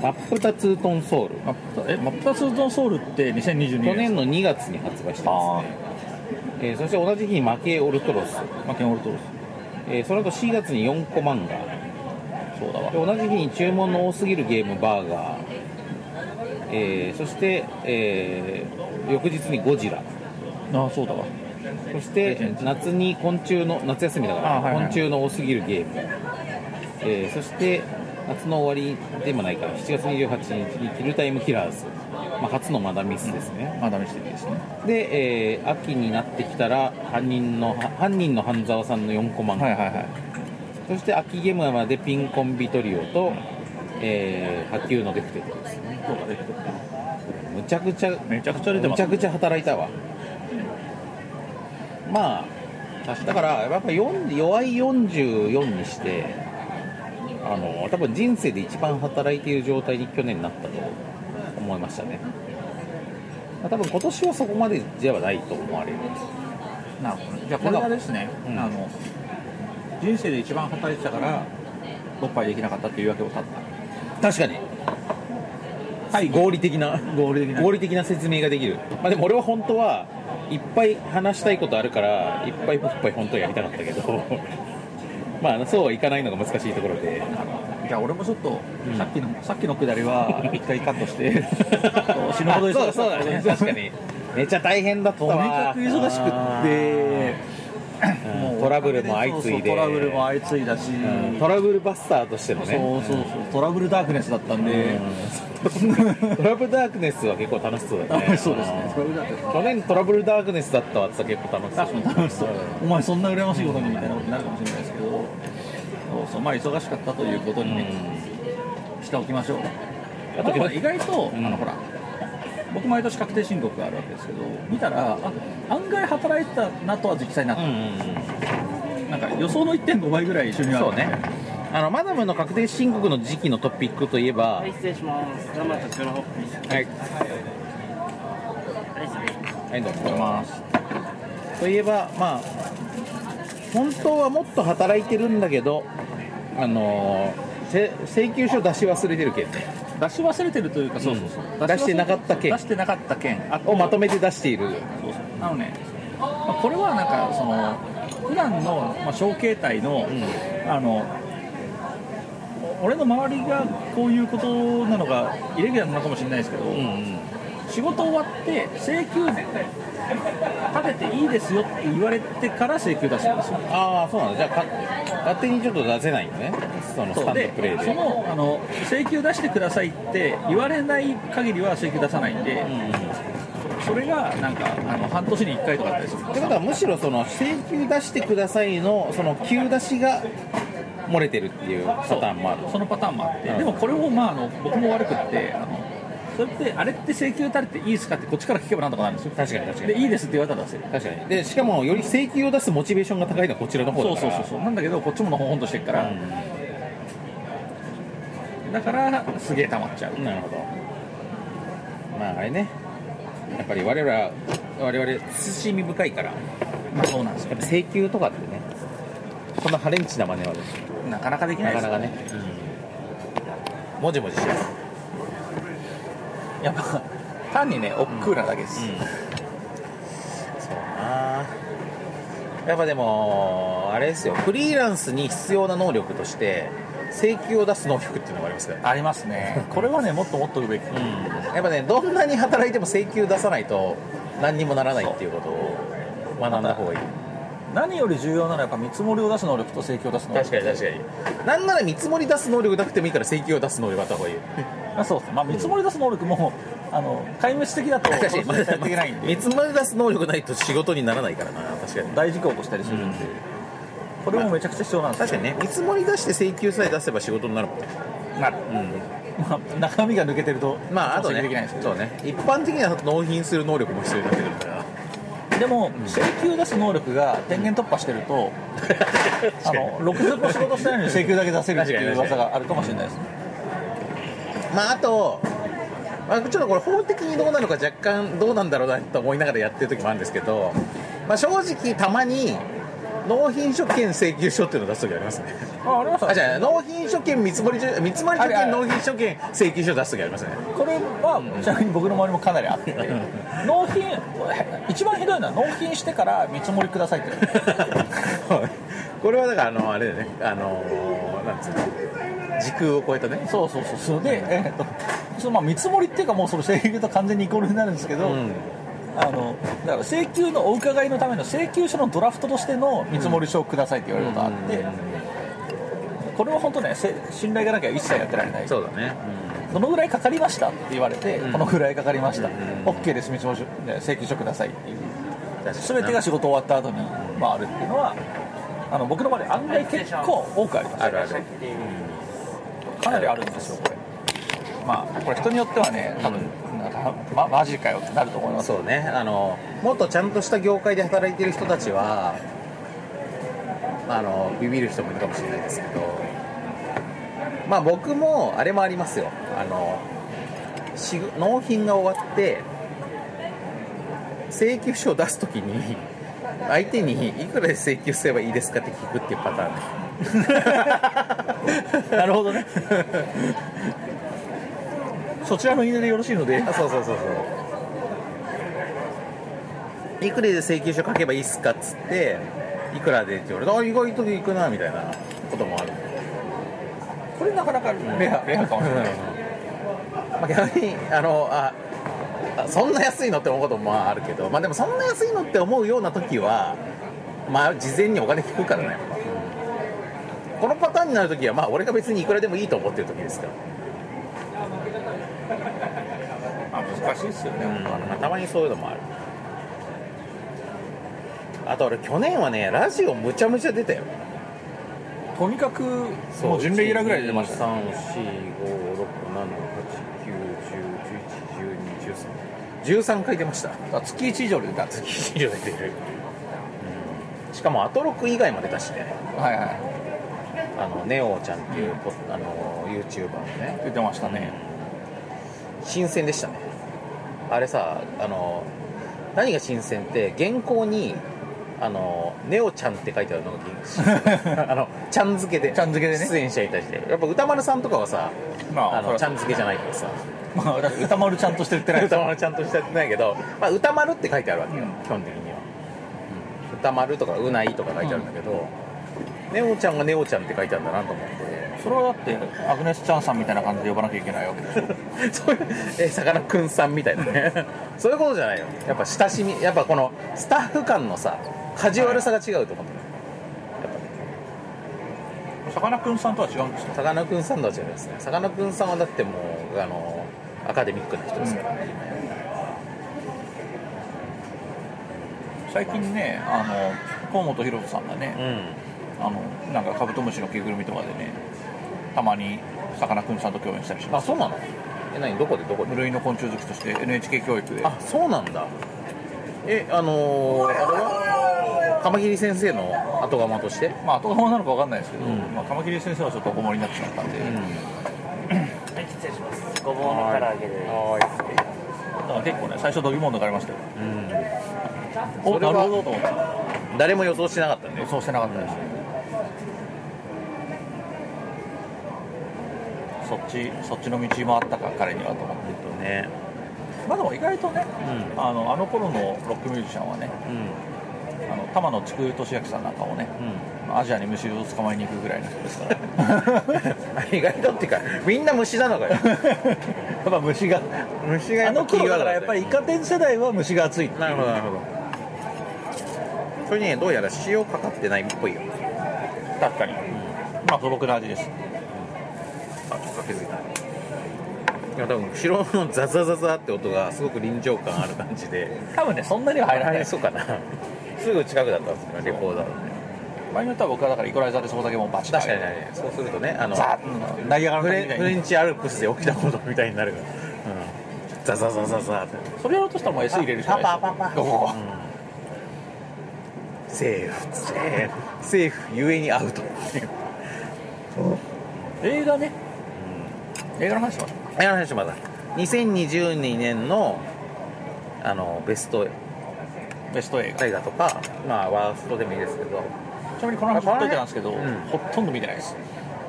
[SPEAKER 2] タップタツートンソウル
[SPEAKER 3] マップタえマップタツーゾンソウルって2022
[SPEAKER 2] 去年
[SPEAKER 3] の
[SPEAKER 2] の2月に発売してま
[SPEAKER 3] あ
[SPEAKER 2] すね、えーそして同じ日に負けオルトロス、
[SPEAKER 3] あマケンオルトロス
[SPEAKER 2] えーその後4月に4個漫画
[SPEAKER 3] そうだわ
[SPEAKER 2] で同じ日に注文の多すぎるゲームバーガー、えーそして、えー翌日にゴジラ
[SPEAKER 3] ああそうだわ
[SPEAKER 2] そして夏に昆虫の夏休みだから、
[SPEAKER 3] あはいはい
[SPEAKER 2] 昆虫の多すぎるゲーム、えーそして夏の終わりでもないから7月28日に「キルタイムキラーズ」まあ、初のマダミスですね、
[SPEAKER 3] まだ見せていいですね
[SPEAKER 2] で、えー秋になってきたら犯人の犯人の半沢さんの4コマン、
[SPEAKER 3] はいはいはい
[SPEAKER 2] そして秋ゲームまでピンコンビトリオと、えー波及のデクテルですね
[SPEAKER 3] そうだね
[SPEAKER 2] むちゃくちゃ
[SPEAKER 3] めちゃくちゃ出て
[SPEAKER 2] む
[SPEAKER 3] ま
[SPEAKER 2] ち
[SPEAKER 3] す
[SPEAKER 2] ゃくちゃ働いたわまあだからやっぱ4弱い44にしてあの多分人生で一番働いている状態に去年なったと思いましたねまあ多分今年はそこまでではないと思われる
[SPEAKER 3] なるほどじゃあこれはですね、
[SPEAKER 2] うん
[SPEAKER 3] あの人生で一番働いてたからおっぱいできなかったっていうわけを立っ
[SPEAKER 2] 確かにはい合理的な
[SPEAKER 3] た合理的
[SPEAKER 2] 合理的な説明ができる、まあ、でも俺は本当はいっぱい話したいことあるからいっぱいいっぱい本当はやりたかったけど まああのそうはいかないのが難しいところで
[SPEAKER 3] じゃあ俺もちょっと、
[SPEAKER 2] うん
[SPEAKER 3] さっきのさっきのくだ りは一回カットして 死ぬほど忙しか
[SPEAKER 2] あ
[SPEAKER 3] った
[SPEAKER 2] そうだそうだね確かにめちゃ大変だった
[SPEAKER 3] とにかく忙しくって
[SPEAKER 2] うんトラブルも相次いで
[SPEAKER 3] そうそうトラブルも相次いだし、
[SPEAKER 2] うんトラブルバスターとしてのね
[SPEAKER 3] そうそうそうトラブルダークネスだったんで、
[SPEAKER 2] うんトラブルダークネスは結構楽しそうだね
[SPEAKER 3] あ そうですねトラブルダークネス
[SPEAKER 2] 去年トラブルダークネスだったわってさ結構楽しそう
[SPEAKER 3] 確かに楽しそうお前そんな羨ましいことにみたいなことになるかもしれないですけどそうそうまあ忙しかったということにね、しておきましょうあとほら意外と、
[SPEAKER 2] うん
[SPEAKER 3] あのほら僕毎年確定申告があるわけですけど見たらあ案外働いてたなとは実際なっ
[SPEAKER 2] うん
[SPEAKER 3] た、
[SPEAKER 2] うんうん
[SPEAKER 3] なんか予想の1.5倍ぐらい収入ある
[SPEAKER 2] そうねあのマダムの確定申告の時期のトピックといえば、はい、失礼します。頑張ってはい。はい、どうも。といえば、まあ、本当はもっと働いてるんだけど、あのーせ請求書出し忘れてるけど、
[SPEAKER 3] 出し忘れてるというか、そうそうそう
[SPEAKER 2] 出してなかった件
[SPEAKER 3] 出してなかった件あ
[SPEAKER 2] をまとめて出している。
[SPEAKER 3] そうそうなのね、まあこれはなんかその普段のまあ小携帯の、あのお俺の周りがこういうことなのがイレギュラーなのかもしれないですけど、仕事終わって請求立てていいですよって言われてから請求出してるんですよ
[SPEAKER 2] ああ、そうなんだ。じゃあか、勝手にちょっと出せないよね。そのス
[SPEAKER 3] そ
[SPEAKER 2] タ
[SPEAKER 3] う
[SPEAKER 2] ンド
[SPEAKER 3] で
[SPEAKER 2] プレイで。
[SPEAKER 3] そのあの請求出してくださいって言われない限りは請求出さないんで、
[SPEAKER 2] うんうん
[SPEAKER 3] それがなんかあの半年に1回とかだったりする
[SPEAKER 2] ってことはむしろその請求出してくださいのその急出しが漏れてるっていうパターンもある
[SPEAKER 3] そのパターンもあって、
[SPEAKER 2] うん
[SPEAKER 3] でもこれを、まあ、あの僕も悪くってあのそれってあれって請求たれていいですかってこっちから聞けばなんとかなるんですよ
[SPEAKER 2] 確かに確かに
[SPEAKER 3] でいいですって言われたら出せる
[SPEAKER 2] 確かにでしかもより請求を出すモチベーションが高いのはこちらの方
[SPEAKER 3] そ
[SPEAKER 2] だ
[SPEAKER 3] う
[SPEAKER 2] か
[SPEAKER 3] そう
[SPEAKER 2] ら
[SPEAKER 3] そうそうなんだけどこっちものほほんとしてるから、だからすげえ溜まっちゃう、
[SPEAKER 2] うんなるほどまああれねやっぱり我々は我々慎み深いからや
[SPEAKER 3] まあ、そうなんですよ
[SPEAKER 2] っぱ請求とかってねこんなハレンチな真似はね
[SPEAKER 3] なかなかできな
[SPEAKER 2] ない
[SPEAKER 3] で
[SPEAKER 2] か
[SPEAKER 3] す
[SPEAKER 2] な
[SPEAKER 3] よ
[SPEAKER 2] かね、もじもじしちゃう、
[SPEAKER 3] やっぱ単にね億劫なだけです、
[SPEAKER 2] そうなやっぱでもあれですよフリーランスに必要な能力として請求を出す能力っていうのがありますから
[SPEAKER 3] あります ねこれはねもっともっとうべき
[SPEAKER 2] やっぱねどんなに働いても請求出さないと何にもならないっていうことを学んだ方がいい
[SPEAKER 3] 何より重要なのはやっぱ見積もりを出す能力と請求を出す能力
[SPEAKER 2] 確かに確かになんなら見積もり出す能力なくてもいいから請求を出す能力があった方がいい
[SPEAKER 3] まあそうですね、まあ、見積もり出す能力も、あの壊滅的だと、
[SPEAKER 2] 確か
[SPEAKER 3] それそれできないん
[SPEAKER 2] に見
[SPEAKER 3] で、
[SPEAKER 2] 積もり出す能力ないと仕事にならないからな確かに
[SPEAKER 3] 大事故起こしたりするんで、これもめちゃくちゃ必要なんです
[SPEAKER 2] 確かにね見積もり出して請求さえ出せば仕事になるもんね
[SPEAKER 3] になる、
[SPEAKER 2] うん
[SPEAKER 3] まあ、中身が抜けてると、
[SPEAKER 2] まああと
[SPEAKER 3] 申し
[SPEAKER 2] ね
[SPEAKER 3] 訳できないんですけど
[SPEAKER 2] そうね一般的には納品する能力も必要になってくるから
[SPEAKER 3] でも、請求出す能力が天元突破してる と、あのろくずく仕事してないのに請求だけ出せるってい
[SPEAKER 2] 確
[SPEAKER 3] う
[SPEAKER 2] かに確か
[SPEAKER 3] 噂
[SPEAKER 2] に
[SPEAKER 3] があるかもしれないですね。
[SPEAKER 2] まああと、まあ、ちょっとこれ法的にどうなのか若干どうなんだろうなと思いながらやってる時もあるんですけど、まあ、正直たまに納品書兼請求書っていうのを出す時あります ね
[SPEAKER 3] あありました
[SPEAKER 2] あじゃあ納品書兼見積もり書見積もり書兼納品書兼請求書出す時ありますね
[SPEAKER 3] これはちなみに僕の周りもかなりあって納品一番ひどいのは納品してから見積もりくださいって言われる
[SPEAKER 2] これはだからあのあれだよねあのーなんつうの時空を超えたね
[SPEAKER 3] そうそうそうそうで、えー、とそのまあ見積もりっていうかもうそれ請求と完全にイコールになるんですけど、
[SPEAKER 2] ん
[SPEAKER 3] あのだから請求のお伺いのための請求書のドラフトとしての見積もり書をくださいって言われることがあって、これは本当ねせ信頼がなきゃ一切やってられない
[SPEAKER 2] そうだね、
[SPEAKER 3] どのぐらいかかりましたって言われて、このぐらいかかりました、OK です見積もり書ね請求書くださいっていう全てが仕事終わった後に、まあ、あるっていうのはあの僕の場合案外結構多くあります
[SPEAKER 2] あるある
[SPEAKER 3] かなりあるんですよこれまあこれ人によってはね多分、なんかま、マジかよってなると思います
[SPEAKER 2] そうねあのもっとちゃんとした業界で働いてる人たちはあのビビる人もいるかもしれないですけどまあ僕もあれもありますよあの仕納品が終わって請求書を出すときに相手にいくらで請求すればいいですかって聞くっていうパターンなるほどね
[SPEAKER 3] そちらの言い値でよろしいので
[SPEAKER 2] あそうそうそうそういくらで請求書書けばいいっすかっつっていくらでって言われてあ意外といくなみたいなこともある
[SPEAKER 3] これなかなかレアレアかもしれないです
[SPEAKER 2] まあ、逆にあのああそんな安いのって思うこともまああるけど、まあ、でもそんな安いのって思うような時は、まあ、事前にお金聞くからねやっぱこのパターンになる時は、まあ、俺が別にいくらでもいいと思ってる時ですから、
[SPEAKER 3] まあ難しいですよね、本当はね
[SPEAKER 2] まあたまにそういうのもあるあと俺去年はねラジオむちゃむちゃ出たよ
[SPEAKER 3] とにかくもう準レギュラーぐらいで出ましたね
[SPEAKER 2] 13回出ました
[SPEAKER 3] あ月1以上で出たんです
[SPEAKER 2] 以上出てるしかもアトロク以外まで出してね
[SPEAKER 3] はいは
[SPEAKER 2] あのネオちゃんっていうポッ、あの YouTuber のね
[SPEAKER 3] い出てましたね
[SPEAKER 2] 新鮮でしたねあれさあの何が新鮮って原稿にあのネオちゃんって書いてあるのが新鮮 あのちゃん付けで
[SPEAKER 3] ちゃん付けでね
[SPEAKER 2] 出演者に対してやっぱ歌丸さんとかはさ
[SPEAKER 3] まあ
[SPEAKER 2] あのちゃん
[SPEAKER 3] と
[SPEAKER 2] 付けじゃないからさ
[SPEAKER 3] まあだって歌丸ちゃんとして言っ てない
[SPEAKER 2] 歌丸ちゃんとしてやってないけど、まあ、歌丸って書いてあるわけよ、
[SPEAKER 3] うん
[SPEAKER 2] 基本的には、歌丸とかうないとか書いてあるんだけど、ネオちゃんがネオちゃんって書いてあるんだなと思って
[SPEAKER 3] それはだってアグネス・チャンさんみたいな感じで呼ばなきゃいけないわけでしょ
[SPEAKER 2] そういうえさかなクンさんみたいなね そういうことじゃないよやっぱ親しみやっぱこのスタッフ間のさカジュアルさが違うと思って
[SPEAKER 3] さかなクンさんとは違うんですよ
[SPEAKER 2] さかなクンさんとは違いますねさかなクンさんはだってもうあのアカデミックな人ですから、
[SPEAKER 3] 最近ねあの河本ロ人さんがね、
[SPEAKER 2] うん
[SPEAKER 3] あのなんかカブトムシの着ぐるみとかでねたまにさかなクンさんと共演したりしま
[SPEAKER 2] あ
[SPEAKER 3] す
[SPEAKER 2] そうなのえ何どこでどこ
[SPEAKER 3] 無
[SPEAKER 2] で
[SPEAKER 3] 類の昆虫好きとして NHK 教育で
[SPEAKER 2] あそうなんだえあのー、あれはカマキリ先生の後釜として
[SPEAKER 3] まあ後釜なのか分かんないですけど、
[SPEAKER 2] うん
[SPEAKER 3] まあ、カマキリ先生はちょっとお困りになってしまったんで、
[SPEAKER 2] うん
[SPEAKER 7] はい失礼しますごぼうの唐揚げです
[SPEAKER 3] だから結構ね最初度肝を抜かれましたよ
[SPEAKER 2] うん
[SPEAKER 3] お
[SPEAKER 2] それは
[SPEAKER 3] なるほどと思って
[SPEAKER 2] 誰も予想してなかったね
[SPEAKER 3] 予想してなかったです、そっちそっちの道もあったか彼にはと思って
[SPEAKER 2] ね
[SPEAKER 3] まあでも意外とね
[SPEAKER 2] うん
[SPEAKER 3] あのあの頃のロックミュージシャンはね
[SPEAKER 2] うん
[SPEAKER 3] あの玉野筑俊明さんなんかもね
[SPEAKER 2] うん
[SPEAKER 3] アジアに虫を捕まえに行くぐらいの人ですから
[SPEAKER 2] 意外とっていうかみんな虫なのかよ
[SPEAKER 3] やっぱ虫が
[SPEAKER 2] 虫がや
[SPEAKER 3] あ
[SPEAKER 2] っぱ
[SPEAKER 3] の
[SPEAKER 2] キー
[SPEAKER 3] 頃
[SPEAKER 2] ワード
[SPEAKER 3] だから
[SPEAKER 2] だ
[SPEAKER 3] や
[SPEAKER 2] っ
[SPEAKER 3] ったぱ
[SPEAKER 2] よ
[SPEAKER 3] りイカ天世代は虫が熱い
[SPEAKER 2] なるほどなるほどそれにねどうやら塩かかってないっぽいよ
[SPEAKER 3] 確かにまあ素朴な味です
[SPEAKER 2] あかけづいたいや多分後ろのザザザザって音がすごく臨場感ある感じで
[SPEAKER 3] 多分ねそんなには入らない
[SPEAKER 2] 入りそうかな すぐ近くだったんですよねレコーダーのね
[SPEAKER 3] 場合によっては僕はだからイコライザーでそこだけもうバチッと
[SPEAKER 2] 確かにねそうするとねあの
[SPEAKER 3] ザーッとナイアガラの
[SPEAKER 2] フ
[SPEAKER 3] 滝
[SPEAKER 2] レ
[SPEAKER 3] みたい
[SPEAKER 2] フレ
[SPEAKER 3] に
[SPEAKER 2] ンチアルプスで起きたことみたいになるから、うん、ザザザザザって
[SPEAKER 3] それやろうとしたらもう S 入れるしかない
[SPEAKER 2] パパパパ
[SPEAKER 3] どこ
[SPEAKER 2] セーフセーフセーフゆえにアウトっていう
[SPEAKER 3] 映画ね映画の話しましょ
[SPEAKER 2] え話しまだ2022年のあのベスト
[SPEAKER 3] うベスト映画
[SPEAKER 2] 映画とかまあワーストでもいいですけど
[SPEAKER 3] ちなみにこの話ほっといてたんですけど
[SPEAKER 2] この辺うん
[SPEAKER 3] ほとんど見てないです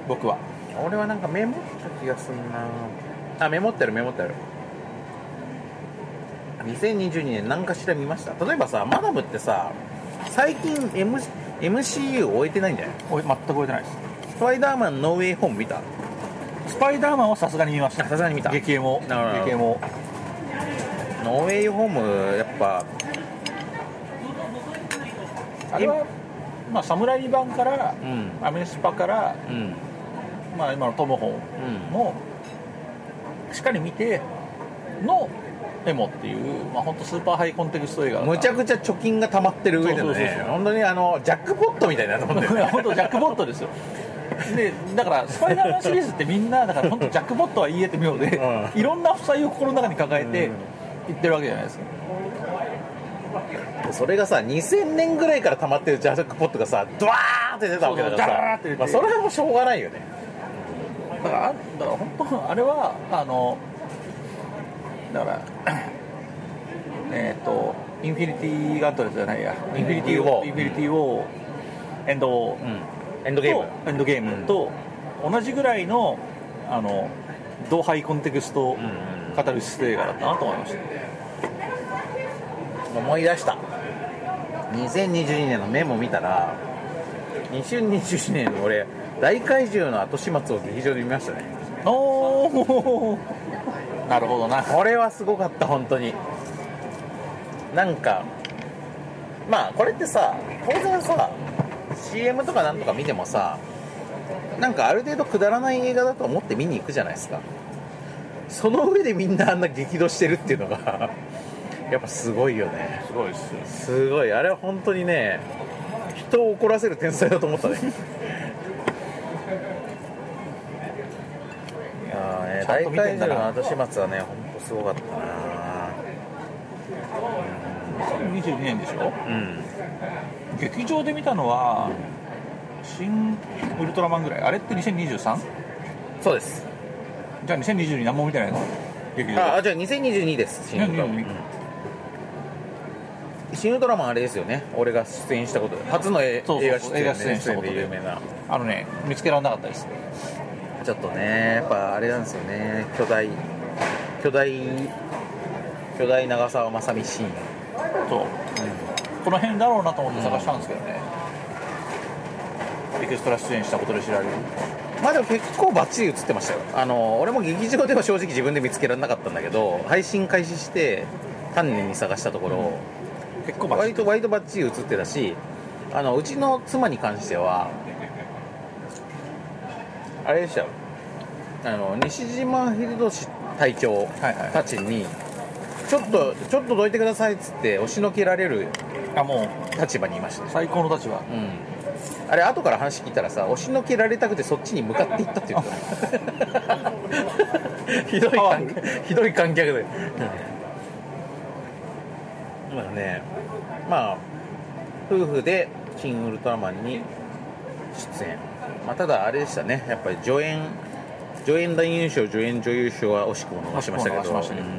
[SPEAKER 3] 僕は
[SPEAKER 2] 俺はなんかメモった気がすんなあメモってあるメモってある2022年何かしら見ました例えばさマダムってさ最近、M、MCU 終えてないんじゃない
[SPEAKER 3] おい全く覚えてないです
[SPEAKER 2] スパイダーマンノーウェイホーム見た
[SPEAKER 3] スパイダーマンはさすがに見ました
[SPEAKER 2] さすがに見た
[SPEAKER 3] 激エモ
[SPEAKER 2] なるほど
[SPEAKER 3] 激エモ
[SPEAKER 2] ノーウェイホームやっぱ
[SPEAKER 3] あれはまあ侍版から
[SPEAKER 2] うん
[SPEAKER 3] アメスパから
[SPEAKER 2] うん
[SPEAKER 3] まあ今のトムホンもしっかり見てのエモっていうまあ本当スーパーハイコンテクスト映画だ
[SPEAKER 2] むちゃ
[SPEAKER 3] く
[SPEAKER 2] くちゃ貯金が溜まってる上での
[SPEAKER 3] そうそう
[SPEAKER 2] ね
[SPEAKER 3] そう
[SPEAKER 2] 本当にあのジャックポットみたいになと思ってるね
[SPEAKER 3] 本当ジャックポットですよでだからスパイダーマンシリーズってみんなだから本当ジャックポットは言えて妙で
[SPEAKER 2] う
[SPEAKER 3] いろんな負債を心の中に抱えて言ってるわけじゃないですか
[SPEAKER 2] それがさ2000年ぐらいから溜まってるジャックポットがさドワーって出たわけだから
[SPEAKER 3] そうそうダラーって出
[SPEAKER 2] さまあ
[SPEAKER 3] て
[SPEAKER 2] それはもうしょうがないよね
[SPEAKER 3] だからあだから本当あれはあのだから えっ、とインフィニティガントレットじゃないやインフィニティウォーインフィニティウォーエンドウォー
[SPEAKER 2] エンド
[SPEAKER 3] と
[SPEAKER 2] ゲーム
[SPEAKER 3] エンドゲームと同じぐらいのあの同輩コンテクストカタルシス映画だったなと思いました
[SPEAKER 2] 思い出した2022年のメモ見たら2022年の俺大怪獣の後始末を劇場で見ましたね
[SPEAKER 3] おー なるほどな
[SPEAKER 2] これはすごかった本当になんかまあこれってさ当然さ CM とかなんとか見てもさなんかある程度くだらない映画だと思って見に行くじゃないですかその上でみんなあんな激怒してるっていうのがやっぱすごいよね
[SPEAKER 3] すごいっす
[SPEAKER 2] すごいあれは本当にね人を怒らせる天才だと思 ったねいやーね
[SPEAKER 3] ちゃん
[SPEAKER 2] 大
[SPEAKER 3] と見て
[SPEAKER 2] 怪
[SPEAKER 3] んだ
[SPEAKER 2] 獣
[SPEAKER 3] な
[SPEAKER 2] の後始末はね本当すごかったな
[SPEAKER 3] 22年でしょ
[SPEAKER 2] うん
[SPEAKER 3] 劇場で見たのは新ウルトラマンぐらいあれって 2023?
[SPEAKER 2] そうです
[SPEAKER 3] じゃあ2022何も見てないの劇場で
[SPEAKER 2] ああじゃあ2022です新ウルトラマン
[SPEAKER 3] 2022
[SPEAKER 2] 新ウルトラマンあれですよね俺が出演したこと初のえ
[SPEAKER 3] そうそう
[SPEAKER 2] 映画出演ね
[SPEAKER 3] 映画出演したことで
[SPEAKER 2] 出演で有名な
[SPEAKER 3] あのね見つけられなかったです
[SPEAKER 2] ちょっとねやっぱあれなんですよね巨大巨大巨大長澤まさみシーン
[SPEAKER 3] そう、この辺だろうなと思って探したんですけどね、エクストラ出演したことで知られる
[SPEAKER 2] まあでも結構バッチリ映ってましたよあの俺も劇場では正直自分で見つけられなかったんだけど配信開始して丹念に探したところ、
[SPEAKER 3] 結構
[SPEAKER 2] 割と割とバッチリ映ってたしあのうちの妻に関してはあれでしたよあの西島秀俊隊長
[SPEAKER 3] はいはい
[SPEAKER 2] たちに、ちょっとちょっとどいてくださいっつって押しのけられる
[SPEAKER 3] あも
[SPEAKER 2] 立場にいました
[SPEAKER 3] う最高の立
[SPEAKER 2] う
[SPEAKER 3] 場
[SPEAKER 2] ん、あれ後から話聞いたらさ押しのけられたくてそっちに向かっていったって いうひどい観客ひどい観客でまあねまあ夫婦で「シン・ウルトラマン」に出演、まあ、ただあれでしたねやっぱり助演助演男優賞助演女優賞は惜しくも逃しましたけど
[SPEAKER 3] 惜しくも逃しましたけど
[SPEAKER 2] うん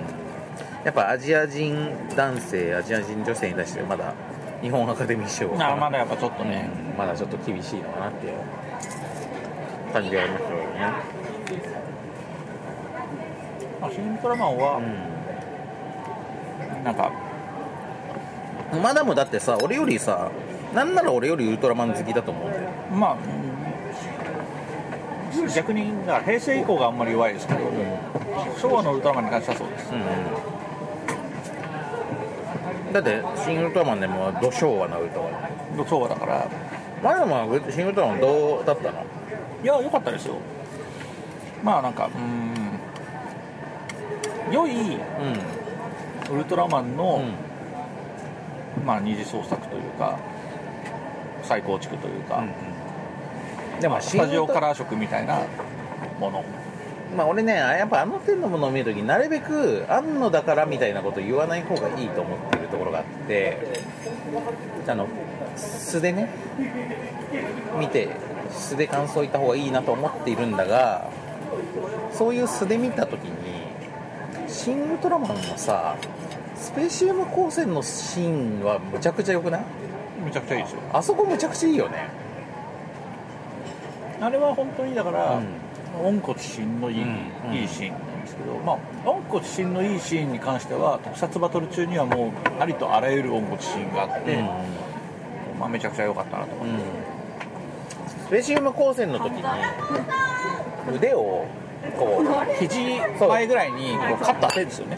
[SPEAKER 2] やっぱアジア人男性アジア人女性に対してまだ日本アカデミー賞
[SPEAKER 3] あまだやっぱちょっとね、
[SPEAKER 2] うんまだちょっと厳しいのかなっていう感じがありますよね、
[SPEAKER 3] まあ、シン・ウルトラマンは、なんか
[SPEAKER 2] マダムだってさ俺よりさなんなら俺よりウルトラマン好きだと思うんだよ
[SPEAKER 3] まあうん逆にだから平成以降があんまり弱いですけど、昭和のウルトラマンに関してはそうです、
[SPEAKER 2] だって「シン・ウルトラマン」でも土昭和なウルトラマン
[SPEAKER 3] 昭和だから
[SPEAKER 2] マダムはシン・ウルトラマンどうだったの
[SPEAKER 3] いや良かったですよまあなんかうん良い
[SPEAKER 2] うん
[SPEAKER 3] ウルトラマン
[SPEAKER 2] う
[SPEAKER 3] の、
[SPEAKER 2] ん
[SPEAKER 3] まあ、二次創作というか再構築というか、
[SPEAKER 2] でも
[SPEAKER 3] スタジオカラー色みたいなもの
[SPEAKER 2] まあ俺ねやっぱあの手のものを見るときなるべくあんのだからみたいなこと言わない方がいいと思っているところがあってあの素でね見て素で感想言った方がいいなと思っているんだがそういう素で見たときに「シン・ウルトラマン」のさスペシウム光線のシーンはむちゃくちゃ良くない
[SPEAKER 3] めちゃくちゃいいですよ
[SPEAKER 2] あそこむちゃくちゃいいよね、
[SPEAKER 3] あれは本当にだから、温故知新のいい,、
[SPEAKER 2] うん
[SPEAKER 3] いいシーンなんですけど、まあ、温故知新のいいシーンに関しては特撮バトル中にはもうありとあらゆる温故知新があって、まあ、めちゃくちゃ良かったなと思って、
[SPEAKER 2] スペシウム光線の時に腕をこう肘
[SPEAKER 3] 前ぐらいにこうカット当てるんですよね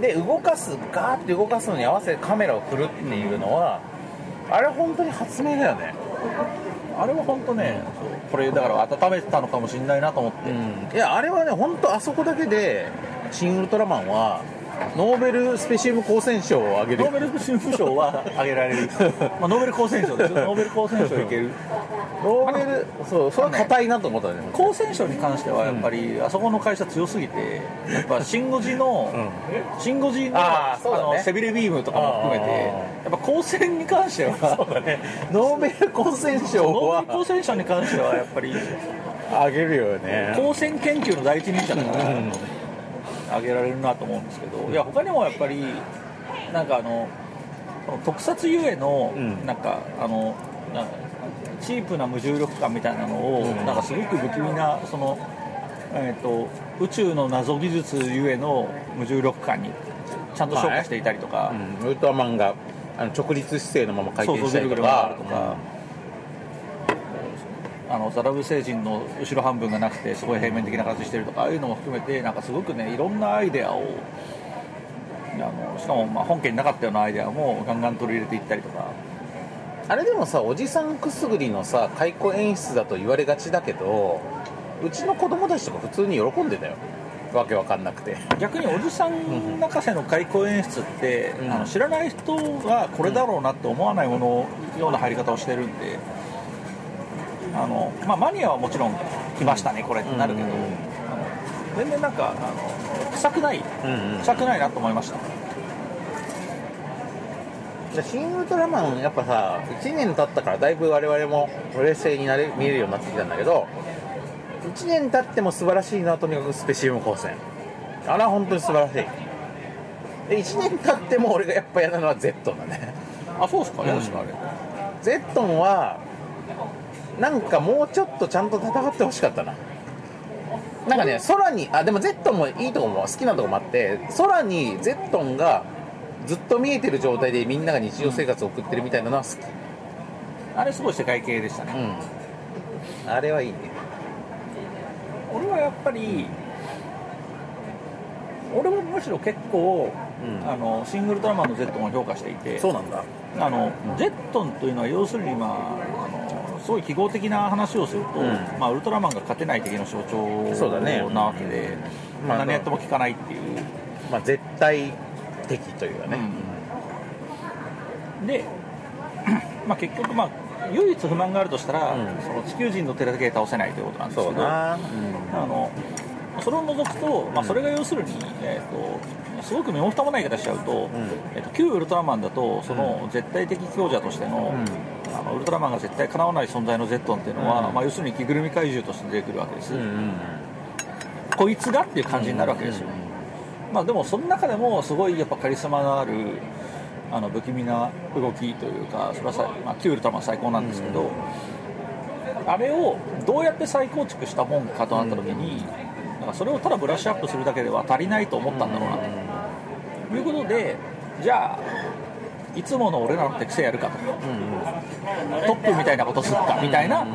[SPEAKER 2] で動かすガーって動かすのに合わせてカメラを振るっていうのは、あれ本当に発明だよね、
[SPEAKER 3] あれは本当ね、そうこれだから温めてたのかもしれないなと思って、
[SPEAKER 2] いやあれはね本当あそこだけで「シン・ウルトラマン」はノーベルスペシウム光線賞をあげる
[SPEAKER 3] ノーベル新婦賞 はあげられる、まあ、ノーベル光線賞ですよ ノーベル光線賞いけ る
[SPEAKER 2] ノーベルそうそれは硬いなと思ったね
[SPEAKER 3] 光線賞に関してはやっぱりあそこの会社強すぎてやっぱシン・ゴジの、シン・ゴジの
[SPEAKER 2] あーそうだね
[SPEAKER 3] の背びれビームとかも含めてやっぱ光線に 関しては
[SPEAKER 2] ノーベル光線賞
[SPEAKER 3] ノーベル
[SPEAKER 2] は
[SPEAKER 3] 光線賞に関してはやっぱり
[SPEAKER 2] あげるよね
[SPEAKER 3] 高専研究の第一人者だから、
[SPEAKER 2] ん
[SPEAKER 3] あげられるなと思うんですけどいや他にもやっぱりなんかあの特撮ゆえの、
[SPEAKER 2] ん
[SPEAKER 3] なんかあのなんかチープな無重力感みたいなのを、なんかすごく不気味なその、えー、と宇宙の謎技術ゆえの無重力感にちゃんと昇華していたりとか、
[SPEAKER 2] うんウルトラマンがあの直立姿勢のまま回
[SPEAKER 3] そう
[SPEAKER 2] 転
[SPEAKER 3] そう
[SPEAKER 2] した
[SPEAKER 3] ぐる
[SPEAKER 2] りと
[SPEAKER 3] ぐる
[SPEAKER 2] か
[SPEAKER 3] 回るとか、あのザラブ星人の後ろ半分がなくてすごい平面的な形してるとかああいうのも含めてなんかすごくねいろんなアイデアをあのしかもまあ本家になかったようなアイデアもガンガン取り入れていったりとか
[SPEAKER 2] あれでもさおじさんくすぐりのさ開口演出だと言われがちだけどうちの子供たちとか普通に喜んでたよわけわかんなくて
[SPEAKER 3] 逆におじさん泣かせの開口演出って、
[SPEAKER 2] うん
[SPEAKER 3] あの知らない人がこれだろうなって思わないものような入り方をしてるんであの、まあ、マニアはもちろん来ましたね、これってなるけど、
[SPEAKER 2] うん
[SPEAKER 3] あの全然なんかあの臭くない
[SPEAKER 2] うんうん
[SPEAKER 3] 臭くないなと思いました
[SPEAKER 2] で新ウルトラマンやっぱさ1年経ったからだいぶ我々も冷静になれ見えるようになってきたんだけど1年経っても素晴らしいのはとにかくスペシウム光線あれは本当に素晴らしいで1年経っても俺がやっぱ嫌なのはゼットンだね
[SPEAKER 3] あそうですか嫌ですか、あれ
[SPEAKER 2] ゼットンはなんかもうちょっとちゃんと戦ってほしかったななんかね空にあでもゼットンもいいとこも好きなとこもあって空にゼットンがずっと見えてる状態でみんなが日常生活を送ってるみたいなのは好き
[SPEAKER 3] あれすごい世界系でしたね、
[SPEAKER 2] うん、あれはいいね
[SPEAKER 3] 俺はやっぱり俺はむしろ結構、
[SPEAKER 2] うん
[SPEAKER 3] あのシングルトラマンのゼットンを評価していて
[SPEAKER 2] うなんだ
[SPEAKER 3] あのゼットンというのは要するに、まあ、あのすごい記号的な話をすると、
[SPEAKER 2] うん
[SPEAKER 3] まあ、ウルトラマンが勝てない敵の象
[SPEAKER 2] そうだね
[SPEAKER 3] 徴なわけで、
[SPEAKER 2] まあ
[SPEAKER 3] 何やっても効かないっていう、
[SPEAKER 2] まあ絶対的というかね、
[SPEAKER 3] で、まあ、結局、まあ、唯一不満があるとしたら、
[SPEAKER 2] うん
[SPEAKER 3] その地球人の手だけ倒せないということなんですけ
[SPEAKER 2] そ
[SPEAKER 3] ど
[SPEAKER 2] うな、
[SPEAKER 3] あのそれを除くと、まあ、それが要するに、えー、とすごく身も蓋もない言い方しちゃうと,、
[SPEAKER 2] ん
[SPEAKER 3] えー、と旧ウルトラマンだとその絶対的強者としての,、あのウルトラマンが絶対かなわない存在のゼットンっていうのは、まあ、要するに着ぐるみ怪獣として出てくるわけです、
[SPEAKER 2] うんうん
[SPEAKER 3] こいつがっていう感じになるわけですよ、まあ、でもその中でもすごいやっぱカリスマのあるあの不気味な動きというかそれはさ、まあ、キュールとは最高なんですけど、あれをどうやって再構築したもんかとなった時に、なんかそれをただブラッシュアップするだけでは足りないと思ったんだろうなと、いうことでじゃあいつもの俺らの手癖やるかと、トップみたいなことするかみたいな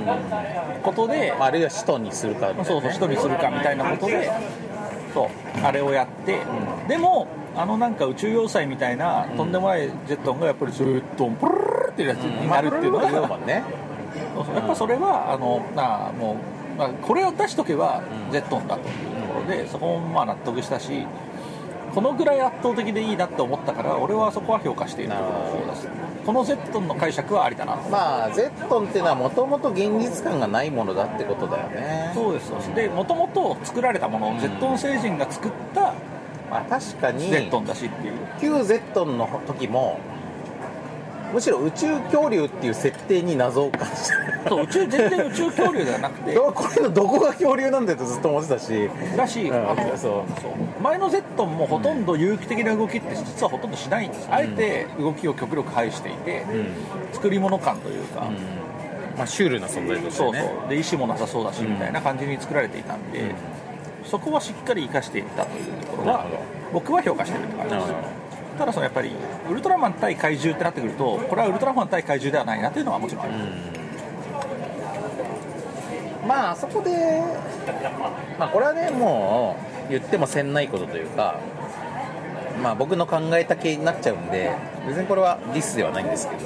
[SPEAKER 3] ことで、
[SPEAKER 2] まあ、あるいは使徒にするかみたいな
[SPEAKER 3] そうそう一人するかみたいなことでそうあれをやって、でもあのなんか宇宙要塞みたいなとんでもないジェットンがやっぱりずっとプルルルルっていうやつになるっていうの
[SPEAKER 2] まあ
[SPEAKER 3] が、
[SPEAKER 2] ブルーロマンね
[SPEAKER 3] そうそうやっぱそれはあのなあもう、まあ、これを出しとけばジェットンだというところでそこもまあ納得したしこのぐらい圧倒的でいいなって思ったから俺はそこは評価しているところですこのゼットンの解釈はありだなと
[SPEAKER 2] まあゼットンっていうのはもともと現実感がないものだってことだよね
[SPEAKER 3] そうですそうですでもともと作られたもの、ゼットン星人が作った
[SPEAKER 2] まあ確かに
[SPEAKER 3] ゼットンだしっていう
[SPEAKER 2] 旧ゼットンの時もむしろ宇宙恐竜っていう設定に謎を感じた
[SPEAKER 3] そう宇宙全然宇宙恐竜ではなくて
[SPEAKER 2] ど これのどこが恐竜なんだよってずっと思ってたし
[SPEAKER 3] らしい、
[SPEAKER 2] うん
[SPEAKER 3] あの
[SPEAKER 2] そう
[SPEAKER 3] そう前のゼットンもほとんど有機的な動きって実はほとんどしないんです、あえて動きを極力排していて、作り物感というか、
[SPEAKER 2] まあシュールな存在としてね
[SPEAKER 3] そうそうで意思もなさそうだし、みたいな感じに作られていたんで、そこはしっかり生かしていったというところ
[SPEAKER 2] な
[SPEAKER 3] が
[SPEAKER 2] るほど
[SPEAKER 3] 僕は評価してるって感じです
[SPEAKER 2] なるほ
[SPEAKER 3] ただそのやっぱりウルトラマン対怪獣ってなってくるとこれはウルトラマン対怪獣ではないなというのはもちろんあります、
[SPEAKER 2] まああそこで、まあ、これはねもう言ってもせんないことというか、まあ、僕の考えた系になっちゃうんで別にこれはディスではないんですけど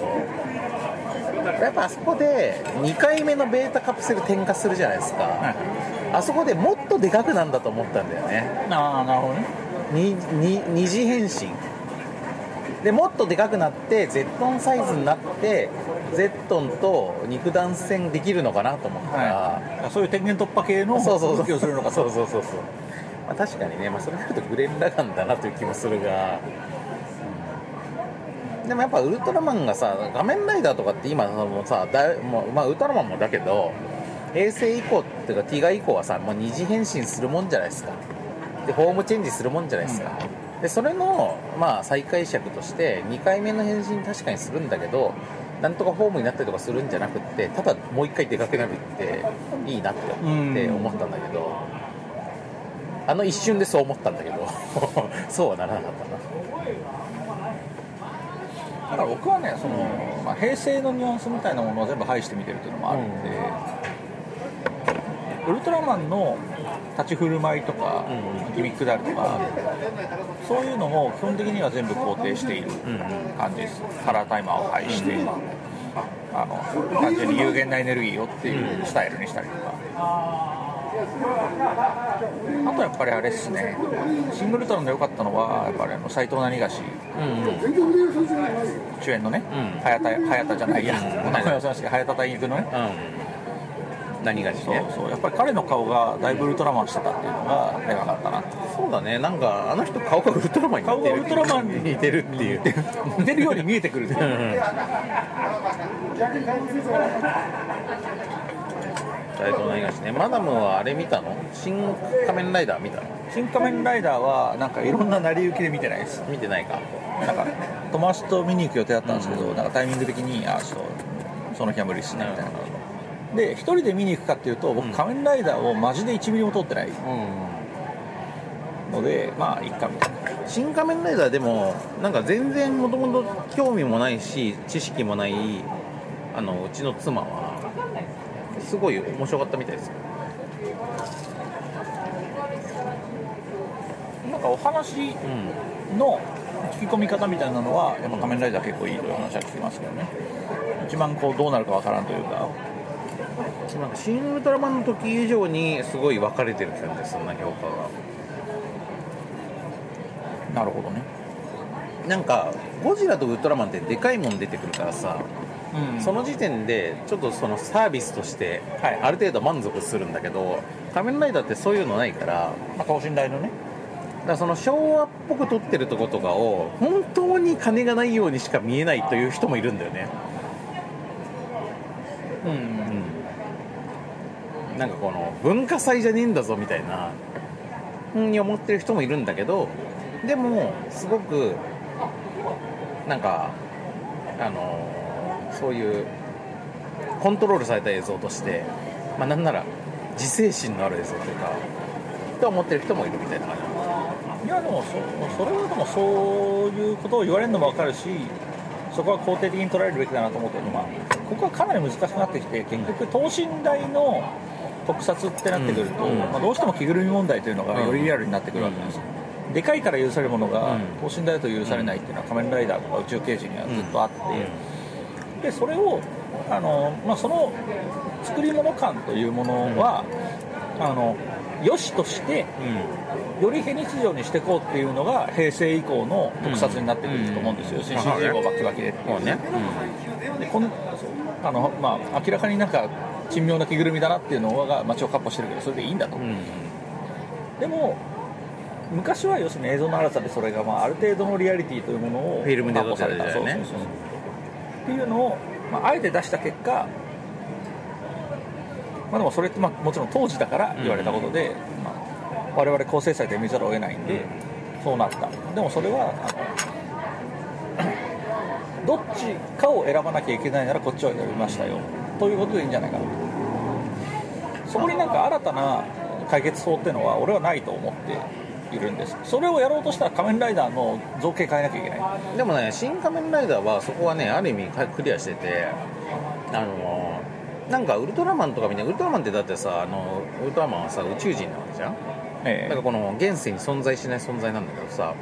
[SPEAKER 2] やっぱあそこで2回目のベータカプセル点火するじゃないですか、
[SPEAKER 3] はい
[SPEAKER 2] あそこでもっとでかくなんだと思ったんだよね
[SPEAKER 3] ああなるほどね
[SPEAKER 2] にに二次変身でもっとでかくなってゼットンサイズになってゼットンと肉弾戦できるのかなと思ったら、
[SPEAKER 3] はい、そういう天元突破系の
[SPEAKER 2] そうそう
[SPEAKER 3] 動き
[SPEAKER 2] そう
[SPEAKER 3] をするのか
[SPEAKER 2] そうそうそうそう、まあ、確かにね、まあ、それ見るとグレン・ラガンだなという気もするがでもやっぱウルトラマンがさ「仮面ライダー」とかって今そのさだいもう、まあ、ウルトラマンもだけど平成以降っていうかティガ以降はさもう二次変身するもんじゃないですかでホームチェンジするもんじゃないですか、でそれの、まあ、再解釈として2回目の変身確かにするんだけどなんとかホームになったりとかするんじゃなくってただもう一回でかくなるっていいなって思って
[SPEAKER 3] うん
[SPEAKER 2] 思ったんだけど、あの一瞬でそう思ったんだけど そうはならなかったな
[SPEAKER 3] だから僕はねその、まあ、平成のニュアンスみたいなものを全部排して見てるっていうのもあるんで、ウルトラマンの立ち振る舞いとか、ギミックであるとか、そういうのも基本的には全部肯定している感じです、カラータイマーを排して、あの単純に有限なエネルギーをっていうスタイルにしたりとか。あとやっぱりあれっすね、シングルトランで良かったのは、やっぱりあの斎藤何がし主演のね、早田早田じゃないや、お名前忘れましたけど、早田大育のね、
[SPEAKER 2] 何がし
[SPEAKER 3] そう
[SPEAKER 2] ね
[SPEAKER 3] そう、やっぱり彼の顔がだいぶウルトラマンしてたっていうのが、でかかったなって
[SPEAKER 2] そうだねなんかあの人顔がウルトラマンに
[SPEAKER 3] 顔
[SPEAKER 2] 似て
[SPEAKER 3] がウ
[SPEAKER 2] る
[SPEAKER 3] ルトラマンに
[SPEAKER 2] 似てるっていう
[SPEAKER 3] 似てるように見えてくるっていう
[SPEAKER 2] 大東何がしねマダムはあれ見たの新仮面ライダー見たの
[SPEAKER 3] 新仮面ライダーは、なんかいろんな成り行きで見てないです、
[SPEAKER 2] 見てないか
[SPEAKER 3] なんか友達と見に行く予定だったんですけど、なんかタイミング的に、ああ、ちょっとその日は無理ですねみたいな。で一人で見に行くかっていうと僕仮面ライダーをマジで1ミリも通ってないので、まあいっかみたいな
[SPEAKER 2] 新仮面ライダーでもなんか全然もともと興味もないし知識もないあのうちの妻はすごい面白かったみたいですよ
[SPEAKER 3] なんかお話の聞き込み方みたいなのは、やっぱ仮面ライダー結構いいという話は聞きますけどね、一番こうどうなるかわからんというか、
[SPEAKER 2] なんか新ウルトラマンの時以上にすごい分かれてる感じですそんな評価が
[SPEAKER 3] なるほどね、
[SPEAKER 2] なんかゴジラとウルトラマンってでかいもん出てくるからさそ
[SPEAKER 3] その
[SPEAKER 2] の時点でちょっとそのサービスとして
[SPEAKER 3] はい
[SPEAKER 2] ある程度満足するんだけど仮面ライダーってそういうのないから
[SPEAKER 3] まあ等身大のね、
[SPEAKER 2] だからその昭和っぽく撮ってるとことかを本当に金がないようにしか見えないという人もいるんだよね、うん、なんかこの文化祭じゃねえんだぞみたいなふうに思ってる人もいるんだけどでもすごくなんかあのそういうコントロールされた映像として、まあなんなら自制心のある映像というかって思ってる人もいるみたいな感じ
[SPEAKER 3] いやでもそ、それはでもそういうことを言われるのもわかるし、そこは肯定的に捉えるべきだなと思うけど、まあ、ここはかなり難しくなってきて、結局、等身大の特撮ってなってくると、まあ、どうしても着ぐるみ問題というのがよりリアルになってくるわけなんですよ。でかいから許されるものが等身大だと許されないっていうのは仮面ライダーとか宇宙刑事にはずっとあって、でそれをあの、まあ、その作り物感というものは、あの良しとして、より非日常にしていこうっていうのが平成以降の特撮になってくると思うんですよ、新進人号バッキバキでっていうね、でこのあの、まあ、明らかになんか珍妙な着ぐるみだなっていうのが街をかっ歩してるけどそれでいいんだと、でも昔は要するに映像の荒さでそれが、まあ、ある程度のリアリティというものを
[SPEAKER 2] フィルムで
[SPEAKER 3] 担保された
[SPEAKER 2] 撮って
[SPEAKER 3] そ
[SPEAKER 2] る
[SPEAKER 3] う
[SPEAKER 2] やつだよね
[SPEAKER 3] そうそうそうっていうのを、まあ、あえて出した結果、まあ、でもそれって、まあ、もちろん当時だから言われたことで、まあ、我々高精細で見ざるを得ないんで、そうなったでもそれはあの どっちかを選ばなきゃいけないならこっちを選びましたよということでいいんじゃないかなそこになんか新たな解決法っていうのは俺はないと思っているんですそれをやろうとしたら仮面ライダーの造形変えなきゃいけない
[SPEAKER 2] でもね「新仮面ライダー」はそこはねある意味かクリアしててあのーなんかウルトラマンとかみんなウルトラマンってだってさあのウルトラマンはさ宇宙人なわけじゃん
[SPEAKER 3] え
[SPEAKER 2] だからこの現世に存在しない存在なんだけどさ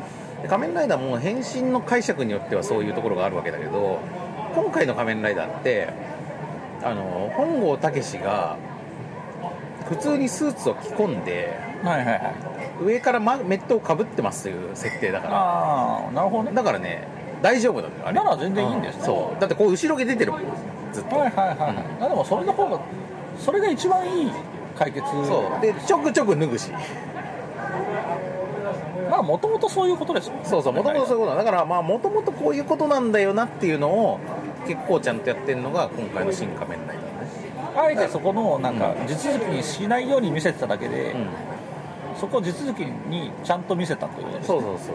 [SPEAKER 2] で仮面ライダーも変身の解釈によってはそういうところがあるわけだけど今回の仮面ライダーってあの本郷武が普通にスーツを着込んで
[SPEAKER 3] えはいはいはい
[SPEAKER 2] 上からまメットをかぶってますという設定だから
[SPEAKER 3] ああなるほどね
[SPEAKER 2] だからね大丈夫なのよあれ
[SPEAKER 3] なら全然いいんですね
[SPEAKER 2] うそうだってこう後ろ毛出てるもんずっと、
[SPEAKER 3] はいはいはい、はいあでもそれの方がそれが一番いい解決
[SPEAKER 2] そうでちょくちょく脱ぐし
[SPEAKER 3] まあもともとそういうことですもんね
[SPEAKER 2] そうそうもともとそういうことだからまあもともとこういうことなんだよなっていうのを結構ちゃんとやってるのが今回の「新仮面ライダー」ね
[SPEAKER 3] あえてそこのなんか地続きにしないように見せてただけで、そこを地続きにちゃんと見せたということです
[SPEAKER 2] そうそうそうそ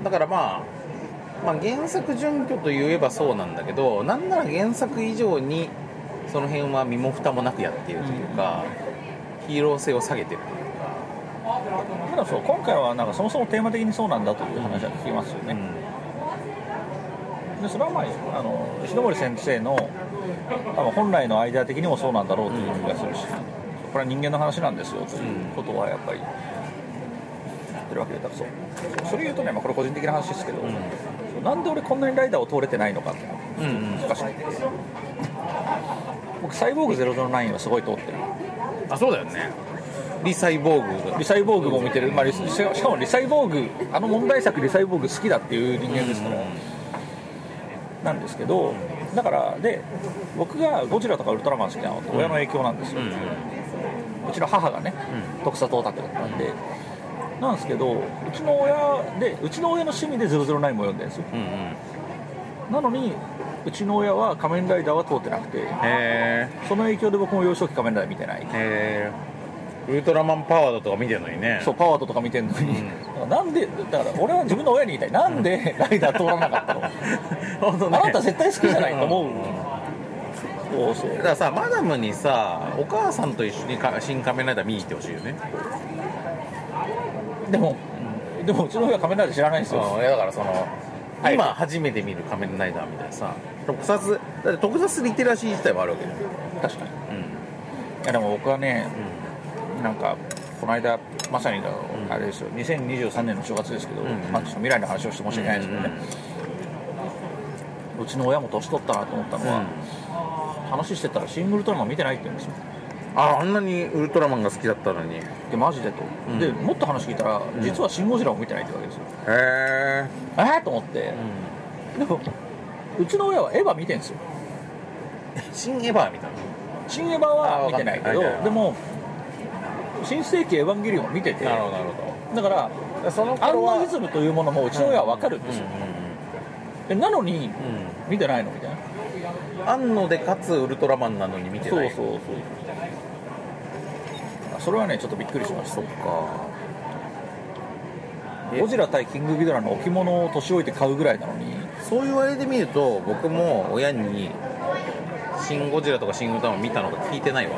[SPEAKER 2] うだからまあ、まあ、原作準拠といえばそうなんだけどなんなら原作以上にその辺は身も蓋もなくやっているというか、ヒーロー性を下げてる
[SPEAKER 3] ただそう今回はなんかそもそもテーマ的にそうなんだという話は聞きますよね、でそれはまああの石森先生の多分本来のアイデア的にもそうなんだろうという気がするし、これは人間の話なんですよということはやっぱり言ってるわけでだからそうそれ言うとね、まあ、これ個人的な話ですけど、なんで俺こんなにライダーを通れてないのかって難しくて、僕サイボーグ009はすごい通ってる
[SPEAKER 8] あそうだよね
[SPEAKER 2] リサイボーグが
[SPEAKER 3] リサイボーグも見てる、まあ、リスしかしかもリサイボーグあの問題作リサイボーグ好きだっていう人間ですから、なんですけどだからで僕がゴジラとかウルトラマン好きなのって親の影響なんですよ、うちの母がね、特撮オタクだったんで、なんですけどうちの親でうちの親の趣味で009も読んでるんですよ、なのにうちの親は仮面ライダーは通ってなくて
[SPEAKER 2] へ
[SPEAKER 3] その影響で僕も幼少期仮面ライダー見てない
[SPEAKER 2] えへえウルトラマンパワードとか見てるのにね
[SPEAKER 3] そうパワードとか見てんのに、なんでだから俺は自分の親に言いたいなんでライダー通らなか ったの、
[SPEAKER 2] 本当
[SPEAKER 3] あ
[SPEAKER 2] ね
[SPEAKER 3] なた絶対好きじゃないと思う、そうそう
[SPEAKER 2] だからさマダムにさお母さんと一緒にか新仮面ライダー見に行ってほしいよね
[SPEAKER 3] でも、でもうちの親は仮面ライダー知らないんですよ
[SPEAKER 2] うんいやだからその今初めて見る仮面ライダーみたいなさ特撮だって特撮リテラシー自体はあるわけじゃん
[SPEAKER 3] 確かに、いやでも僕はね、なんかこの間まさにだあれですよ2023年の正月ですけど、まあ、ちょっと未来の話をして申し訳ないですけどね、うちの親も年取ったなと思ったのは、話してたらシングルトラマン見てないって言うんですよ
[SPEAKER 2] ああんなにウルトラマンが好きだったのにへ
[SPEAKER 3] でマジでと、でもっと話聞いたら実は「シン・ゴジラ」を見てないってわけですよ、
[SPEAKER 2] え
[SPEAKER 3] えーと思って、でもうちの親はエヴァ見てんですよ
[SPEAKER 2] 新エヴァみたい
[SPEAKER 3] 新エヴァは見てないけど
[SPEAKER 2] あわかんないはいはい
[SPEAKER 3] でも新世紀エヴァンゲリオンを見てて
[SPEAKER 2] な
[SPEAKER 3] だ
[SPEAKER 2] なるほ
[SPEAKER 3] から
[SPEAKER 2] どその
[SPEAKER 3] アン
[SPEAKER 2] 頃は
[SPEAKER 3] マリズムというものもうちの親は分かるんですよ、でなのに見てないのみたいな
[SPEAKER 2] 安野でかつウルトラマンなのに見て
[SPEAKER 3] そ
[SPEAKER 2] な
[SPEAKER 3] う
[SPEAKER 2] い
[SPEAKER 3] そうそうあそれはねちょっとびっくりしましたそっかゴジラ対キングギドラの置物を年老いて買うぐらいなのに
[SPEAKER 2] そう言われてみると僕も親に「シン・ゴジラ」とか「シン・ウルトラマン」見たのか聞いてないわ
[SPEAKER 3] い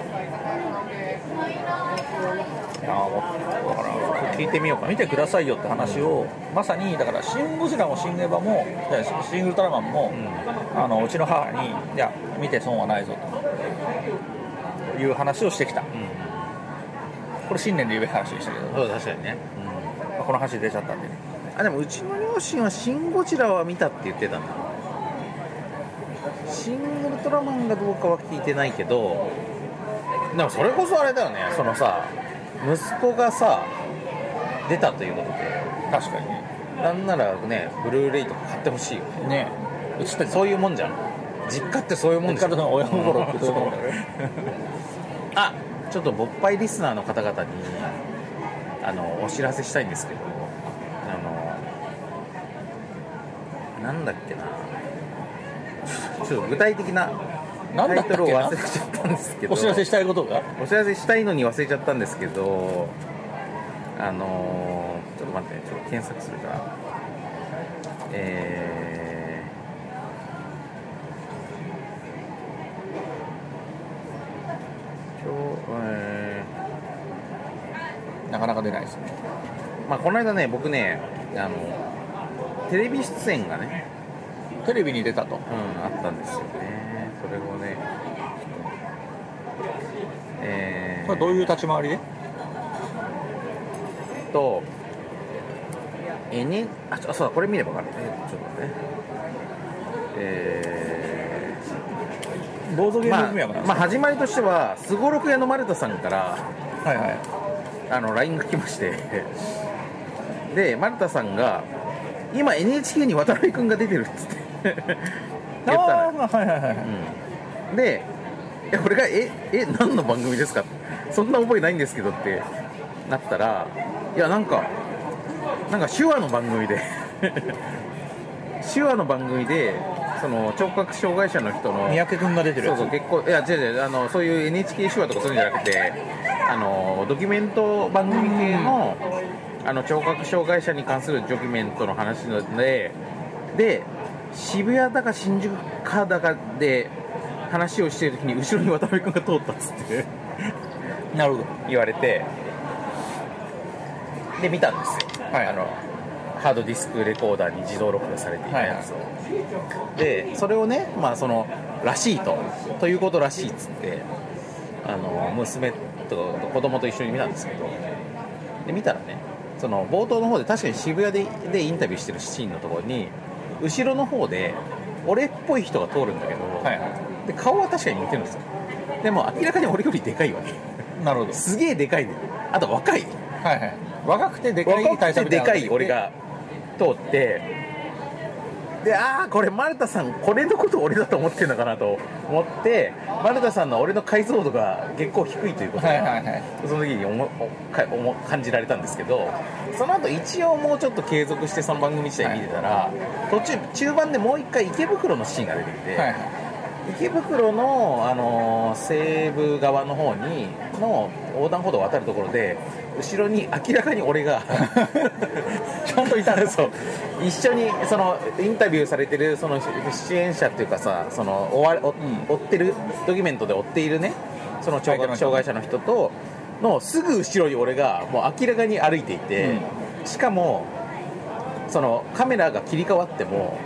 [SPEAKER 3] やーだから
[SPEAKER 2] 聞いてみようかな
[SPEAKER 3] 見てくださいよって話を、まさにだから「シン・ゴジラ」も「シン・エヴァ」も「じゃあシン・ウルトラマンも」あのうちの母に「いや見て損はないぞ」という話をしてきた、これ新年で言うべき話でしたけど、ま
[SPEAKER 2] そう確かにね
[SPEAKER 3] あこの話出ちゃったんでね
[SPEAKER 2] あでもうちの両親は「シン・ゴジラ」は見たって言ってたんだシン・ウルトラマンがどうかは聞いてないけどでもそれこそあれだよねそのさ息子がさ出たということで
[SPEAKER 3] 確かにね
[SPEAKER 2] なんならねブルーレイとか買ってほしいよ
[SPEAKER 3] ね
[SPEAKER 2] うちってそういうもんじゃん実家ってそういうもんじゃん
[SPEAKER 3] 実家と親心ってそういうもんだよ
[SPEAKER 2] あちょっと勃発リスナーの方々にあのお知らせしたいんですけどあのなんだっけなちょっと具体的な
[SPEAKER 3] なん
[SPEAKER 2] タ
[SPEAKER 3] だ
[SPEAKER 2] イ
[SPEAKER 3] っけ
[SPEAKER 2] ト
[SPEAKER 3] な
[SPEAKER 2] ルを忘れちゃったんですけど
[SPEAKER 3] お知らせしたいことが
[SPEAKER 2] お知らせしたいのに忘れちゃったんですけどあのちょっと待ってちょっと検索するからえー今日えー
[SPEAKER 3] なかなか出ないですね
[SPEAKER 2] まあ、この間ね、僕ね、あのテレビ出演がね、
[SPEAKER 3] テレビに出たと
[SPEAKER 2] うん、あったんですよね、それをね、えー、
[SPEAKER 3] これどういう立ち回りで
[SPEAKER 2] と、えね、あ、ちょそうだ、これ見れば分かるね、ちょっとね、えー
[SPEAKER 3] ボードゲーム組合
[SPEAKER 2] まあ、
[SPEAKER 3] か
[SPEAKER 2] まあ始まりとしては、すごろく屋の丸田さんから、
[SPEAKER 3] はいはい
[SPEAKER 2] あの LINE が来まして で丸田さんが「今 NHK に渡辺君が出てる」っつって 言ったら、
[SPEAKER 3] あーはいはいはい
[SPEAKER 2] うんでえ俺が「ええ何の番組ですか?」そんな覚えないんですけどってなったらいやなんか なんか手話の番組で手話の番組でその聴覚障害者の人の
[SPEAKER 3] 三宅君が出てる
[SPEAKER 2] そう
[SPEAKER 3] やつ
[SPEAKER 2] そう結構いや違う違うあのそういう NHK 手話とかそういうんじゃなくてあのドキュメント番組系のあの聴覚障害者に関するドキュメントの話なのでで渋谷だか新宿かだかで話をしてる時に後ろに渡辺君が通ったっつって
[SPEAKER 3] なるほど
[SPEAKER 2] 言われてで見たんですよ、
[SPEAKER 3] はい
[SPEAKER 2] あのハードディスクレコーダーに自動録画されていたやつを、でそれをねまあそのらしいとということらしいっつってあの娘と子供と一緒に見たんですけどで見たらねその冒頭の方で確かに渋谷ででインタビューしてるシーンのところに後ろの方で俺っぽい人が通るんだけど、
[SPEAKER 5] はいは
[SPEAKER 2] で顔は確かに似てるんですよでも明らかに俺よりでかいわけ
[SPEAKER 5] いなるほど
[SPEAKER 2] すげえでかいんだよあと若い
[SPEAKER 5] はいはい
[SPEAKER 2] 若くてで
[SPEAKER 5] かい
[SPEAKER 2] 若
[SPEAKER 5] 大
[SPEAKER 2] くて
[SPEAKER 5] 佐みた
[SPEAKER 2] で
[SPEAKER 5] いなのが
[SPEAKER 2] かい俺が通ってでああこれ丸田さんこれのこと俺だと思ってるのかなと思って丸田さんの俺の解像度が結構低いということが、
[SPEAKER 5] はいはいはい
[SPEAKER 2] その時に思か思感じられたんですけどその後一応もうちょっと継続してその番組自体見てたら、途中中盤でもう一回池袋のシーンが出てきて、
[SPEAKER 5] はいはい
[SPEAKER 2] 池袋の、あのー西部側の方にの横断歩道を渡るところで後ろに明らかに俺が ちゃんといたんですよ一緒にそのインタビューされてるその支援者っていうかさその追われ追追ってるドキュメントで追っているねその聴覚障害者の人とのすぐ後ろに俺がもう明らかに歩いていて、しかもそのカメラが切り替わっても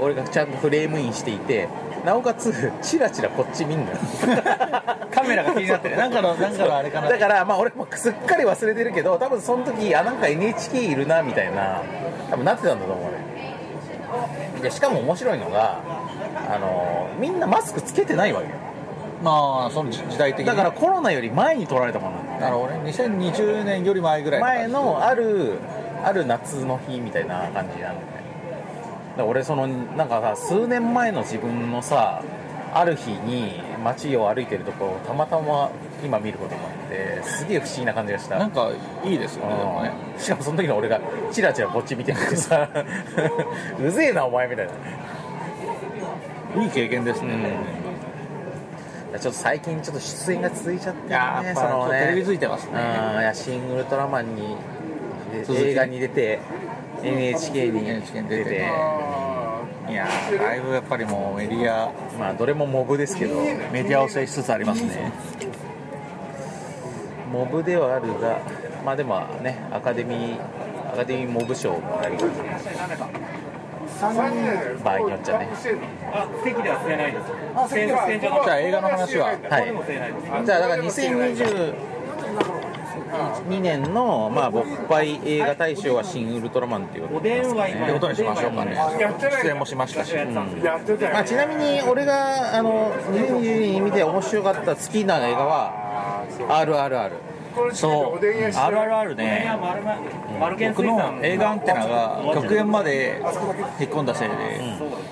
[SPEAKER 2] 俺がちゃんとフレームインしていてなおかつチラチラこっち見ん のよ
[SPEAKER 3] カメラが気になってるなんかのなんかのあれかな
[SPEAKER 2] だからまあ俺もすっかり忘れてるけど多分その時あなんか NHK いるなみたいな多分なってたんだと思う俺でしかも面白いのがあのみんなマスクつけてないわけよ
[SPEAKER 3] まあその時時代的に
[SPEAKER 2] だからコロナより前に撮られたものなの
[SPEAKER 3] なるほどね2020年より前ぐらい
[SPEAKER 2] 前
[SPEAKER 3] 感じ
[SPEAKER 2] のあるある夏の日みたいな感じなんだよねだから俺そのなんかさ数年前の自分のさある日に街を歩いてるとこをたまたま今見ることもあってすげえ不思議な感じがした
[SPEAKER 5] なんかいいですよねでもね
[SPEAKER 2] うんしかもその時の俺がチラチラこっち見てて さうぜえなお前みたいない
[SPEAKER 5] い経験ですね、
[SPEAKER 2] うんやちょっと最近ちょっと出演が続いちゃって
[SPEAKER 5] い
[SPEAKER 2] ね
[SPEAKER 5] やーやっぱ
[SPEAKER 2] そのね
[SPEAKER 5] テレビついてます
[SPEAKER 2] うん
[SPEAKER 5] ね
[SPEAKER 2] いやシン・ウルトラマンにで
[SPEAKER 5] 続き
[SPEAKER 2] 映画に出て NHK に
[SPEAKER 5] NHK に
[SPEAKER 2] 出
[SPEAKER 5] 出
[SPEAKER 2] て
[SPEAKER 5] ていやーだいぶやっぱりもうメディア
[SPEAKER 2] まあどれもモブですけど
[SPEAKER 3] メディアを制しつつありますね
[SPEAKER 2] モブではあるがまあでもねアカデミーアカデミーモブ賞もらえる場合によっちゃね
[SPEAKER 7] あ、席では吸えないです。洗洗浄の
[SPEAKER 5] じゃあ映画の話は
[SPEAKER 2] はい
[SPEAKER 7] 吸えないです。
[SPEAKER 2] じゃあだから2022年のまあ勃発映画大賞は「新ウルトラマン」っていうこと
[SPEAKER 7] お電話に
[SPEAKER 5] ってことにしましょうかね出演もしましたし
[SPEAKER 2] まあ、ちなみに俺があの2022年見て面白かった好きな映画は「RRR」
[SPEAKER 3] そう RRR ね
[SPEAKER 7] 丸ま丸
[SPEAKER 3] 僕
[SPEAKER 7] 源水産
[SPEAKER 3] の映画アンテナが極限まで引っ込んだせいで、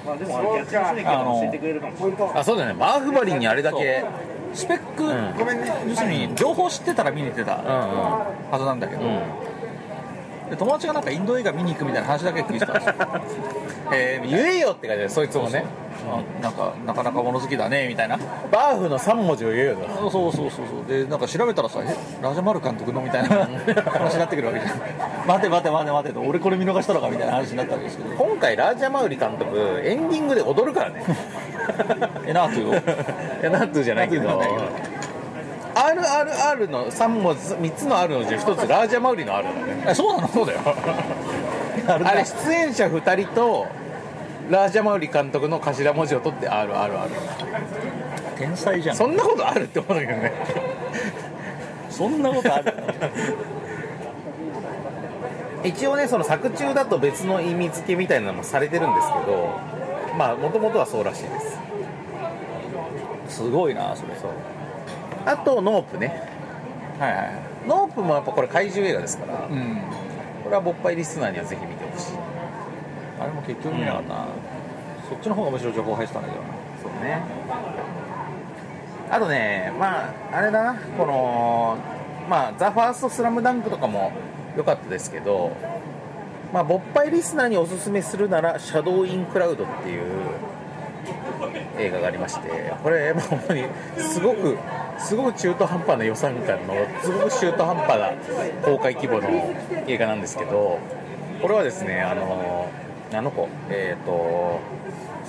[SPEAKER 7] まあでもあれキャッチの席は教えてくれるかもしれない。
[SPEAKER 2] あそうだよねバーフバリンにあれだけ
[SPEAKER 3] スペック、
[SPEAKER 2] ん
[SPEAKER 3] ごめんね要するに情報知ってたら見に行ってた
[SPEAKER 2] うんうん
[SPEAKER 3] はずなんだけど、
[SPEAKER 2] うん
[SPEAKER 3] で友達がなんかインド映画見に行くみたいな話だけ聞いてたん ですよえー、
[SPEAKER 2] 言えよって感じでそいつもね
[SPEAKER 3] あなんかなかなか物好きだねみたいな
[SPEAKER 2] バーフの3文字を言えよと
[SPEAKER 3] そうそうそうそうでなんか調べたらさえラジャマル監督のみたいな話になってくるわけじゃん 待て待て待て待てと俺これ見逃したのかみたいな話になったわけですけど
[SPEAKER 2] 今回ラージャマウリ監督エンディングで踊るから ね
[SPEAKER 3] えなあとい
[SPEAKER 2] い
[SPEAKER 3] う
[SPEAKER 2] やナットゥじゃないけど
[SPEAKER 3] ナットゥじゃ
[SPEAKER 2] RRR の3文字3つの R のうち1つラージャマウリの R だね
[SPEAKER 3] えそうなのそうだよあれ
[SPEAKER 2] あれ出演者2人とラージャマウリ監督の頭文字を取って RRR
[SPEAKER 3] 天才じゃん
[SPEAKER 2] そんなことあるって思うんだけどね
[SPEAKER 3] そんなことある
[SPEAKER 2] 一応ねその作中だと別の意味付けみたいなのもされてるんですけどまあもともとはそうらしいです
[SPEAKER 3] すごい なそれそう
[SPEAKER 2] あとノープね
[SPEAKER 3] はいはい
[SPEAKER 2] ノープもやっぱこれ怪獣映画ですから
[SPEAKER 3] うん
[SPEAKER 2] これは勃発リスナーにはぜひ見てほしい
[SPEAKER 3] あれも結局見なかったな、そっちの方が面白い情報入ってたんだけどな
[SPEAKER 2] そうねあとねまああれだなこのまあ「ザ・ファーストスラムダンクとかも良かったですけどまあ勃発リスナーにおすすめするなら「シャドー・イン・クラウド」っていう映画がありましてこれもう本当にすごくすごく中途半端な予算感のすごく中途半端な公開規模の映画なんですけどこれはですねあのあの子えっ、ー、と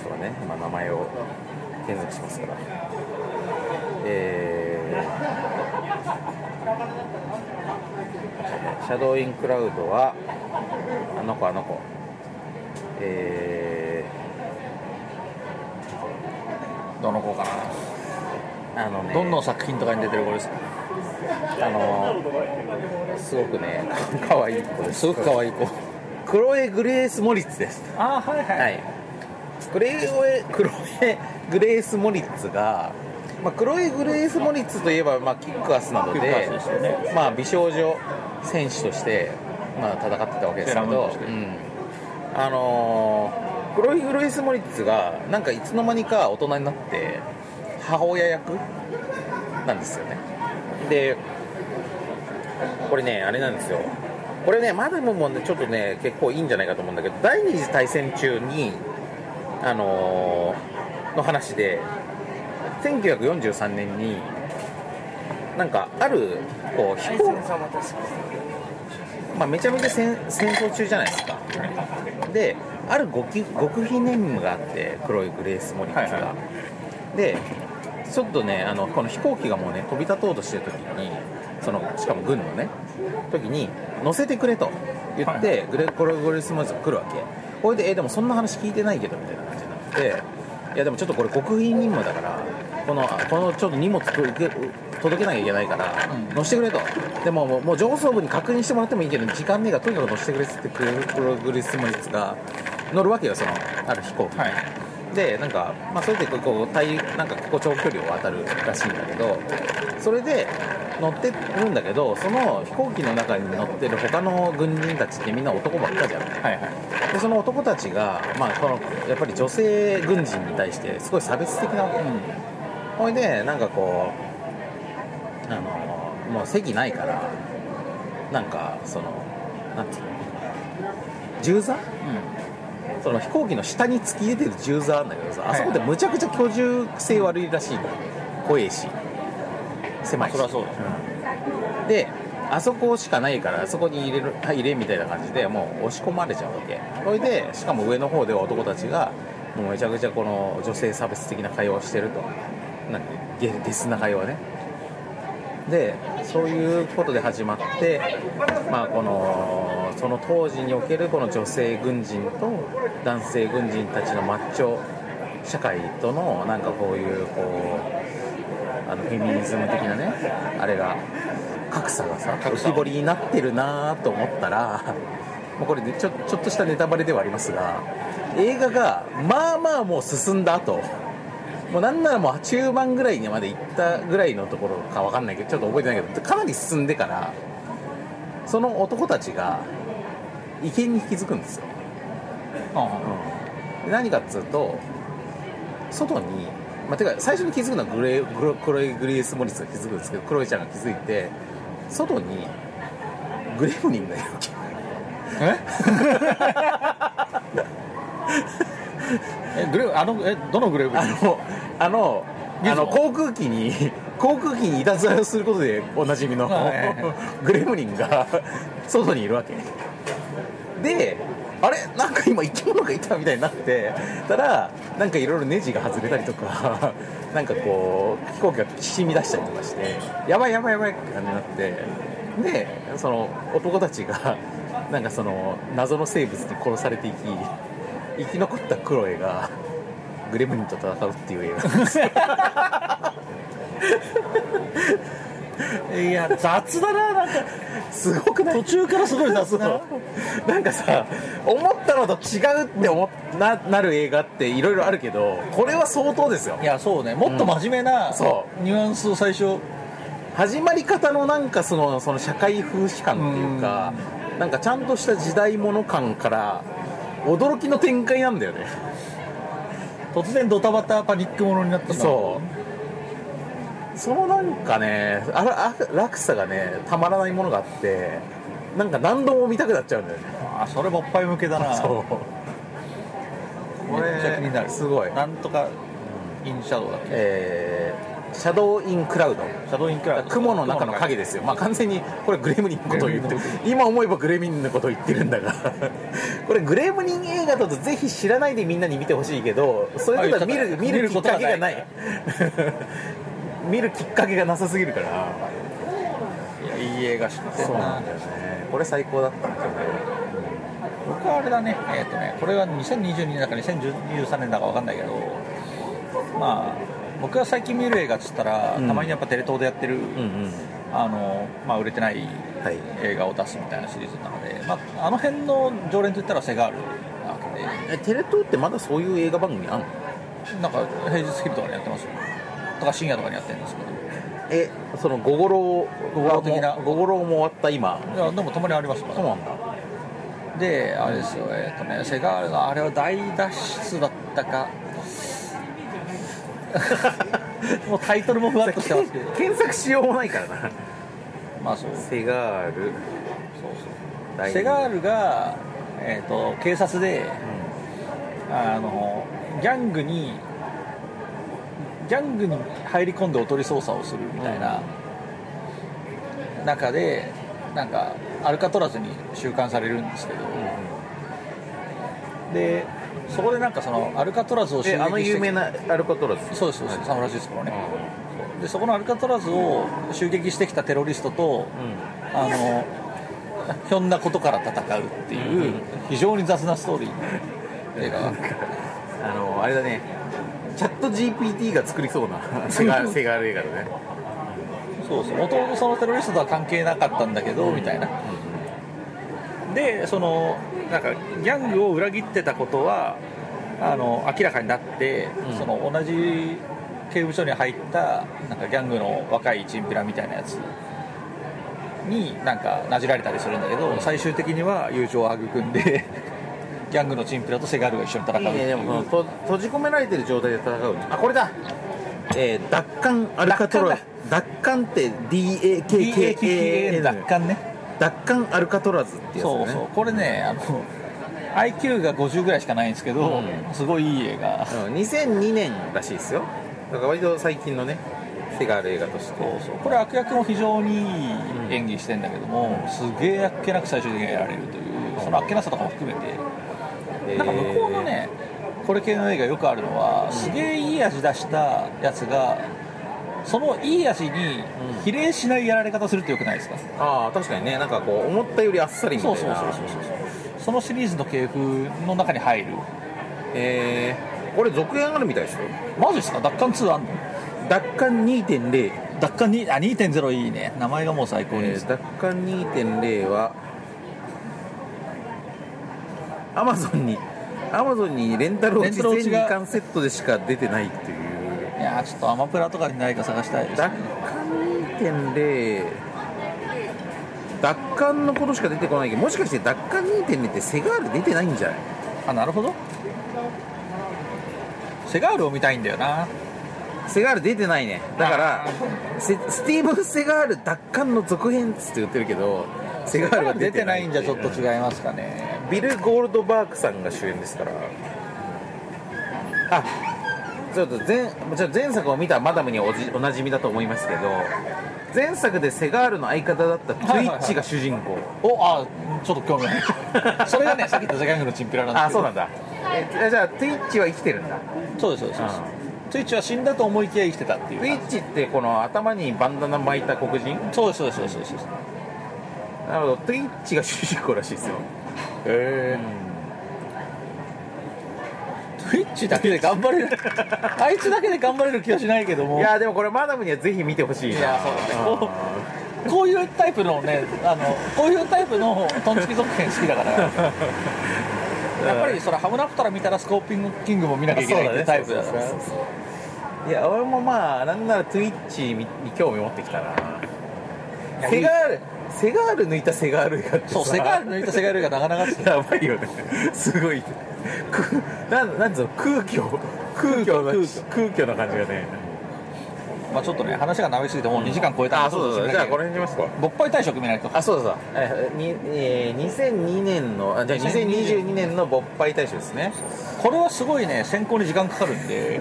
[SPEAKER 2] そうだね今名前を検索しますからえーシャドウインクラウドはあの子あの子え
[SPEAKER 3] どの子かな
[SPEAKER 2] ー、あのね
[SPEAKER 3] どんな作品とかに出てる子ですか
[SPEAKER 2] あのーすごくねかわいい子です
[SPEAKER 3] すごく可愛い子
[SPEAKER 2] クロエ・グレース・モリッツです
[SPEAKER 3] あはいはい
[SPEAKER 2] はいクレエクロエ・グレース・モリッツがまあ、クロエ・グレース・モリッツといえば、まあ、キックアスなどで
[SPEAKER 3] キックアスですよね
[SPEAKER 2] まあ、美少女選手として、まあ、戦ってたわけですけ
[SPEAKER 3] セーラームーン
[SPEAKER 2] ど
[SPEAKER 3] とし、て
[SPEAKER 2] うんあのークロエ・グレース・モリッツがなんかいつの間にか大人になって母親役なんですよねでこれねあれなんですよこれねまだももうねちょっとね結構いいんじゃないかと思うんだけど第二次大戦中にあのーの話で1943年になんかあるこう飛行機
[SPEAKER 9] さんお待たせしまし
[SPEAKER 2] まあ、めちゃめちゃ戦戦争中じゃないですかである極秘極秘ネームがあって黒いグレース・モリッツが、
[SPEAKER 10] はいは
[SPEAKER 2] でちょっとねあのこの飛行機がもうね飛び立とうとしてる時にそのしかも軍のね時に乗せてくれと言って、グレコロイグレース・モリッツが来るわけこれでえでもそんな話聞いてないけどみたいな感じになっていやでもちょっとこれ極秘任務だからこのこのちょっと荷物届け届けなきゃいけないから乗せてくれとでももうもう上層部に確認してもらってもいいけど時間ねえからとにかく乗せてくれっつってクログリス・モリッツが乗るわけよそのある飛行機、でなんか、まあ、それでこうこう対なんかここ長距離を渡るらしいんだけどそれで乗ってるんだけどその飛行機の中に乗ってる他の軍人たちってみんな男ばっかじゃん
[SPEAKER 10] はいはい
[SPEAKER 2] でその男たちが、まあ、このやっぱり女性軍人に対してすごい差別的なわけ、ほいでなんかこうあのもう席ないからなんかそのなんていうの銃座、その飛行機の下に突き出てる銃座なんだけどさあそこでむちゃくちゃ居住性悪いらしいの怖えし狭いし
[SPEAKER 3] そりゃそうだ
[SPEAKER 2] であそこしかないからあそこに入れる入れみたいな感じでもう押し込まれちゃうわけそれでしかも上の方では男たちがもうめちゃくちゃこの女性差別的な会話をしてるとなんかゲゲスな会話ねでそういうことで始まって、まあ、このその当時におけるこの女性軍人と男性軍人たちのマッチョ社会とのなんかこういうこうあのフェミニズム的なねあれが格差がさ浮き彫りになってるなと思ったら もうこれねちょちょっとしたネタバレではありますが映画がまあまあもう進んだ後もうなんならもう中盤ぐらいにまで行ったぐらいのところかわかんないけどちょっと覚えてないけどかなり進んでからその男たちが意見に引きづくんですよ、うん何かっつうと外に、まあ、てか最初に気づくのはグレーグロ黒いグレース・モリスが気づくんですけどクロエちゃんが気づいて外にグレムリンがいるわけ
[SPEAKER 3] えグレーあのえどのグレーブ
[SPEAKER 2] あの、あの、
[SPEAKER 3] ズモ
[SPEAKER 2] あの航空機に、 航空機にいたずらをすることでおなじみの、 グレムリンが外にいるわけ。で、あれなんか今生き物がいたみたいになってたら、なんかいろいろネジが外れたりとか、 なんかこう、飛行機がきしみ出したりとかして、やばいやばいやばいって感じになって、で、その男たちが、 なんかその謎の生物に殺されていき、生き残ったクロエが、グレムリンと戦うっていう映画
[SPEAKER 3] いや雑だななんか
[SPEAKER 2] すごくない
[SPEAKER 3] 途中からすごい雑だな
[SPEAKER 2] なんかさ思ったのと違うって思っななる映画っていろいろあるけどこれは相当ですよ
[SPEAKER 3] いやそうねもっと真面目な、
[SPEAKER 2] そ
[SPEAKER 3] ニュアンスを最初
[SPEAKER 2] 始まり方のなんかそのその社会風刺感っていうかなんかちゃんとした時代物感から驚きの展開なんだよね
[SPEAKER 3] 突然ドタバタパニックものになった
[SPEAKER 2] そうそのなんかねあらあ落差がねたまらないものがあってなんか何度も見たくなっちゃうんだよね
[SPEAKER 3] うあそれもっぱい 向けだな
[SPEAKER 2] そう
[SPEAKER 3] めっちゃ気になる
[SPEAKER 2] すごい
[SPEAKER 3] なんとかインシャドウだっけ
[SPEAKER 2] えーシャドウ・イン・クラウド
[SPEAKER 3] シャドウインクラウド
[SPEAKER 2] 雲の中の影ですよ、まあ、完全にこれグレムリンのことを言ってる今思えばグレムリンのことを言ってるんだが これグレムリン映画だとぜひ知らないでみんなに見てほしいけどそういうことは見る
[SPEAKER 3] あ
[SPEAKER 2] 見
[SPEAKER 3] 見
[SPEAKER 2] る
[SPEAKER 3] る
[SPEAKER 2] きっ
[SPEAKER 3] ことは
[SPEAKER 2] かけがない 見るきっかけがなさすぎるから
[SPEAKER 3] いやいい映画知ってんな
[SPEAKER 2] だよねこれ最高だったんですよね
[SPEAKER 3] 僕はあれだねえっ、とねこれは2022年だか2023年だかわかんないけどまあ僕が最近見る映画っつったら、
[SPEAKER 2] うん
[SPEAKER 3] たまにやっぱテレ東でやってる、
[SPEAKER 2] うん
[SPEAKER 3] あのまあ売れてない
[SPEAKER 2] うんはい
[SPEAKER 3] 映画を出すみたいなシリーズなので、まあ、あの辺の常連といったらセガールなわけで
[SPEAKER 2] えテレ東ってまだそういう映画番組あんの
[SPEAKER 3] なんか平日昼とかにやってますよとか深夜とかにやってるんですけど
[SPEAKER 2] えそのゴゴロゴゴロ
[SPEAKER 3] 的な
[SPEAKER 2] ゴゴロも終わった今
[SPEAKER 3] いやでもたまにありますか
[SPEAKER 2] そう
[SPEAKER 3] ら
[SPEAKER 2] なんだ
[SPEAKER 3] であれですよえっ、とねセガールのあれは大脱出だったか もうタイトルもふわっとしてますけど
[SPEAKER 2] 検索しようもないからな
[SPEAKER 3] まあそう
[SPEAKER 2] セガール
[SPEAKER 3] そうそう
[SPEAKER 2] 大
[SPEAKER 3] セガールが、えー、と警察で、あのギャングにギャングに入り込んでおとり捜査をするみたいな中でなんかアルカトラズに収監されるんですけど、でそこでなんかそのアルカトラズを襲撃
[SPEAKER 2] え
[SPEAKER 3] して
[SPEAKER 2] あの有名なアルカトラズ
[SPEAKER 3] そうですそうですサンフランシスコのね、でそこのアルカトラズを襲撃してきたテロリストと、あのひょんなことから戦うっていう非常に雑なストーリーの映画 が
[SPEAKER 2] あのあれだねチャット GPT が作りそう なセガールセガール映画だね
[SPEAKER 3] そうそう元々そのテロリストとは関係なかったんだけどみたいなでそのなんかギャングを裏切ってたことはあの明らかになって、その同じ刑務所に入ったなんかギャングの若いチンピラみたいなやつになんかなじられたりするんだけど、最終的には友情を育んで ギャングのチンピラとセガールが一緒に戦う
[SPEAKER 2] い
[SPEAKER 3] っ
[SPEAKER 2] い
[SPEAKER 3] ていう
[SPEAKER 2] ねでもそのと閉じ込められてる状態で戦うあこれだえー奪還アルカトラズ奪還って
[SPEAKER 3] DAKKA
[SPEAKER 2] DAKKA
[SPEAKER 3] 奪還ね
[SPEAKER 2] 奪還アルカトラズってやつ
[SPEAKER 3] そう
[SPEAKER 2] だ
[SPEAKER 3] そう
[SPEAKER 2] ね
[SPEAKER 3] これねあの IQ が50ぐらいしかないんですけど、
[SPEAKER 2] うん
[SPEAKER 3] すごいいい映画
[SPEAKER 2] うん2002年らしいですよだから割と最近のねセガール映画として
[SPEAKER 3] そうそうこれ悪役も非常にいい演技してんだけども、すげえあっけなく最終的にはやられるというそのあっけなさとかも含めて、なんか向こうのねこれ系の映画よくあるのは、すげえいい味出したやつがそのいい味に比例しないやられ方するってよくないですか、
[SPEAKER 2] ああ確かにねなんかこう思ったよりあっさりみたい
[SPEAKER 3] そ
[SPEAKER 2] な
[SPEAKER 3] うそうそうそうそうそのシリーズの系譜の中に入る
[SPEAKER 2] えー、これ続編あるみたいですよ
[SPEAKER 3] マジですか奪還2あんの
[SPEAKER 2] 奪還2.0、
[SPEAKER 3] 奪還にあ2.0いいね名前がもう最高にいい
[SPEAKER 2] え
[SPEAKER 3] です
[SPEAKER 2] ー、奪還2.0はアマゾンにアマゾンにレンタル落
[SPEAKER 3] レ
[SPEAKER 2] ち
[SPEAKER 3] ンタル落
[SPEAKER 2] 全
[SPEAKER 3] ちが
[SPEAKER 2] 2巻セットでしか出てないっていう
[SPEAKER 3] いやーちょっとアマプラとかにないか探したいです
[SPEAKER 2] 奪還2.0奪還のことしか出てこないけどもしかして奪還2.0ってセガール出てないんじゃない
[SPEAKER 3] あなるほどセガールを見たいんだよな
[SPEAKER 2] セガール出てないねだからセスティーブン・セガール奪還の続編っつって言ってるけどセガールは出
[SPEAKER 3] 出
[SPEAKER 2] て
[SPEAKER 3] て
[SPEAKER 2] な
[SPEAKER 3] ないいんじゃちょっと違いますかね
[SPEAKER 2] ビル・ゴールドバーグさんが主演ですからあちょっと前ちょっと前作を見たマダムにはおじおなじみだと思いますけど前作でセガールの相方だったトゥイッチが主人公、
[SPEAKER 3] おあちょっと興味ない それがねさっき言ったセガールのチンピラなんで
[SPEAKER 2] あ
[SPEAKER 3] すけ
[SPEAKER 2] そう
[SPEAKER 3] ど
[SPEAKER 2] なんだえじゃあトゥイッチは生きてるんだ
[SPEAKER 3] そうですそうですそうですツイッチは死んだと思いきや生きてたってい
[SPEAKER 2] ト
[SPEAKER 3] う
[SPEAKER 2] ゥイッチってこの頭にバンダナ巻いた黒人
[SPEAKER 3] そうですそうですそうですそうです
[SPEAKER 2] なるほどトゥイッチが主人公らしいですよ
[SPEAKER 3] へえツイッチだけで頑張れるあいつだけで頑張れる気はしないけども
[SPEAKER 2] いやでもこれマダムにはぜひ見てほしいない
[SPEAKER 3] やそうだねこうこういうタイプのねあのこういうタイプのトンチキ続編好き だからやっぱりそれハムナプトラ見たらスコーピングキングも見なきゃいけないってタイプだから
[SPEAKER 2] そうそうそういや俺もまあなんなら Twitch に興味持ってきたない
[SPEAKER 3] や
[SPEAKER 2] セガールセガール抜いたセガールがって
[SPEAKER 3] そうセガール抜いたセガールがなかなか
[SPEAKER 2] ルやばいよねすごいくなんなんつうの空虚空虚な空虚な感じがね
[SPEAKER 3] まあ、ちょっとね話が長いすぎてもう2時間超えた
[SPEAKER 2] あそうそうじゃあこれにしますか
[SPEAKER 3] 勃発退職見ないと
[SPEAKER 2] あそうだそうだえーにえー2002年のあじゃあ2022年の勃発大賞ですね
[SPEAKER 3] これはすごいね選考に時間かかるんで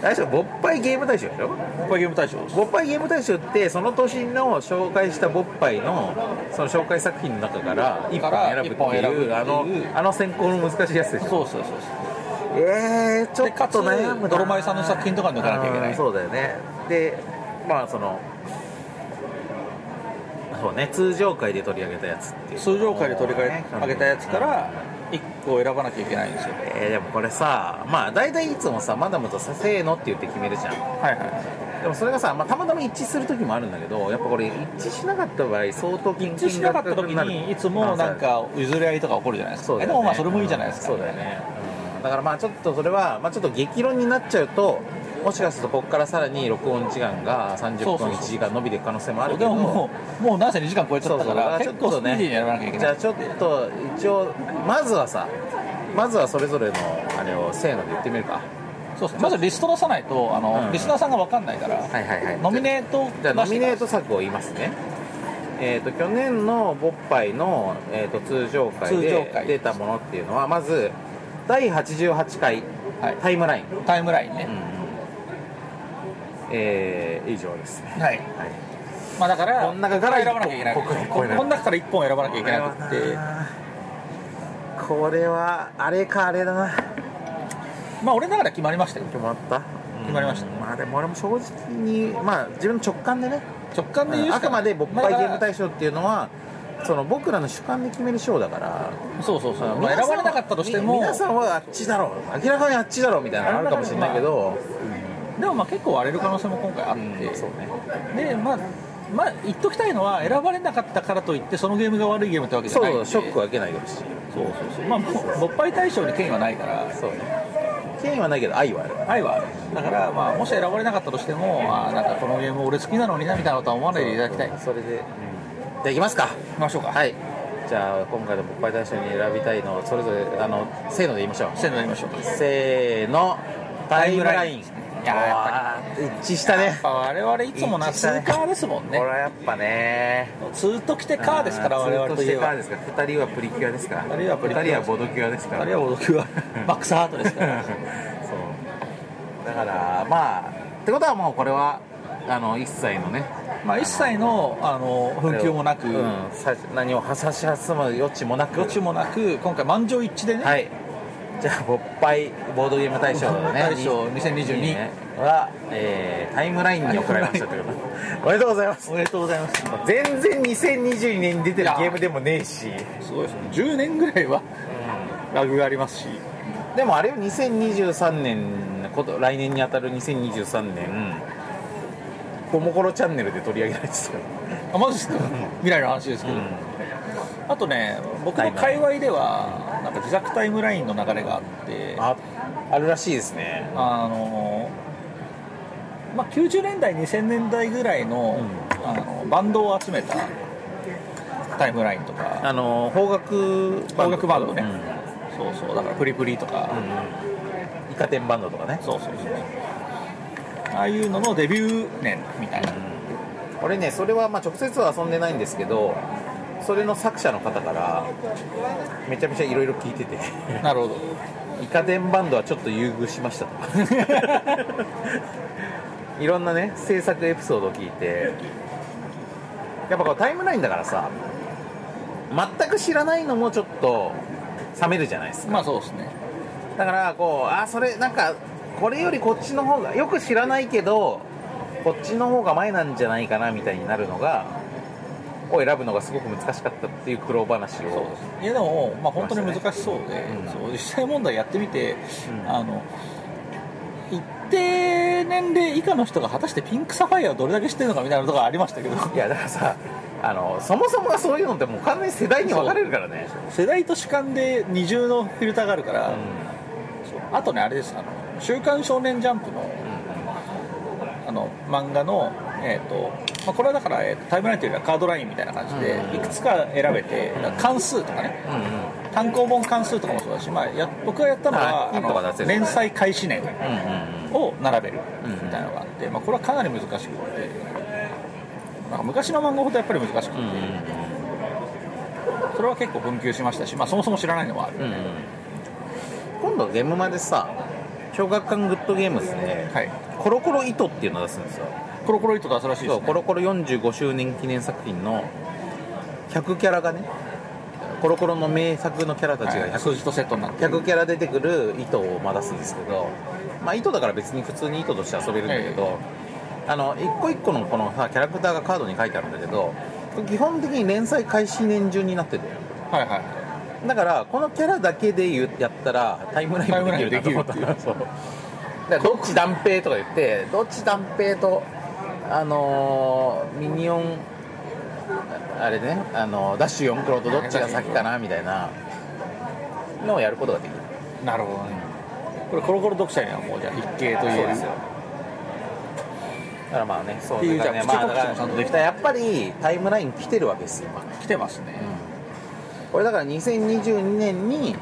[SPEAKER 2] 大賞勃発ゲーム大賞でしょ
[SPEAKER 3] 勃発ゲーム大賞
[SPEAKER 2] 勃発ゲーム大賞ってその年の紹介した勃発のその紹介作品の中から1本選ぶって
[SPEAKER 3] 一本選ぶ
[SPEAKER 2] い
[SPEAKER 3] っていう
[SPEAKER 2] うあのあの選考の難しいやつでしょ
[SPEAKER 3] そうそうそうそう
[SPEAKER 2] えー、ちょ
[SPEAKER 3] でか
[SPEAKER 2] っ
[SPEAKER 3] つ
[SPEAKER 2] と悩むな
[SPEAKER 3] 泥米さんの作品とか抜かなきゃいけない
[SPEAKER 2] うんそうだよねでまあそのそうね通常回で取り上げたやつっていう
[SPEAKER 3] 通常回で取り替え上げたやつから1個選ばなきゃいけないんですよ
[SPEAKER 2] えーでもこれさまあ大体いつもさマダムとさせーのって言って決めるじゃん
[SPEAKER 3] はいはい
[SPEAKER 2] でもそれがさ、まあ、たまたま一致する時もあるんだけどやっぱこれ一致しなかった場合相当緊
[SPEAKER 3] 一致しなかった時 にいつもなんか譲り合いとか起こるじゃないですか
[SPEAKER 2] そうだよ
[SPEAKER 3] えで
[SPEAKER 2] ね
[SPEAKER 3] もまあそれもいいじゃないですか
[SPEAKER 2] そうだよね、うんだからまあちょっとそれは、まあ、ちょっと激論になっちゃうともしかするとここからさらに録音時間が
[SPEAKER 3] そ
[SPEAKER 2] 30
[SPEAKER 3] うそ
[SPEAKER 2] 分
[SPEAKER 3] うそう
[SPEAKER 2] 1時間伸びていく可能性もあるけ
[SPEAKER 3] で
[SPEAKER 2] ど
[SPEAKER 3] ももうもう何せ2時間超えちゃ
[SPEAKER 2] そ
[SPEAKER 3] っ
[SPEAKER 2] う
[SPEAKER 3] た
[SPEAKER 2] そ
[SPEAKER 3] か
[SPEAKER 2] うだかららちょ
[SPEAKER 3] 結
[SPEAKER 2] っ
[SPEAKER 3] 構ス
[SPEAKER 2] と
[SPEAKER 3] ピーディーにやらなきゃいけ
[SPEAKER 2] じゃ
[SPEAKER 3] な
[SPEAKER 2] あ
[SPEAKER 3] い
[SPEAKER 2] ちょっと一応まずはさまずはそれぞれのあれをせーので言ってみるか
[SPEAKER 3] そうですねまずリスト出さないとあの、
[SPEAKER 2] うん
[SPEAKER 3] リスナーさんが分かんないから、
[SPEAKER 2] はいはいはい
[SPEAKER 3] ノミネート
[SPEAKER 2] じゃあ
[SPEAKER 3] 出
[SPEAKER 2] ノ
[SPEAKER 3] して
[SPEAKER 2] ミ
[SPEAKER 3] か
[SPEAKER 2] ネ
[SPEAKER 3] ら
[SPEAKER 2] ート作を言いますねえー、と去年の勃発の、えー、と通常会
[SPEAKER 3] 通常
[SPEAKER 2] で
[SPEAKER 3] 回
[SPEAKER 2] 出たものっていうのはまず第88回
[SPEAKER 3] はい
[SPEAKER 2] タイムライン、
[SPEAKER 3] タイムラインね、
[SPEAKER 2] えー以上ですね、
[SPEAKER 3] はい、
[SPEAKER 2] はい、
[SPEAKER 3] まあ、だから
[SPEAKER 2] こん中から
[SPEAKER 3] 選ばなきゃいけない
[SPEAKER 2] ここここ
[SPEAKER 3] こん中から1本選ばなきゃいけなくって
[SPEAKER 2] これはあれかあれだな
[SPEAKER 3] まあ俺の中では決まりましたよ
[SPEAKER 2] 決まった
[SPEAKER 3] 決まりました
[SPEAKER 2] まあでも俺も正直にまあ自分の直感でね
[SPEAKER 3] 直感で言うしか
[SPEAKER 2] あくまで勃
[SPEAKER 3] まあ
[SPEAKER 2] 発
[SPEAKER 3] だ
[SPEAKER 2] ゲ
[SPEAKER 3] か
[SPEAKER 2] ー
[SPEAKER 3] ら
[SPEAKER 2] ム大賞っていうのはその僕らの主観で決める賞だから
[SPEAKER 3] そうそうそう、まあ、
[SPEAKER 2] 皆さん
[SPEAKER 3] 選ばれなかったとしても
[SPEAKER 2] み皆さんはあっちだろう明らかにあっちだろうみたいなのあるかもしれないけど、
[SPEAKER 3] でもまあ結構割れる可能性も今回あって、
[SPEAKER 2] そうね
[SPEAKER 3] でまあまあ言っときたいのは選ばれなかったからといってそのゲームが悪いゲームってわけじゃ
[SPEAKER 2] そ
[SPEAKER 3] な
[SPEAKER 2] う
[SPEAKER 3] いん
[SPEAKER 2] そ
[SPEAKER 3] で
[SPEAKER 2] うショックは受けないでほしい
[SPEAKER 3] そうそうそうまあもう勃発対象に権威はないから
[SPEAKER 2] そうね権威はないけど愛はある
[SPEAKER 3] 愛はあるだからまあもし選ばれなかったとしてもあーなんかこのゲーム俺好きなのになみたいなことは思わないでいただきたい行
[SPEAKER 2] それで、じゃあいきますか
[SPEAKER 3] きましょうか
[SPEAKER 2] はいじゃあ今回の勃発大賞に選びたいのをそれぞれあのせーので言いましょう
[SPEAKER 3] せーのやりましょうやっ
[SPEAKER 2] せーのタイムライン
[SPEAKER 3] いやーや
[SPEAKER 2] あー一致したね
[SPEAKER 3] ぱ我々いつもな
[SPEAKER 2] 一致し
[SPEAKER 3] ツ
[SPEAKER 2] たね
[SPEAKER 3] ーカーですもん
[SPEAKER 2] これ
[SPEAKER 3] ね
[SPEAKER 2] はやっぱね
[SPEAKER 3] ツーときてカーですから
[SPEAKER 2] あー
[SPEAKER 3] 我々といえ
[SPEAKER 2] ツーとしてカ
[SPEAKER 3] ば
[SPEAKER 2] ーですから2人はプリキュアですから
[SPEAKER 3] 二人はプリキュア
[SPEAKER 2] 二人はボドキュアですから
[SPEAKER 3] あるいは驚きはバックスハートですから
[SPEAKER 2] そうだからまあってことはもうこれはあの一切のね
[SPEAKER 3] まあ一切のあの紛糾もなく
[SPEAKER 2] うん、さ何を差し挟む余地もなく
[SPEAKER 3] 余地もなく今回満場一致でね
[SPEAKER 2] はいじゃあ勃発ボードゲーム大賞のね
[SPEAKER 3] 大賞2022
[SPEAKER 2] 2022ねは、えータイムラインに送られましたということおめでとうございます
[SPEAKER 3] おめでとうございます
[SPEAKER 2] 全然2022年に出てるゲームでもねえし
[SPEAKER 3] すごいですね10年ぐらいはラグがありますし
[SPEAKER 2] でもあれよ2023年こと来年に当たる2023年コモコロチャンネルで取り上げられてたよ
[SPEAKER 3] あマジですか未来の話ですけど、あとね僕の界隈ではなんか自作タイムラインの流れがあってあ
[SPEAKER 2] ああるらしいですね
[SPEAKER 3] のまあ、90年代2000年代ぐらいの,、あのバンドを集めたタイムラインとか
[SPEAKER 2] あの邦楽
[SPEAKER 3] 音楽バンドね、
[SPEAKER 2] うん
[SPEAKER 3] そうそうだからプリプリとか、
[SPEAKER 2] イカ天バンドとかね
[SPEAKER 3] そうそうそうああいうののデビュー年みたいな、
[SPEAKER 2] 俺ねそれはまあ直接は遊んでないんですけどそれの作者の方からめちゃめちゃいろいろ聞いてて
[SPEAKER 3] なるほど
[SPEAKER 2] イカ天バンドはちょっと優遇しましたと かいろんなね制作エピソードを聞いてやっぱこうタイムラインだからさ全く知らないのもちょっと冷めるじゃないですか
[SPEAKER 3] まあそうですね
[SPEAKER 2] だからこうあそれなんかこれよりこっちの方がよく知らないけどこっちの方が前なんじゃないかなみたいになるのがを選ぶのがすごく難しかったっていう苦労話を
[SPEAKER 3] いやでも、まあ、本当に難しそうで、そう実際問題やってみて、あの一定年齢以下の人が果たしてピンクサファイアをどれだけ知ってるのかみたいなところありましたけど
[SPEAKER 2] いやだからさあのそもそもがそういうのってもう完全に世代に分かれるからね
[SPEAKER 3] 世代と主観で二重のフィルターがあるから、そうあとねあれですあの「週刊少年ジャンプの」あの漫画の、えーとまあ、これはだから、えーとタイムラインというよりはカードラインみたいな感じで、いくつか選べて、だから関数とかね、
[SPEAKER 2] うん
[SPEAKER 3] 単行本関数とかもそうだし、まあ、や僕がやったのは、
[SPEAKER 2] はいヒントが出せ
[SPEAKER 3] あの
[SPEAKER 2] る
[SPEAKER 3] 連載開始年
[SPEAKER 2] うんうん
[SPEAKER 3] を並べるみたいなのがあって、まあ、これはかなり難しくてなんか昔の漫画ほどやっぱり難しくて、
[SPEAKER 2] うん
[SPEAKER 3] それは結構紛糾しましたし、まあ、そもそも知らないのもある、
[SPEAKER 2] うんうん今度ゲームまでさ小学館グッドゲームズで
[SPEAKER 3] はい、
[SPEAKER 2] コロコロ糸っていうのを出すんですよ
[SPEAKER 3] コロコロイト出すらしいです、
[SPEAKER 2] そう
[SPEAKER 3] ね、
[SPEAKER 2] コロコロ45周年記念作品の100キャラがねコロコロの名作のキャラたちが
[SPEAKER 3] はい
[SPEAKER 2] 100
[SPEAKER 3] 数字とセットになってる
[SPEAKER 2] 100キャラ出てくる糸をまあ出すんですけど、まあ、糸だから別に普通に糸として遊べるんだけど、あの一個一個のこのさキャラクターがカードに書いてあるんだけど基本的に連載開始年順になってて
[SPEAKER 3] はいはい
[SPEAKER 2] だからこのキャラだけで言うやったらタイムラインもできるなと思った
[SPEAKER 3] タイムラインでき
[SPEAKER 2] そ
[SPEAKER 3] るって
[SPEAKER 2] うだからどっち断平とか言ってどっち断平とあのーミニオンあれねあのーダッシュ4クロとどっちが先かなみたいなのをやることができる
[SPEAKER 3] なるほどねこれコロコロ読者にはもうじゃあ必見という
[SPEAKER 2] だからまあね、そう
[SPEAKER 3] っていう
[SPEAKER 2] だからね
[SPEAKER 3] じゃ
[SPEAKER 2] ま
[SPEAKER 3] あ
[SPEAKER 2] あだから
[SPEAKER 3] 口コミもちゃんとでき
[SPEAKER 2] やっぱりタイムライン来てるわけですよ、今。
[SPEAKER 3] 来てますね、
[SPEAKER 2] これだから2022年に、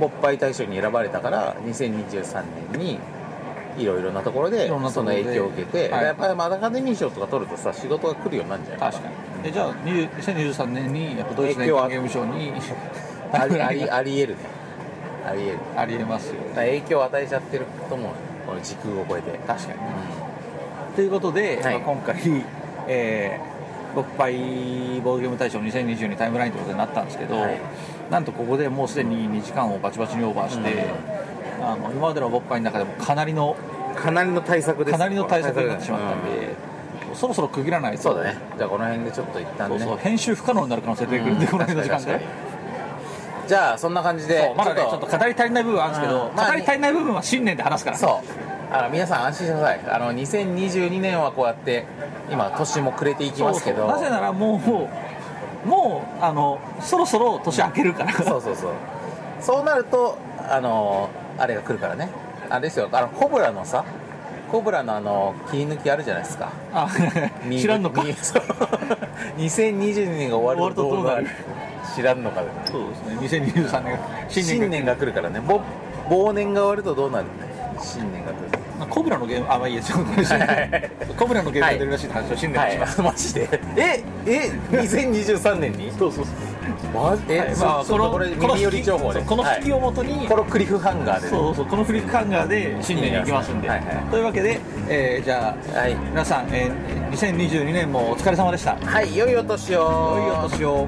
[SPEAKER 2] 勃発大賞に選ばれたから、2023年に、いろいろなところで、
[SPEAKER 3] いろんなと
[SPEAKER 2] そ
[SPEAKER 3] こ
[SPEAKER 2] の
[SPEAKER 3] ろで
[SPEAKER 2] 影響を受けて、
[SPEAKER 3] はい
[SPEAKER 2] やっぱりまだアカデミー賞とか取るとさ、仕事が来るようになるんじゃない
[SPEAKER 3] 確かにえじゃあ20 2023年にやっぱドイツの
[SPEAKER 2] 影響は
[SPEAKER 3] ゲームショ ーに
[SPEAKER 2] あり、あり、あり得るね。あり得る。
[SPEAKER 3] ありえますよ
[SPEAKER 2] だから影響を与えちゃってると思う。この時空を超えて。
[SPEAKER 3] 確かにねということで、
[SPEAKER 2] はい
[SPEAKER 3] まあ今回、 えー、6杯ボードゲーム大賞2022タイムラインということになったんですけど、
[SPEAKER 2] はい
[SPEAKER 3] なんとここでもうすでに2時間をバチバチにオーバーして、あの今までの勃発の中でもかなりの
[SPEAKER 2] かなりの対策です
[SPEAKER 3] かなりの対策になってしまったん
[SPEAKER 2] うん
[SPEAKER 3] で、そろそろ区切らないと
[SPEAKER 2] そうだね。じゃあこの辺でちょっと一旦
[SPEAKER 3] そ
[SPEAKER 2] ね。
[SPEAKER 3] うそう編集不可能になる可能性出てくるんで、この辺の時間で。
[SPEAKER 2] じゃあそんな感じで
[SPEAKER 3] そうまだねちょっと語り足りない部分はあるんですけど、
[SPEAKER 2] うんまあ
[SPEAKER 3] 語り足りない部分は新年で話すから
[SPEAKER 2] そうあの皆さん安心してくださいあの2022年はこうやって今年も暮れていきますけど
[SPEAKER 3] そうそうなぜならもうもうもうあのそろそろ年明けるから、
[SPEAKER 2] そうそうそうそうなるとあのあれが来るからねあれですよあのコブラのさコブラのあの切り抜きあるじゃないですか
[SPEAKER 3] あ 知らんのか
[SPEAKER 2] みそう 2022年が終わるとどうなる
[SPEAKER 3] 終わると
[SPEAKER 2] 知らんのかね
[SPEAKER 3] そうですね2023年新年
[SPEAKER 2] 新年が来るからねぼ忘年が終わるとどうなる新年が来る
[SPEAKER 3] コブラのゲームあまあいいですよコブラのゲームが出るらしいって話を新年にします、
[SPEAKER 2] はい、マジでええ2023年にそうそうそうマジえ、
[SPEAKER 3] はい
[SPEAKER 2] まあ、そのこれ耳寄り情報で
[SPEAKER 3] そうこの
[SPEAKER 2] は
[SPEAKER 3] 引き
[SPEAKER 2] い
[SPEAKER 3] をもとに、
[SPEAKER 2] このクリフハンガーでね
[SPEAKER 3] そうそうこのフリックハンガーで新年に行きますんで、
[SPEAKER 2] はいはい
[SPEAKER 3] というわけで、えーじゃあ、
[SPEAKER 2] はい
[SPEAKER 3] 皆さん、えー2022年もお疲れ様でした
[SPEAKER 2] はい良いお年を
[SPEAKER 3] 良いお年を